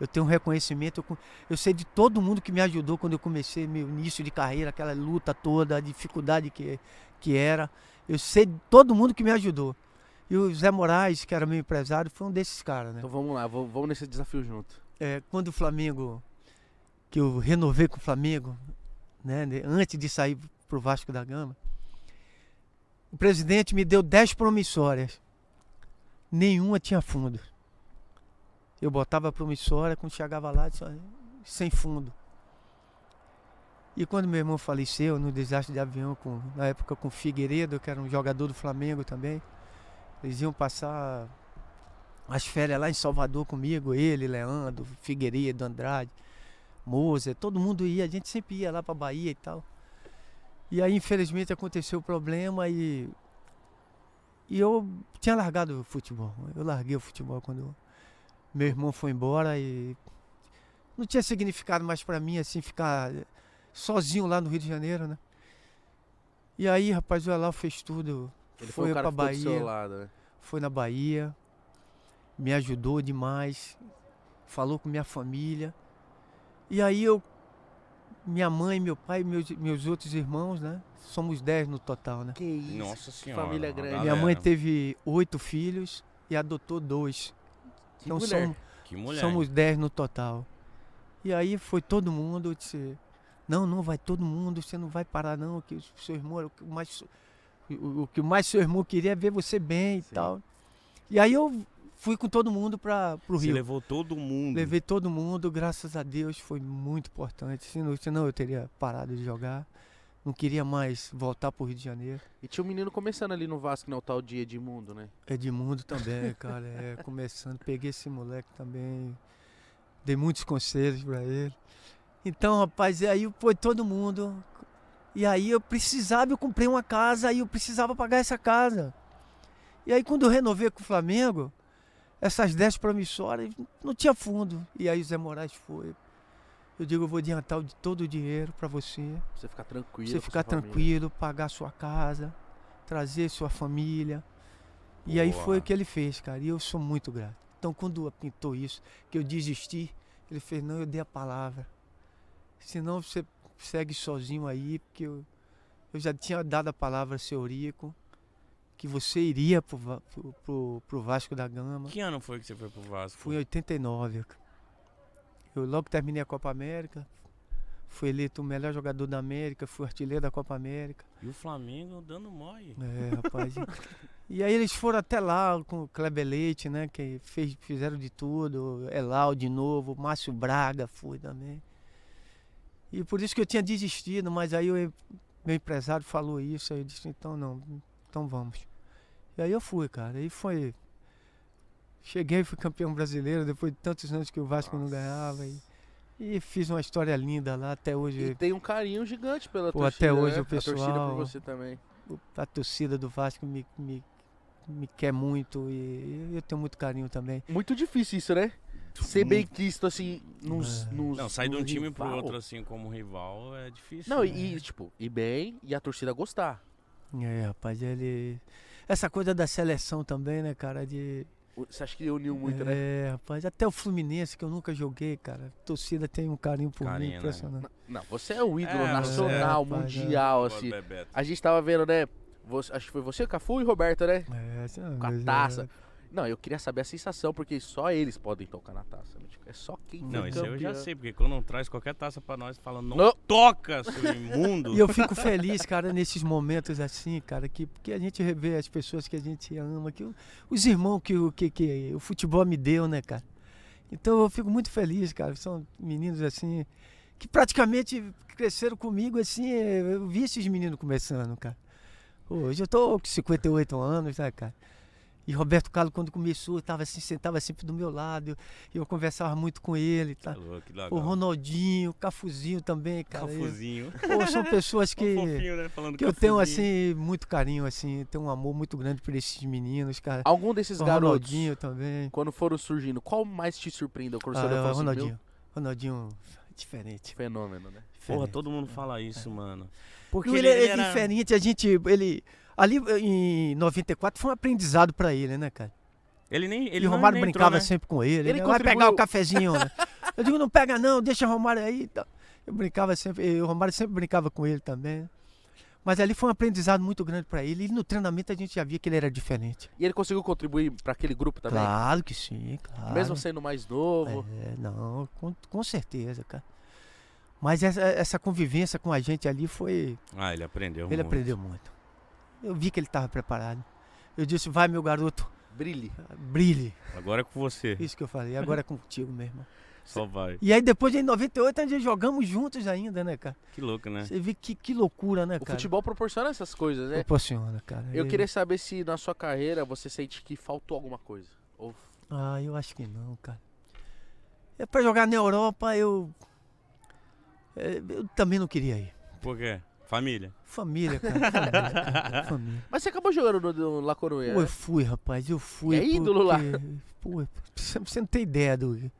Speaker 3: Eu tenho um reconhecimento, eu, co- eu sei de todo mundo que me ajudou quando eu comecei meu início de carreira, aquela luta toda, a dificuldade que, que era. Eu sei de todo mundo que me ajudou. E o Zé Moraes, que era meu empresário, foi um desses caras, né?
Speaker 2: Então vamos lá, vamos, vamos nesse desafio junto.
Speaker 3: é, quando o Flamengo, que eu renovei com o Flamengo, né, né, antes de sair para o Vasco da Gama, o presidente me deu 10 promissórias. Nenhuma tinha fundo. Eu botava a promissória, quando chegava lá, disse, "Olha, sem fundo. E quando meu irmão faleceu no desastre de avião, com, na época com o Figueiredo, que era um jogador do Flamengo também, eles iam passar as férias lá em Salvador comigo, ele, Leandro, Figueiredo, Andrade, Moza, todo mundo ia, a gente sempre ia lá para Bahia e tal. E aí, infelizmente, aconteceu o problema e. E eu tinha largado o futebol. Eu larguei o futebol quando meu irmão foi embora e. Não tinha significado mais para mim, assim, ficar sozinho lá no Rio de Janeiro, né? E aí, rapaz, o Elal fez tudo.
Speaker 2: Ele foi, o cara
Speaker 3: pra
Speaker 2: que ficou do seu
Speaker 3: Bahia
Speaker 2: lado, né?
Speaker 3: foi na Bahia, me ajudou demais, falou com minha família. E aí eu, minha mãe, meu pai, meus, meus outros irmãos, né? Somos dez no total, né?
Speaker 2: Que isso.
Speaker 1: Nossa senhora.
Speaker 2: família
Speaker 1: uma
Speaker 2: grande.
Speaker 1: galera.
Speaker 3: Minha mãe teve oito filhos e adotou dois.
Speaker 2: Que
Speaker 3: Então
Speaker 2: mulher.
Speaker 3: somos,
Speaker 1: Que mulher.
Speaker 3: somos dez no total. E aí foi todo mundo, eu disse, não, não vai todo mundo, você não vai parar não, que o seu irmão, era o que mais, o, o que mais seu irmão queria é ver você bem e
Speaker 2: Sim.
Speaker 3: tal. E aí eu fui com todo mundo para o
Speaker 1: Você
Speaker 3: Rio.
Speaker 1: levou todo mundo.
Speaker 3: Levei todo mundo, graças a Deus foi muito importante. Senão, senão eu teria parado de jogar. Não queria mais voltar pro Rio de Janeiro.
Speaker 2: E tinha um menino começando ali no Vasco, né? O tal dia de mundo, né?
Speaker 3: Edmundo também, cara. É, começando, peguei esse moleque também. Dei muitos conselhos para ele. Então, rapaz, e aí foi todo mundo. E aí eu precisava, eu comprei uma casa e eu precisava pagar essa casa. E aí quando eu renovei com o Flamengo, essas 10 promissórias não tinha fundo. E aí o Zé Moraes foi. Eu digo, eu vou adiantar o de todo o dinheiro para você
Speaker 2: Pra você ficar tranquilo.
Speaker 3: você
Speaker 2: com
Speaker 3: ficar
Speaker 2: sua família.
Speaker 3: tranquilo, pagar sua casa, trazer sua família. E aí
Speaker 1: Boa.
Speaker 3: foi o que ele fez, cara. E eu sou muito grato. Então, quando pintou isso, que eu desisti, ele fez: não, eu dei a palavra. Senão você segue sozinho aí, porque eu, eu já tinha dado a palavra ao seu Eurico, que você iria pro, Va- pro, pro- pro Vasco da Gama.
Speaker 1: Que ano foi que você foi pro Vasco?
Speaker 3: Fui em 89. cara. Eu logo terminei a Copa América. Fui eleito o melhor jogador da América, fui artilheiro da Copa América.
Speaker 1: E o Flamengo dando mole.
Speaker 3: É, rapaz. e aí eles foram até lá com o Kleber Leite, né? Que fez, fizeram de tudo. Elal de novo, Márcio Braga foi também. E por isso que eu tinha desistido, mas aí o em- meu empresário falou isso, aí eu disse, então não, então vamos. E aí eu fui, cara. Aí foi. Cheguei, fui campeão brasileiro depois de tantos anos que o Vasco não
Speaker 1: Nossa.
Speaker 3: ganhava. E, e fiz uma história linda lá, até hoje.
Speaker 2: E tem um carinho gigante pela
Speaker 3: Pô,
Speaker 2: torcida.
Speaker 3: até hoje
Speaker 2: né?
Speaker 3: o pessoal-
Speaker 2: A torcida por você também.
Speaker 3: a torcida do Vasco me, me, me quer muito e eu tenho muito carinho também.
Speaker 2: Muito difícil isso, né? Ser bem quisto, assim, nos.
Speaker 3: É.
Speaker 2: nos
Speaker 1: Não, sair de um
Speaker 2: num
Speaker 1: time pro
Speaker 2: rival.
Speaker 1: outro assim como rival é difícil.
Speaker 2: Não,
Speaker 1: né?
Speaker 2: e, e, tipo, ir bem e a torcida gostar.
Speaker 3: É, rapaz, ele. Essa coisa da seleção também, né, cara? De.
Speaker 2: O- Você acha que uniu muito,
Speaker 3: é,
Speaker 2: né?
Speaker 3: rapaz, até o Fluminense, que eu nunca joguei, cara. A torcida tem um carinho por
Speaker 1: Carinho,
Speaker 3: mim
Speaker 1: né?
Speaker 3: impressionante.
Speaker 2: Não, você é o ídolo
Speaker 1: É, você
Speaker 2: nacional,
Speaker 3: é, rapaz,
Speaker 2: mundial,
Speaker 1: Agora,
Speaker 2: assim.
Speaker 1: Bebeto.
Speaker 2: A gente tava vendo, né? Você- acho que foi você, Cafu e Roberto, né?
Speaker 3: É, essa-
Speaker 2: Com a
Speaker 3: mas é-
Speaker 2: taça. Não, eu queria saber a sensação, porque só eles podem tocar na taça. né? Tipo, É só quem
Speaker 1: Não,
Speaker 2: foi
Speaker 1: isso aí eu já
Speaker 2: campeão.
Speaker 1: sei, porque quando um traz qualquer taça pra nós, fala, não,
Speaker 2: Não.
Speaker 1: toca, seu imundo.
Speaker 3: E eu fico feliz, cara, nesses momentos assim, cara, que porque a gente revê as pessoas que a gente ama, que o- os irmãos que, o- que, que o futebol me deu, né, cara? Então eu fico muito feliz, cara. São meninos assim que praticamente cresceram comigo assim, eu vi esses meninos começando, cara. Hoje eu tô com 58 anos, né, cara? E Roberto Carlos, quando começou, tava assim, sentava sempre do meu lado, e eu, conversava muito com ele, tá?
Speaker 1: Alô, que
Speaker 3: O
Speaker 1: É legal.
Speaker 3: Ronaldinho, o Cafuzinho também, cara.
Speaker 1: um Cafuzinho.
Speaker 3: Pô, são pessoas que,
Speaker 1: Um fofinho, né? Falando
Speaker 3: que eu tenho,
Speaker 1: cafuzinho.
Speaker 3: assim, muito carinho, assim, tenho um amor muito grande por esses meninos, cara.
Speaker 2: Algum desses
Speaker 3: O
Speaker 2: garotos,
Speaker 3: Ronaldinho também.
Speaker 2: quando foram surgindo, qual mais te surpreendeu? Quando você
Speaker 3: Ah,
Speaker 2: olhou e
Speaker 3: é,
Speaker 2: falou
Speaker 3: o
Speaker 2: assim, meu,
Speaker 3: Ronaldinho. Ronaldinho é diferente.
Speaker 2: Fenômeno, né?
Speaker 1: Porra,
Speaker 3: diferente.
Speaker 1: todo mundo fala isso, mano.
Speaker 3: E assim, ele, é diferente, a gente, ele... Ali em 94 foi um aprendizado pra ele, né, cara?
Speaker 1: Ele nem. Ele
Speaker 3: e o Romário
Speaker 1: nem entrou,
Speaker 3: brincava
Speaker 1: né?
Speaker 3: sempre com ele.
Speaker 2: Ele
Speaker 3: né? Vai
Speaker 2: contribuiu-
Speaker 3: pegar o cafezinho. né? Eu digo, não pega não, deixa o Romário aí. e tal. Eu brincava sempre, e o Romário sempre brincava com ele também. Mas ali foi um aprendizado muito grande para ele. E no treinamento a gente já via que ele era diferente.
Speaker 2: E ele conseguiu contribuir para aquele grupo também?
Speaker 3: Claro que sim, claro.
Speaker 2: Mesmo sendo mais novo.
Speaker 3: É, não, com, com certeza, cara. Mas essa, essa convivência com a gente ali foi.
Speaker 1: Ah, ele aprendeu
Speaker 3: Ele
Speaker 1: muito.
Speaker 3: aprendeu muito. Eu vi que ele estava preparado. Eu disse, vai, meu garoto,
Speaker 2: Brilhe.
Speaker 3: Ah, brilhe.
Speaker 1: Agora é com você.
Speaker 3: Isso que eu falei, agora é contigo, meu irmão.
Speaker 1: Só vai.
Speaker 3: E aí depois em 98 a gente jogamos juntos ainda, né, cara?
Speaker 1: Que louco, né?
Speaker 3: Você vê que, que loucura, né,
Speaker 2: É. O
Speaker 3: cara?
Speaker 2: futebol proporciona essas coisas, né?
Speaker 3: Proporciona, cara. É.
Speaker 2: Eu queria saber se na sua carreira você sente que faltou alguma coisa. Ou
Speaker 3: Ah, eu acho que não, cara. É pra jogar na Europa, eu. é, Eu também não queria ir.
Speaker 1: Por quê? Família.
Speaker 3: Família, cara. Família. cara, família.
Speaker 2: Mas você acabou jogando no, no La Coruña,
Speaker 3: Pô, eu
Speaker 2: né?
Speaker 3: fui, rapaz, eu fui.
Speaker 2: É ídolo lá.
Speaker 3: Pô, você você não tem ideia do.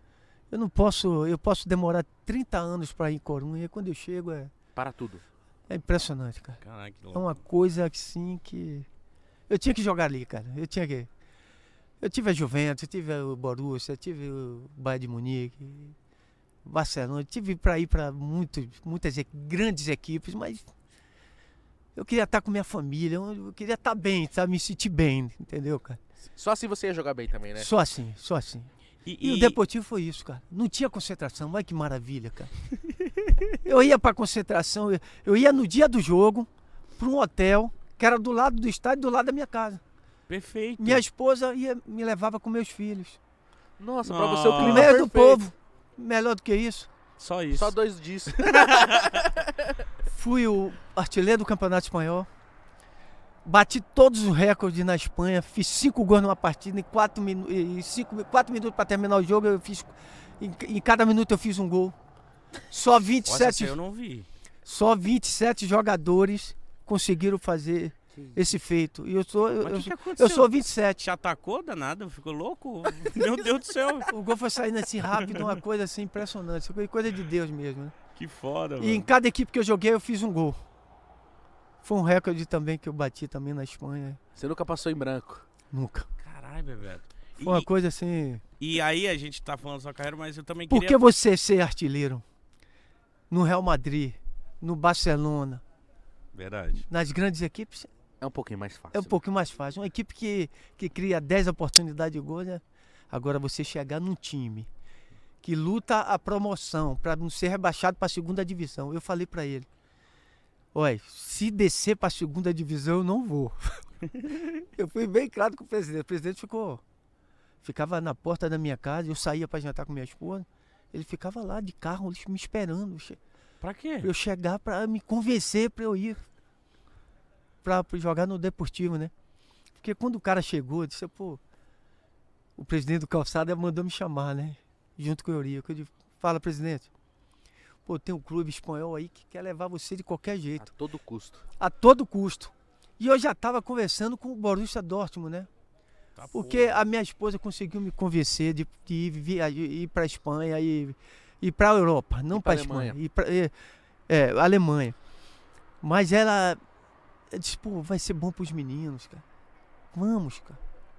Speaker 3: Eu não posso. Eu posso demorar 30 anos pra ir em Corunha. e Quando eu chego é,
Speaker 2: Para tudo.
Speaker 3: é impressionante, cara.
Speaker 1: Caraca, que
Speaker 3: É
Speaker 1: louco.
Speaker 3: uma coisa assim que. Eu tinha que jogar ali, cara. Eu tinha que. Eu tive a Juventus, eu tive o Borussia, eu tive o Bayern de Munique, Barcelona, eu tive para ir para muitas e- grandes equipes, mas eu queria estar com minha família, eu eu queria estar bem, sabe? Me sentir bem, entendeu, cara?
Speaker 2: Só assim você ia jogar bem também, né?
Speaker 3: Só assim, só assim. E, o Deportivo foi isso, cara. Não tinha concentração, olha que maravilha, cara. eu ia pra concentração, eu- eu ia no dia do jogo pra um hotel que era do lado do estádio, do lado da minha casa.
Speaker 1: Perfeito.
Speaker 3: Minha esposa ia, me levava com meus filhos.
Speaker 2: Nossa, pra você o clima
Speaker 3: Primeiro do
Speaker 2: Ah, perfeito.
Speaker 3: povo. Melhor do que isso.
Speaker 1: Só isso.
Speaker 2: Só dois disso.
Speaker 3: Fui o artilheiro do Campeonato Espanhol. Bati todos os recordes na Espanha. Fiz cinco gols numa partida. Em quatro, minu e cinco, mi- quatro minutos para terminar o jogo, eu fiz. Em, em cada minuto eu fiz um gol. Só
Speaker 1: Nossa,
Speaker 3: 27
Speaker 1: essa eu não vi.
Speaker 3: Só 27 jogadores conseguiram fazer esse feito. E eu sou, eu,
Speaker 1: Mas o que, que
Speaker 3: eu-
Speaker 1: aconteceu?
Speaker 3: eu sou 27.
Speaker 1: Te atacou danado? Ficou louco? Meu Deus do céu.
Speaker 3: O gol foi saindo assim rápido, uma coisa assim impressionante. Foi coisa de Deus mesmo. né?
Speaker 1: Que foda,
Speaker 3: E em
Speaker 1: mano.
Speaker 3: cada equipe que eu joguei, eu fiz um gol. Foi um recorde também que eu bati também na Espanha.
Speaker 2: Você nunca passou em branco.
Speaker 3: Nunca.
Speaker 1: Caralho, Bebeto.
Speaker 3: Foi uma
Speaker 1: E,
Speaker 3: coisa assim.
Speaker 1: e aí a gente tá falando da sua carreira, mas eu também
Speaker 3: Por que
Speaker 1: queria...
Speaker 3: você ser artilheiro no Real Madrid, no Barcelona,
Speaker 1: Verdade.
Speaker 3: nas grandes equipes?
Speaker 2: É um pouquinho mais fácil.
Speaker 3: É um pouquinho mais fácil. Uma equipe que, que cria 10 oportunidades de gol, né? Agora você chegar num time que luta a promoção para não ser rebaixado para a segunda divisão. Eu falei para ele: "Olha, se descer para a segunda divisão, eu não vou". eu fui bem claro com o presidente. O presidente ficou ficava na porta da minha casa, eu saía para jantar com minha esposa. Ele ficava lá de carro me esperando. che-
Speaker 1: Pra quê?
Speaker 3: Pra eu chegar pra me convencer pra eu ir pra pra jogar no Deportivo, né? Porque quando o cara chegou, eu disse, pô, o presidente do Calçada mandou me chamar, né? Junto com o Eurico. Eu disse, fala, presidente, pô, tem um clube espanhol aí que quer levar você de qualquer
Speaker 2: A
Speaker 3: jeito,
Speaker 2: todo custo.
Speaker 3: a todo custo. E eu já tava conversando com o Borussia Dortmund, né?
Speaker 1: Tá
Speaker 3: Porque a minha esposa conseguiu me convencer de, de ir, via- ir para a Espanha e ir para a Europa, não
Speaker 2: Ir pra
Speaker 3: para a Espanha,
Speaker 2: Alemanha.
Speaker 3: ir pra, é, é, Alemanha. Mas ela eh, disse, pô, vai ser bom para os meninos, cara. Vamos, cara.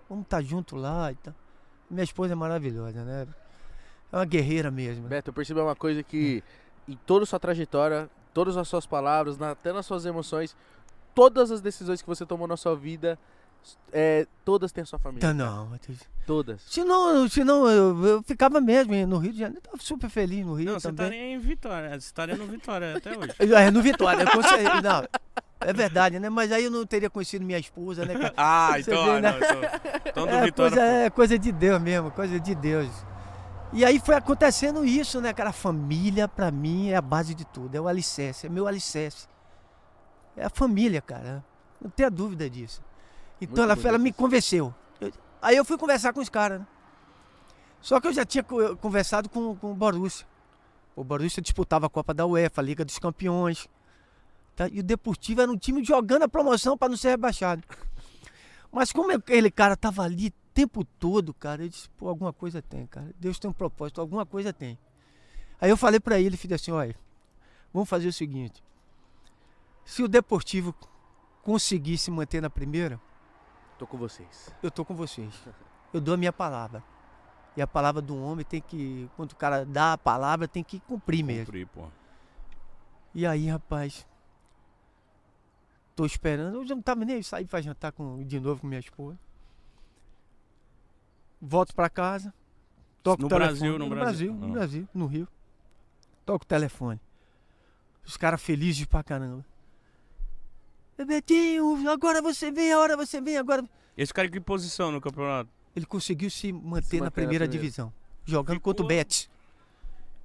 Speaker 3: Vamos estar junto lá e tal. Minha esposa é maravilhosa, né? É uma guerreira mesmo.
Speaker 2: Beto, eu percebi uma coisa que em toda a sua trajetória, todas as suas palavras, na- até nas suas emoções, todas as decisões que você tomou na sua vida, é, todas têm a sua família.
Speaker 3: Então, não,
Speaker 2: Todas.
Speaker 3: senão, senão eu, eu ficava mesmo no Rio de Janeiro. Eu tava super feliz no Rio
Speaker 1: Não, você tá
Speaker 3: também.
Speaker 1: estaria em Vitória. Você estaria no Vitória até hoje.
Speaker 3: É, no Vitória, com certeza. Não, é verdade, né? Mas aí eu não teria conhecido minha esposa, né? cara?
Speaker 1: Ah,
Speaker 3: Você
Speaker 1: então...
Speaker 3: vê,
Speaker 1: ah,
Speaker 3: né?
Speaker 1: não, então, então do
Speaker 3: É
Speaker 1: Vitória...
Speaker 3: coisa, é coisa de Deus mesmo, coisa de Deus. E aí foi acontecendo isso, né, cara? A família, pra mim, é a base de tudo, é o alicerce, é meu alicerce. É a família, cara. Não tenha dúvida disso.
Speaker 2: Muito
Speaker 3: Então ela,
Speaker 2: bonito
Speaker 3: ela me
Speaker 2: isso.
Speaker 3: convenceu. Eu- aí eu fui conversar com os caras, né? Só que eu já tinha co- conversado com, com o Borussia. O Borussia disputava a Copa da UEFA, a Liga dos Campeões. tá? E o Deportivo era um time jogando a promoção para não ser rebaixado. Mas como é aquele cara tava ali o tempo todo, cara, eu disse, pô, alguma coisa tem, cara. Deus tem um propósito, alguma coisa tem. Aí eu falei para ele, fiz assim, olha, vamos fazer o seguinte. Se o Deportivo conseguir se manter na primeira,
Speaker 2: Tô com vocês.
Speaker 3: eu tô com vocês. Eu dou a minha palavra. E a palavra do homem tem que, quando o cara dá a palavra, tem que cumprir mesmo.
Speaker 1: Cumprir, pô.
Speaker 3: E aí, rapaz, Tô esperando. Eu já não tava nem aí, saí pra jantar com, de novo com minha esposa. Volto pra casa. Toco
Speaker 1: No
Speaker 3: o telefone.
Speaker 1: Brasil, no
Speaker 3: no
Speaker 1: Brasil.
Speaker 3: Brasil, no
Speaker 1: Ah.
Speaker 3: Brasil, no Rio. Toco o telefone. Os caras felizes pra caramba. Bebetinho, agora você vem, agora você vem, agora.
Speaker 1: Esse cara em que posição no campeonato?
Speaker 3: Ele conseguiu se manter,
Speaker 2: manter
Speaker 3: na
Speaker 2: na
Speaker 3: primeira
Speaker 2: primeira.
Speaker 3: divisão. Jogando
Speaker 1: Ficou-
Speaker 3: contra o Betis.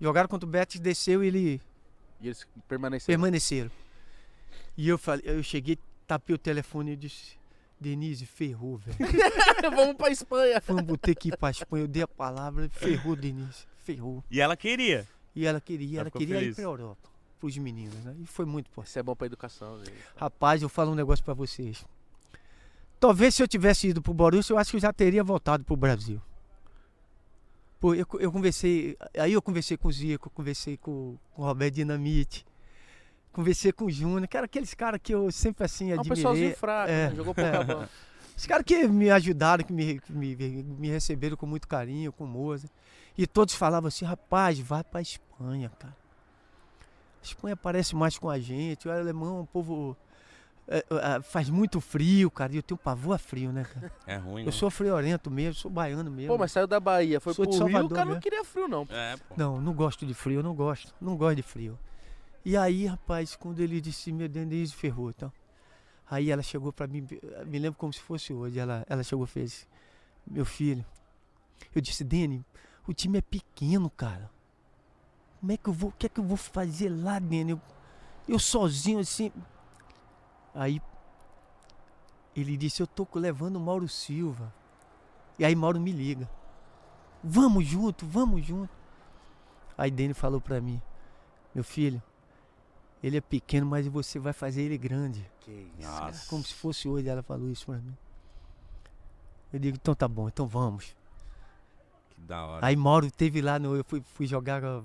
Speaker 3: Jogaram contra o Betis, desceu e ele
Speaker 2: E eles permaneceram.
Speaker 3: permaneceram. E eu falei, eu cheguei, tapei o telefone e disse, Denise, ferrou, velho.
Speaker 2: Vamos pra Espanha.
Speaker 3: Vamos ter que ir pra Espanha. Eu dei a palavra, ferrou, Denise, ferrou.
Speaker 1: E ela queria.
Speaker 3: E ela
Speaker 1: Ela
Speaker 3: queria, ela
Speaker 1: ficou
Speaker 3: queria
Speaker 1: feliz.
Speaker 3: ir pra Europa, pros meninos, né? E foi muito importante.
Speaker 2: Isso é bom pra educação. gente.
Speaker 3: Rapaz, eu falo um negócio pra vocês. Talvez se eu tivesse ido pro Borussia, eu acho que eu já teria voltado pro Brasil. Pô, eu, co- eu conversei, aí eu conversei com o Zico, conversei com, com o Roberto Dinamite, conversei com o Júnior, que era aqueles caras que eu sempre assim
Speaker 2: É um
Speaker 3: admirei.
Speaker 2: pessoalzinho fraco, né?
Speaker 3: É.
Speaker 2: jogou pouca
Speaker 3: É.
Speaker 2: bola.
Speaker 3: Os caras que me ajudaram, que me, que me, me receberam com muito carinho, com moça. E todos falavam assim, rapaz, vai pra Espanha, cara. A Espanha parece mais com a gente. O alemão, é um povo... é, é, faz muito frio, cara. E eu tenho pavor a frio, né, cara?
Speaker 1: É ruim, né?
Speaker 3: Eu sou friorento mesmo, sou baiano mesmo.
Speaker 2: Pô, mas saiu da Bahia, foi
Speaker 3: Sou de
Speaker 2: pro Rio, o
Speaker 3: Salvador né?
Speaker 2: cara não
Speaker 3: mesmo.
Speaker 2: queria frio, não.
Speaker 1: É, pô.
Speaker 3: Não, não gosto de frio, não gosto. Não gosto de frio. E aí, rapaz, quando ele disse, meu Denise ferrou, então. Aí ela chegou pra mim, me lembro como se fosse hoje. Ela, ela chegou e fez, meu filho. Eu disse, Dene, o time é pequeno, cara. Como é que eu vou, o que é que eu vou fazer lá, Dene? Eu, eu sozinho assim. Aí ele disse, eu tô levando o Mauro Silva. E aí Mauro me liga. Vamos junto, vamos junto. Aí Dene falou pra mim, meu filho, ele é pequeno, mas você vai fazer ele grande.
Speaker 2: Que isso.
Speaker 1: Nossa.
Speaker 3: Como se fosse hoje, ela falou isso pra mim. Eu digo, então tá bom, então vamos.
Speaker 1: Que da hora.
Speaker 3: Aí Mauro teve lá, no, eu fui, fui jogar ó,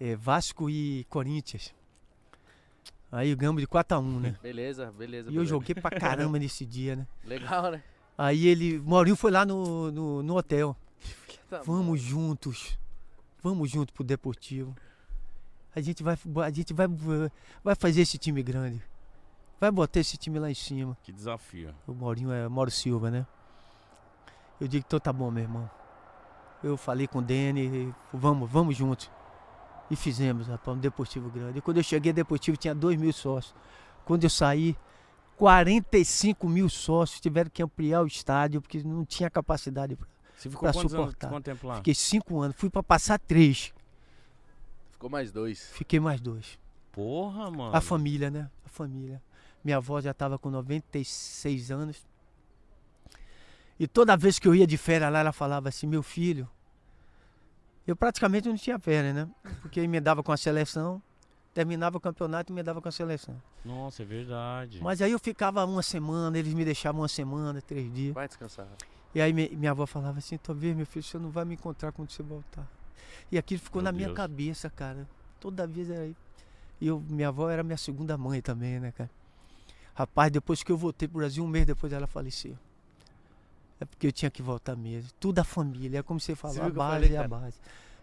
Speaker 3: eh, Vasco e Corinthians. Aí ganhamos de 4x1, né?
Speaker 2: Beleza, beleza.
Speaker 3: E eu
Speaker 2: beleza.
Speaker 3: joguei pra caramba nesse dia, né?
Speaker 2: Legal, né?
Speaker 3: Aí ele, Maurinho foi lá no, no, no hotel.
Speaker 2: Tá bom.
Speaker 3: Vamos juntos. Vamos junto pro Deportivo. A gente vai a gente vai vai fazer esse time grande. Vai botar esse time lá em cima.
Speaker 1: Que desafio.
Speaker 3: O Maurinho é Mauro Silva, né? Eu digo, então tá bom, meu irmão. Eu falei com o Dene, vamos, vamos juntos. E fizemos, rapaz, um Deportivo grande. E quando eu cheguei, Deportivo tinha 2 mil sócios. Quando eu saí, 45 mil sócios tiveram que ampliar o estádio, porque não tinha capacidade
Speaker 1: Você ficou
Speaker 3: Pra
Speaker 1: quantos
Speaker 3: suportar.
Speaker 1: anos
Speaker 2: Ah.
Speaker 1: contemplar?
Speaker 3: Fiquei cinco anos, fui pra passar três,
Speaker 2: Ficou mais dois.
Speaker 3: fiquei mais dois.
Speaker 1: Porra, mano.
Speaker 3: A família, né? A família. Minha avó já estava com 96 anos. E toda vez que eu ia de férias lá, ela falava assim: meu filho. Eu praticamente não tinha férias, né? Porque eu emendava com a seleção, terminava o campeonato e emendava com a seleção.
Speaker 1: Nossa, é verdade.
Speaker 3: Mas aí eu ficava uma semana, eles me deixavam uma semana, três dias.
Speaker 2: Vai descansar.
Speaker 3: E aí mi- minha avó falava assim, talvez, meu filho, você não vai me encontrar quando você voltar. E aquilo ficou
Speaker 1: Meu
Speaker 3: na minha
Speaker 1: Deus.
Speaker 3: cabeça, cara. Toda vez era aí. E eu, minha avó era minha segunda mãe também, né, cara? Rapaz, depois que eu voltei pro Brasil, um mês depois ela faleceu. É porque eu tinha que voltar mesmo. Tudo a família, é como você falou,
Speaker 2: viu
Speaker 3: a
Speaker 2: o que eu
Speaker 3: base
Speaker 2: falei,
Speaker 3: é a
Speaker 2: cara?
Speaker 3: base.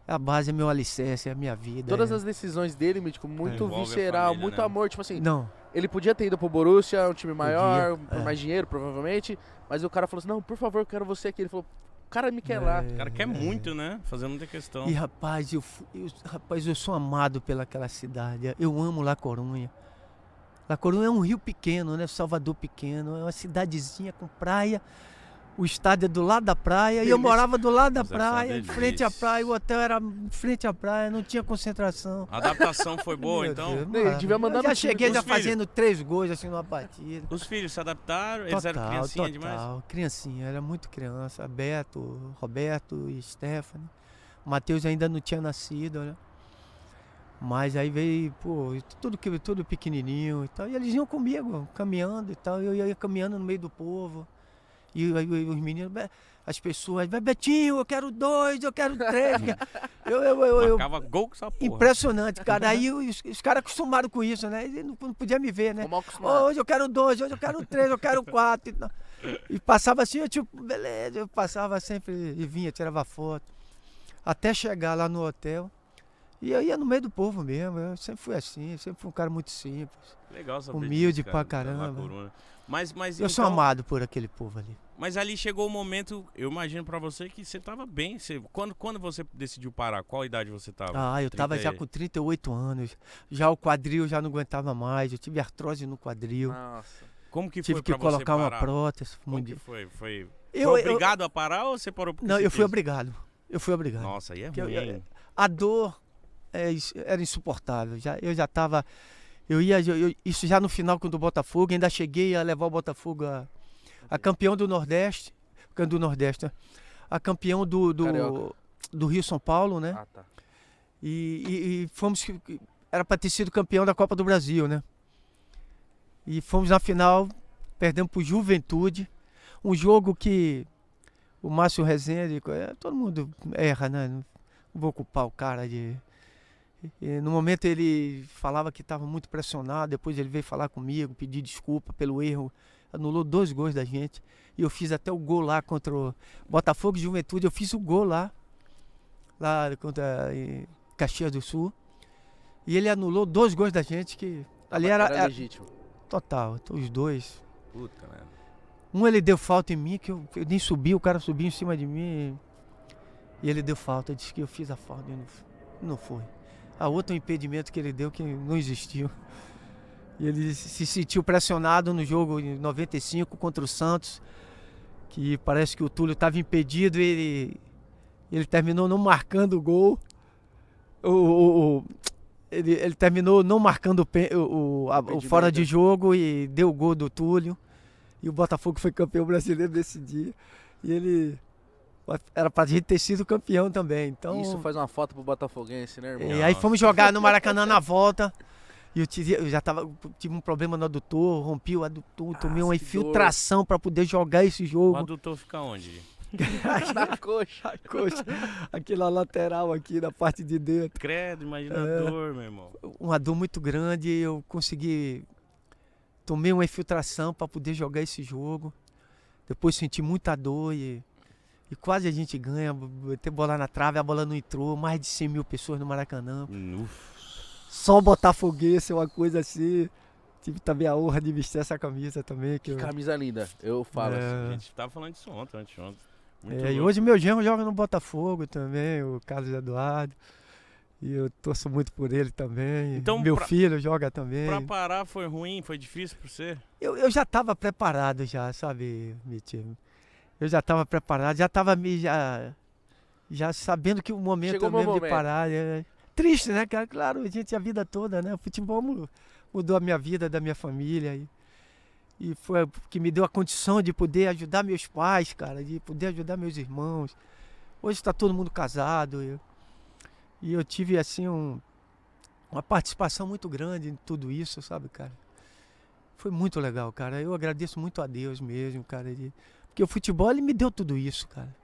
Speaker 3: A base é meu alicerce, é a minha vida.
Speaker 2: Todas
Speaker 3: é-
Speaker 2: as decisões dele, Mítico, muito
Speaker 1: Envolve a
Speaker 2: visceral,
Speaker 1: família,
Speaker 2: muito
Speaker 1: né?
Speaker 2: amor. Tipo assim,
Speaker 3: Não,
Speaker 2: ele podia ter ido pro Borussia, um time maior, por
Speaker 3: é.
Speaker 2: mais dinheiro, provavelmente. Mas o cara falou assim: não, por favor, eu quero você aqui. Ele falou: o cara me quer
Speaker 3: É,
Speaker 2: é lá.
Speaker 1: O cara quer muito, né? Fazendo muita questão.
Speaker 3: E rapaz eu, fu- eu- rapaz, eu sou amado pelaquela cidade. Eu amo La Corunha. La Corunha é um rio pequeno, né? Salvador pequeno. É uma cidadezinha com praia. O estádio é do lado da praia. E
Speaker 2: Delícia.
Speaker 3: eu morava do lado da
Speaker 1: Mas essa é uma
Speaker 3: praia, em frente à
Speaker 1: delícia.
Speaker 3: praia. O hotel era em frente à praia, não tinha concentração.
Speaker 1: A adaptação foi boa,
Speaker 3: Meu
Speaker 1: então?
Speaker 3: Deus,
Speaker 2: Ele
Speaker 3: mano.
Speaker 2: devia mandar
Speaker 3: Eu já
Speaker 2: no time
Speaker 3: cheguei
Speaker 1: dos
Speaker 3: já
Speaker 1: filhos.
Speaker 3: fazendo três gols assim numa partida.
Speaker 1: Os filhos se adaptaram? Eles eram
Speaker 3: Total,
Speaker 1: criancinha
Speaker 3: total.
Speaker 1: demais?
Speaker 3: Criancinha, era muito criança. Beto, Roberto e Stephanie. Matheus ainda não tinha nascido, né? Mas aí veio, pô, tudo, que- tudo pequenininho e tal. E eles iam comigo, caminhando e tal. Eu ia caminhando no meio do povo. E aí os meninos, "Be- as pessoas, "Be- Betinho, eu quero dois, eu quero três. eu, eu, eu, eu-
Speaker 1: Marcava gol com essa porra.
Speaker 3: impressionante, cara. Aí os, os caras acostumaram com isso, né? Eles não, não podiam me ver, né?
Speaker 2: Como
Speaker 3: Ô,
Speaker 2: acostumado.
Speaker 3: hoje eu quero dois, hoje eu quero três, eu quero quatro. E, não- e passava assim, eu tipo, beleza, eu passava sempre e vinha, tirava foto. Até chegar lá no hotel, E eu ia no meio do povo mesmo, eu sempre fui assim, sempre fui um cara muito simples.
Speaker 1: Legal saber
Speaker 3: Humilde
Speaker 1: disso,
Speaker 3: pra
Speaker 1: cara, da
Speaker 3: caramba.
Speaker 1: Lacuruna. Mas, mas,
Speaker 3: Eu sou
Speaker 1: então-
Speaker 3: amado por aquele povo ali.
Speaker 1: mas ali chegou o momento, eu imagino pra você que você tava bem. Você, quando, quando você decidiu parar, qual idade você tava?
Speaker 3: Ah, eu tava
Speaker 1: 30
Speaker 3: já
Speaker 1: e-
Speaker 3: com 38 anos, já o quadril eu já não aguentava mais, eu tive artrose no quadril,
Speaker 2: Nossa.
Speaker 1: Como que
Speaker 3: tive
Speaker 1: Ah, foi
Speaker 3: que
Speaker 1: pra você
Speaker 3: colocar uma
Speaker 1: parar?
Speaker 3: prótese.
Speaker 1: Como
Speaker 3: mundi-
Speaker 1: que foi? Foi,
Speaker 3: Eu,
Speaker 1: foi
Speaker 3: eu-
Speaker 1: obrigado a parar ou você parou porque
Speaker 3: não,
Speaker 1: você
Speaker 3: eu fui
Speaker 1: quis?
Speaker 3: obrigado, eu fui obrigado.
Speaker 1: Nossa, aí é
Speaker 3: Que eu-
Speaker 1: ruim.
Speaker 3: eu-
Speaker 1: hein?
Speaker 3: A dor é, is- era insuportável, já, eu já tava, eu ia, eu- eu- isso já no final com o do Botafogo, ainda cheguei a levar o Botafogo a, a campeão do Nordeste, campeão do Nordeste, né? a campeão do, do,
Speaker 2: Carioca.
Speaker 3: do Rio-São Paulo, né?
Speaker 2: Ah, tá.
Speaker 3: E, e- e fomos. que- que- Era para ter sido campeão da Copa do Brasil, né? E fomos na final, perdemos pro Juventude. Um jogo que o Márcio Rezende, co- eh, todo mundo erra, né? Não vou culpar o cara de. e no momento ele falava que estava muito pressionado, depois ele veio falar comigo, pedir desculpa pelo erro, anulou dois gols da gente. E eu fiz até o gol lá contra o Botafogo e Juventude, eu fiz o gol lá, lá contra eh, Caxias do Sul. E ele anulou dois gols da gente que é? ali era, era
Speaker 2: legítimo.
Speaker 3: total, então os dois.
Speaker 1: Puta, né?
Speaker 3: Um ele deu falta em mim que eu, eu nem subi, o cara subiu em cima de mim e, e ele deu falta, disse que eu fiz a falta, e não, f- não foi. A outra um impedimento que ele deu que não existiu. E ele se sentiu pressionado no jogo em 95 contra o Santos, que parece que o Túlio estava impedido e ele, ele terminou não marcando o gol. O, o- o- ele, ele terminou não marcando o, pe- o- o- a- o fora de jogo e deu o gol do Túlio. E o Botafogo foi campeão brasileiro desse dia. E ele era pra gente ter sido campeão também. Então, É,
Speaker 2: Isso faz uma foto pro Botafoguense, né, irmão?
Speaker 3: e aí
Speaker 1: Nossa.
Speaker 3: fomos jogar no Maracanã na volta. E eu, tive- eu já tava, tive um problema no adutor, rompi o adutor, tomei uma
Speaker 2: Ah, que dor.
Speaker 3: infiltração pra poder jogar esse
Speaker 1: O
Speaker 3: jogo.
Speaker 1: adutor fica onde?
Speaker 2: Na coxa.
Speaker 3: Coxa, aqui na lateral, aqui na parte de dentro.
Speaker 1: Credo, imagina
Speaker 3: É.
Speaker 1: a dor, meu irmão.
Speaker 3: Uma dor muito grande, eu consegui. Tomei uma infiltração pra poder jogar esse jogo. Depois senti muita dor e, e quase a gente ganha. Ter bola na trave, a bola não entrou. Mais de 100 mil pessoas no Maracanã. Só botafoguense é uma coisa assim. Tive também a honra de vestir essa camisa também.
Speaker 2: Que
Speaker 3: Que eu-
Speaker 2: camisa linda. Eu falo
Speaker 3: É.
Speaker 2: assim.
Speaker 1: A gente tava falando disso ontem, anteontem. Muito
Speaker 3: É, e
Speaker 1: louco.
Speaker 3: hoje meu genro joga no Botafogo também, o Carlos Eduardo. E eu torço muito por ele também.
Speaker 1: Então,
Speaker 3: meu
Speaker 1: pra-
Speaker 3: filho joga também.
Speaker 1: Pra parar foi ruim, foi difícil pra você?
Speaker 3: Eu, eu já estava preparado já, sabe, Mitch? Eu já estava preparado, já estava me já, já sabendo que o momento
Speaker 2: Chegou
Speaker 3: é
Speaker 2: o meu
Speaker 3: mesmo de
Speaker 2: momento.
Speaker 3: parar. é- Triste, né, cara? Claro, a gente, a vida toda, né? O futebol mu- mudou a minha vida, da minha família. E, e foi o que me deu a condição de poder ajudar meus pais, cara, de poder ajudar meus irmãos. Hoje está todo mundo casado. eu- e eu tive, assim, um- uma participação muito grande em tudo isso, sabe, cara? Foi muito legal, cara. Eu agradeço muito a Deus mesmo, cara. de- Porque o futebol, ele me deu tudo isso, cara.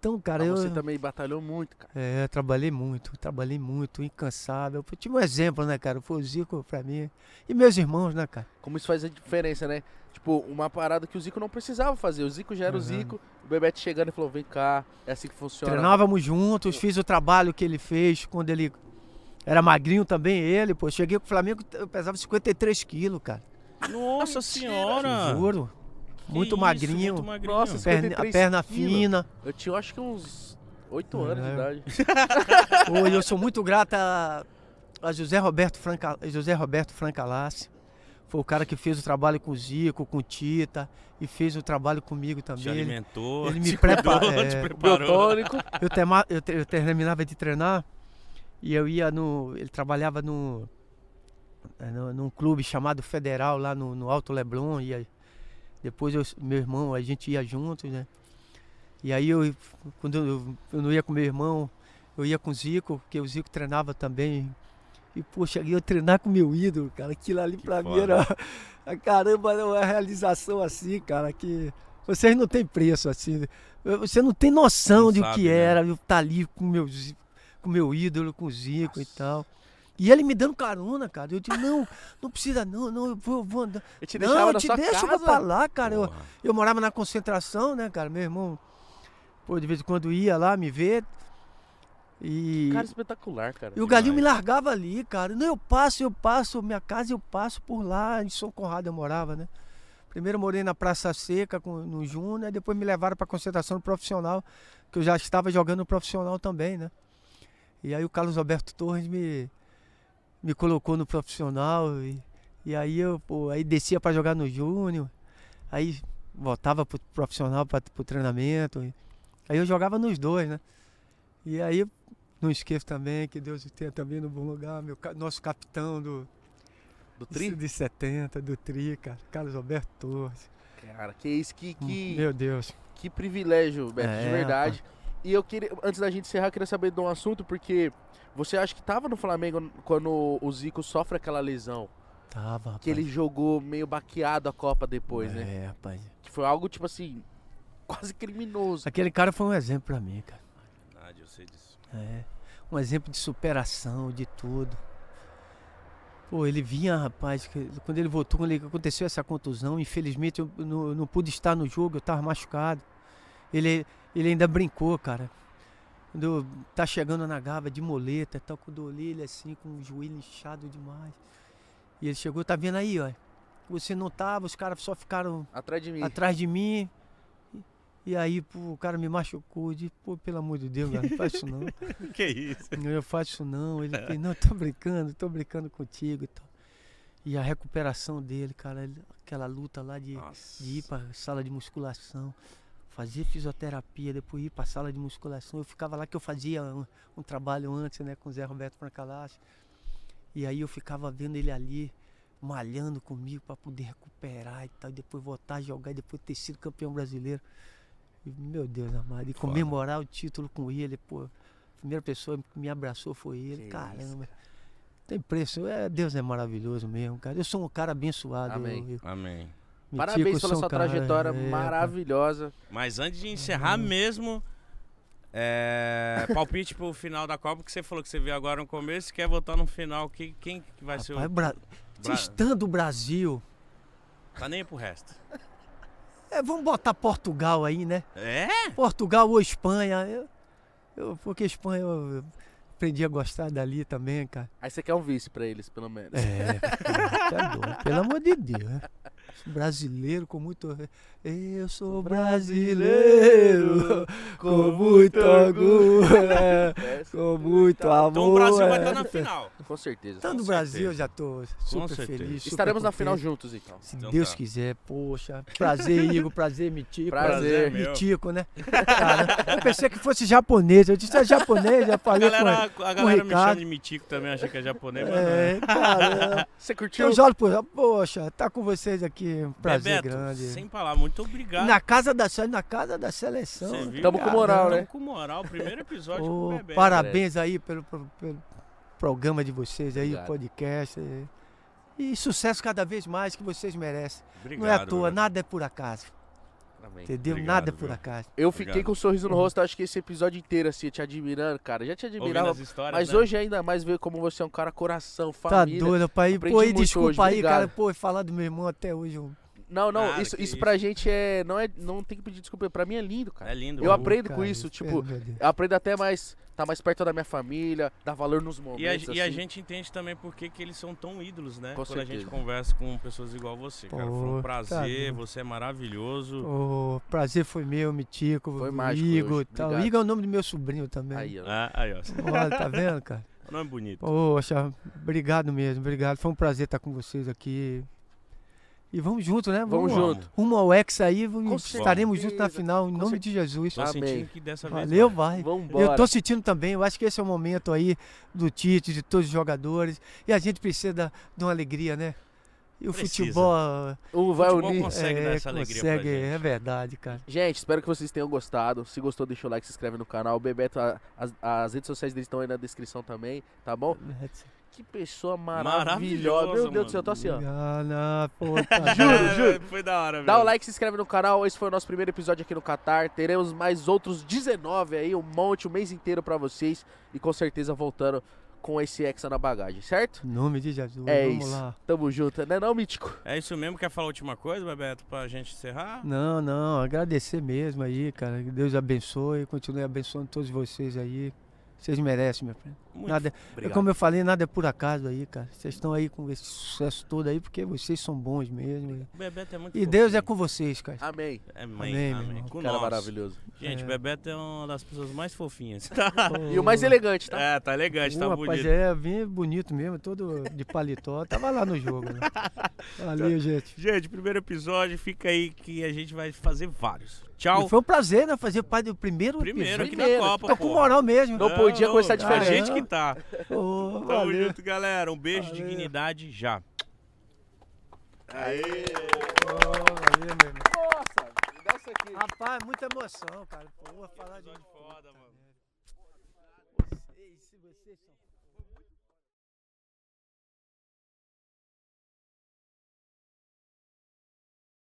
Speaker 3: Então, cara,
Speaker 2: Mas
Speaker 3: eu...
Speaker 2: Ah, Você tá também batalhou muito, cara.
Speaker 3: É, trabalhei muito, trabalhei muito, incansável. Eu tive um exemplo, né, cara? Foi o Zico pra mim. E meus irmãos, né, cara?
Speaker 2: Como isso faz a diferença, né? Tipo, uma parada que o Zico não precisava fazer. O Zico já era o
Speaker 3: Uhum.
Speaker 2: Zico. O Bebeto chegando e falou: vem cá, é assim que funciona.
Speaker 3: Treinávamos juntos, fiz o trabalho que ele fez quando ele era magrinho também, ele, pô. Cheguei com o Flamengo, eu pesava 53 quilos, cara.
Speaker 1: Nossa senhora!
Speaker 3: Juro.
Speaker 1: Ah, Que
Speaker 3: Muito
Speaker 1: isso,
Speaker 3: magrinho,
Speaker 1: muito magrinho.
Speaker 2: Nossa,
Speaker 1: Nossa,
Speaker 3: perna- a
Speaker 2: 53
Speaker 3: perna
Speaker 2: quilos.
Speaker 3: fina.
Speaker 2: Eu tinha, eu acho que uns 8 anos de
Speaker 3: É.
Speaker 2: idade.
Speaker 3: Pô, e eu sou muito grato a, a José Roberto Franca, José Roberto Francalassi. Foi o cara que fez o trabalho com o Zico, com o Tita e fez o trabalho comigo
Speaker 1: te
Speaker 3: também. Ele-
Speaker 1: alimentou,
Speaker 3: ele me
Speaker 1: te
Speaker 3: prepara-
Speaker 1: cuidou, te
Speaker 3: é.
Speaker 1: preparou.
Speaker 2: Biotônico.
Speaker 3: eu, tema- eu te- eu terminava de treinar e eu ia no. Ele trabalhava no, eh, no- num clube chamado Federal lá no, no Alto Leblon. E aí- depois eu- meu irmão, a gente ia juntos, né? E aí eu, quando eu, eu não ia com meu irmão, eu ia com o Zico, porque o Zico treinava também. E, poxa, eu treinar com meu ídolo, cara, aquilo ali
Speaker 1: Que
Speaker 3: pra mim
Speaker 1: foda.
Speaker 3: era. Caramba, era uma realização assim, cara, que. Vocês não têm preço, assim. Você não tem noção
Speaker 1: Não
Speaker 3: de o
Speaker 1: sabe,
Speaker 3: que
Speaker 1: né?
Speaker 3: era eu estar ali com meu, Zi- com meu ídolo, com o Zico e tal. E ele me dando carona, cara. Eu digo, não, não precisa não, não, eu vou, eu vou andar.
Speaker 2: Eu te deixava
Speaker 3: Não, eu
Speaker 2: na
Speaker 3: te
Speaker 2: sua
Speaker 3: deixa, eu vou
Speaker 2: casa.
Speaker 3: pra lá, cara. Eu,
Speaker 1: Porra.
Speaker 3: eu morava na concentração, né, cara? Meu irmão, pô, de vez em quando ia lá me ver. E,
Speaker 2: Cara espetacular, cara.
Speaker 3: e o Galinho me
Speaker 1: demais.
Speaker 3: largava ali, cara. Não, eu passo, eu passo, minha casa eu passo por lá, em São Conrado eu morava, né? Primeiro eu morei na Praça Seca com, no Júnior, depois me levaram para concentração no profissional, que eu já estava jogando no profissional também, né? E aí o Carlos Alberto Torres me, me colocou no profissional e, e aí eu pô, aí descia para jogar no Júnior, aí voltava pro profissional para pro treinamento. e- aí eu jogava nos dois, né? E aí não esqueço também que Deus o tenha também no bom lugar, meu, ca- nosso capitão do
Speaker 2: Do tri?
Speaker 3: de 70, do Tri, cara, Carlos Alberto Torres.
Speaker 2: Cara, que isso, que, que,
Speaker 3: Hum, Meu Deus.
Speaker 2: que privilégio, Beto, de
Speaker 3: É,
Speaker 2: verdade. E eu queria, antes da gente encerrar, eu queria saber de um assunto, porque você acha que tava no Flamengo quando o Zico sofre aquela lesão,
Speaker 3: Tava, rapaz.
Speaker 2: que ele jogou meio baqueado a Copa depois, né?
Speaker 3: É, rapaz.
Speaker 2: Que foi algo, tipo assim, quase criminoso.
Speaker 3: Aquele cara foi um exemplo pra mim, cara.
Speaker 1: Verdade, eu sei disso.
Speaker 3: É, um exemplo de superação, de tudo. Pô, ele vinha, rapaz, que- quando ele voltou, quando ele- aconteceu essa contusão, infelizmente eu não, não pude estar no jogo, eu tava machucado. Ele, ele ainda brincou, cara. Quando eu- tá chegando na gava de moleta, tal, com o orelha assim, com o joelho inchado demais. E ele chegou, tá vendo aí, ó. Você não tava, os caras só ficaram
Speaker 2: Atrás de mim.
Speaker 3: atrás de mim. E aí, pô, o cara me machucou. Eu disse, pô, pelo amor de Deus, cara, não faz isso não.
Speaker 1: Que isso?
Speaker 3: Eu não faço isso não. Ele fez, não, eu tô brincando, tô brincando contigo e tal. E a recuperação dele, cara, ele- aquela luta lá de,
Speaker 1: Nossa.
Speaker 3: de ir pra sala de musculação, fazer fisioterapia, depois ir pra sala de musculação. Eu ficava lá que eu fazia um, um trabalho antes, né, com o Zé Roberto Francalassi. E aí eu ficava vendo ele ali, malhando comigo pra poder recuperar e tal, e depois voltar a jogar, e depois ter sido campeão brasileiro. E, meu Deus amado, e
Speaker 1: Foda.
Speaker 3: comemorar o título com ele, pô. A primeira pessoa que me abraçou foi ele,
Speaker 2: Que isso,
Speaker 3: caramba. Tem preço, é, Deus é maravilhoso mesmo, cara. Eu sou um cara abençoado.
Speaker 2: Amém.
Speaker 3: eu- eu-
Speaker 1: Amém.
Speaker 3: Mitico, eu
Speaker 2: Parabéns
Speaker 3: sou
Speaker 2: pela
Speaker 3: um
Speaker 2: sua
Speaker 3: cara-
Speaker 2: trajetória
Speaker 3: é,
Speaker 2: maravilhosa.
Speaker 1: Mas antes de encerrar mesmo, é, palpite pro final da Copa, que você falou que você viu agora no começo, quer votar no final, que, quem que vai ser
Speaker 3: Rapaz,
Speaker 1: o...
Speaker 3: Bra-
Speaker 1: Bra-
Speaker 3: Estando o Brasil,
Speaker 1: Tá nem pro resto.
Speaker 3: é, vamos botar Portugal aí, né?
Speaker 1: É?
Speaker 3: Portugal ou Espanha. Eu, eu- porque Espanha eu eu aprendi a gostar dali também, cara.
Speaker 2: Aí você quer um vice pra eles, pelo menos.
Speaker 3: É, tá doido, pelo amor de Deus. né? Sou Brasileiro com muito. Eu sou brasileiro com muito orgulho, é,
Speaker 2: É,
Speaker 3: com muito amor.
Speaker 1: Então o Brasil vai
Speaker 3: é.
Speaker 1: estar na final.
Speaker 2: com certeza.
Speaker 3: Estando o Brasil, eu já tô super
Speaker 1: certeza.
Speaker 3: feliz. Tá super
Speaker 2: Estaremos na final
Speaker 3: contente.
Speaker 2: juntos, então.
Speaker 3: Se
Speaker 1: Então
Speaker 3: Deus
Speaker 1: tá.
Speaker 3: quiser, poxa. Prazer, Igor, prazer, Mitico.
Speaker 2: Prazer.
Speaker 1: meu.
Speaker 3: Mitico, né? Cara, eu pensei que fosse japonês. Eu disse, é japonês, já
Speaker 1: A
Speaker 3: falei
Speaker 1: galera, é
Speaker 3: com
Speaker 1: a galera me chama
Speaker 3: Ricardo.
Speaker 1: de Mitico também, achei que é japonês,
Speaker 3: ele.
Speaker 1: mas não é.
Speaker 3: É, cara,
Speaker 2: Você curtiu?
Speaker 3: eu já olho, pro- poxa, tá com vocês aqui, um prazer
Speaker 1: Bebeto,
Speaker 3: grande.
Speaker 1: sem falar, muito obrigado.
Speaker 3: Na casa da seleção, na casa da seleção.
Speaker 1: Você viu?
Speaker 2: Tamo com moral, né?
Speaker 1: Tamo com moral, primeiro episódio
Speaker 3: Ô,
Speaker 1: com o Bebeto.
Speaker 3: parabéns aí pelo, pro- pelo programa de vocês aí,
Speaker 2: Obrigado.
Speaker 3: o podcast. E, e sucesso cada vez mais que vocês merecem.
Speaker 1: Obrigado,
Speaker 3: Não é à toa,
Speaker 1: Bebeto.
Speaker 3: nada é por acaso.
Speaker 2: Amém.
Speaker 3: Entendeu?
Speaker 1: Obrigado,
Speaker 3: Nada é por
Speaker 1: viu?
Speaker 3: acaso.
Speaker 2: Eu fiquei
Speaker 1: Obrigado.
Speaker 2: com um sorriso no rosto, acho que esse episódio inteiro, assim, te admirando, cara. Já te
Speaker 1: Ouvindo
Speaker 2: admirava.
Speaker 1: as histórias,
Speaker 2: Mas
Speaker 1: né?
Speaker 2: hoje ainda mais ver como você é um cara coração,
Speaker 3: Tá
Speaker 2: família.
Speaker 3: doido, pai.
Speaker 2: Aprendi
Speaker 3: Pô, e
Speaker 2: muito
Speaker 3: desculpa
Speaker 2: hoje,
Speaker 3: aí, cara.
Speaker 2: obrigado.
Speaker 3: Pô, falar do meu irmão até hoje. um-
Speaker 2: Não, não,
Speaker 1: Cara,
Speaker 2: isso,
Speaker 1: que
Speaker 2: isso
Speaker 1: isso.
Speaker 2: pra gente é. Não, é, não tem que pedir desculpa, pra mim é lindo, cara.
Speaker 1: É lindo.
Speaker 2: Eu
Speaker 1: mano.
Speaker 2: aprendo com
Speaker 3: cara,
Speaker 2: isso,
Speaker 3: pelo
Speaker 2: tipo,
Speaker 3: meu Deus.
Speaker 2: Eu aprendo até mais. Tá mais perto da minha família, dar valor nos momentos.
Speaker 1: E a, e a
Speaker 2: assim.
Speaker 1: gente entende também por que que eles são tão ídolos, né?
Speaker 2: Com
Speaker 1: Quando a gente
Speaker 2: certeza.
Speaker 1: conversa com pessoas igual você, cara. Foi um
Speaker 3: Pô,
Speaker 1: prazer,
Speaker 3: tá bom.
Speaker 1: você é maravilhoso.
Speaker 3: O prazer foi meu, Mitico.
Speaker 2: Foi
Speaker 3: o
Speaker 2: mágico
Speaker 3: Igor
Speaker 2: hoje,
Speaker 3: e tal.
Speaker 2: obrigado.
Speaker 3: Igor é o nome do meu sobrinho também.
Speaker 2: Aí, ó.
Speaker 1: Ah, aí, ó.
Speaker 3: Olha, tá vendo, cara?
Speaker 1: O nome é bonito.
Speaker 3: Poxa, obrigado mesmo, obrigado. Foi um prazer estar com vocês aqui. E vamos junto, né?
Speaker 1: Vamos.
Speaker 2: Vamos junto.
Speaker 3: Rumo ao Hexa aí, vamos-
Speaker 2: Com
Speaker 3: estaremos
Speaker 2: certeza,
Speaker 3: juntos na final, em
Speaker 2: com
Speaker 3: nome de Jesus.
Speaker 1: Tô
Speaker 2: Amém.
Speaker 1: sentindo que dessa vez.
Speaker 3: Valeu,
Speaker 1: vai.
Speaker 3: vai.
Speaker 2: Vamos
Speaker 3: Eu tô sentindo também, eu acho que esse é o momento aí do Tite, de todos os jogadores. E a gente precisa da- de uma alegria, né? E o
Speaker 1: Precisa.
Speaker 3: futebol
Speaker 2: O Um vai
Speaker 1: Futebol
Speaker 2: unir.
Speaker 1: Consegue
Speaker 3: é,
Speaker 1: dar essa alegria pra
Speaker 3: consegue,
Speaker 1: gente.
Speaker 3: é verdade, cara.
Speaker 2: Gente, espero que vocês tenham gostado. Se gostou, deixa o like, se inscreve no canal. O Bebeto, a- as, as redes sociais dele estão aí na descrição também, tá bom? Que pessoa maravilhosa.
Speaker 1: Maravilhosa,
Speaker 2: Meu Deus do céu, eu tô assim, ó.
Speaker 3: Ah, não, pô, tá
Speaker 1: É,
Speaker 3: juro.
Speaker 1: Foi da hora, velho.
Speaker 2: Dá o like, se inscreve no canal. Esse foi o nosso primeiro episódio aqui no Qatar. Teremos mais outros 19 aí, um monte, o mês inteiro pra vocês. E com certeza voltando com esse Hexa na bagagem, certo?
Speaker 3: Em nome de Jesus,
Speaker 2: É
Speaker 3: vamos
Speaker 2: isso.
Speaker 3: lá.
Speaker 2: Tamo junto, né não, Mítico?
Speaker 1: É isso mesmo? Quer falar a última coisa, Bebeto, pra gente encerrar?
Speaker 3: Não, não, agradecer mesmo aí, cara. Que Deus abençoe, continue abençoando todos vocês aí. Vocês merecem, meu primo.
Speaker 1: Muito
Speaker 3: Nada,
Speaker 1: obrigado.
Speaker 3: Como eu falei, nada é por acaso aí, cara. Vocês estão aí com esse sucesso todo aí porque vocês são bons mesmo.
Speaker 1: O Bebeto é muito
Speaker 3: E Deus é
Speaker 1: fofinho.
Speaker 3: com vocês, cara.
Speaker 2: Amém.
Speaker 1: É mãe,
Speaker 3: Amém,
Speaker 1: amém.
Speaker 3: meu irmão.
Speaker 1: Com
Speaker 2: cara
Speaker 1: nós.
Speaker 2: maravilhoso.
Speaker 1: Gente,
Speaker 3: É.
Speaker 1: o Bebeto é uma das pessoas mais fofinhas.
Speaker 2: E o mais elegante, tá?
Speaker 1: é, tá elegante, tá
Speaker 3: Pô,
Speaker 1: bonito.
Speaker 3: rapaz, é, vinha bonito mesmo, todo de paletó. Tava lá no jogo. Né? Valeu, gente.
Speaker 1: Gente, primeiro episódio, fica aí que a gente vai fazer vários.
Speaker 3: E
Speaker 1: Tchau.
Speaker 3: foi um prazer, né? Fazer parte do primeiro
Speaker 1: Primeiro
Speaker 3: episódio.
Speaker 1: aqui na
Speaker 2: Primeiro.
Speaker 1: Copa,
Speaker 3: Tô
Speaker 1: pô.
Speaker 3: com moral mesmo.
Speaker 2: Não podia
Speaker 1: Não,
Speaker 2: começar
Speaker 1: A
Speaker 2: diferente.
Speaker 1: gente que tá.
Speaker 3: Ô,
Speaker 1: Tamo
Speaker 3: valeu.
Speaker 1: junto, galera. Um beijo,
Speaker 3: Valeu.
Speaker 1: dignidade, já.
Speaker 3: Ô, valeu, meu irmão.
Speaker 2: Nossa, me dá isso aqui.
Speaker 3: Rapaz, muita emoção, cara. Pô, falar de
Speaker 1: Episódio foda, mano.
Speaker 3: Vocês, se vocês são...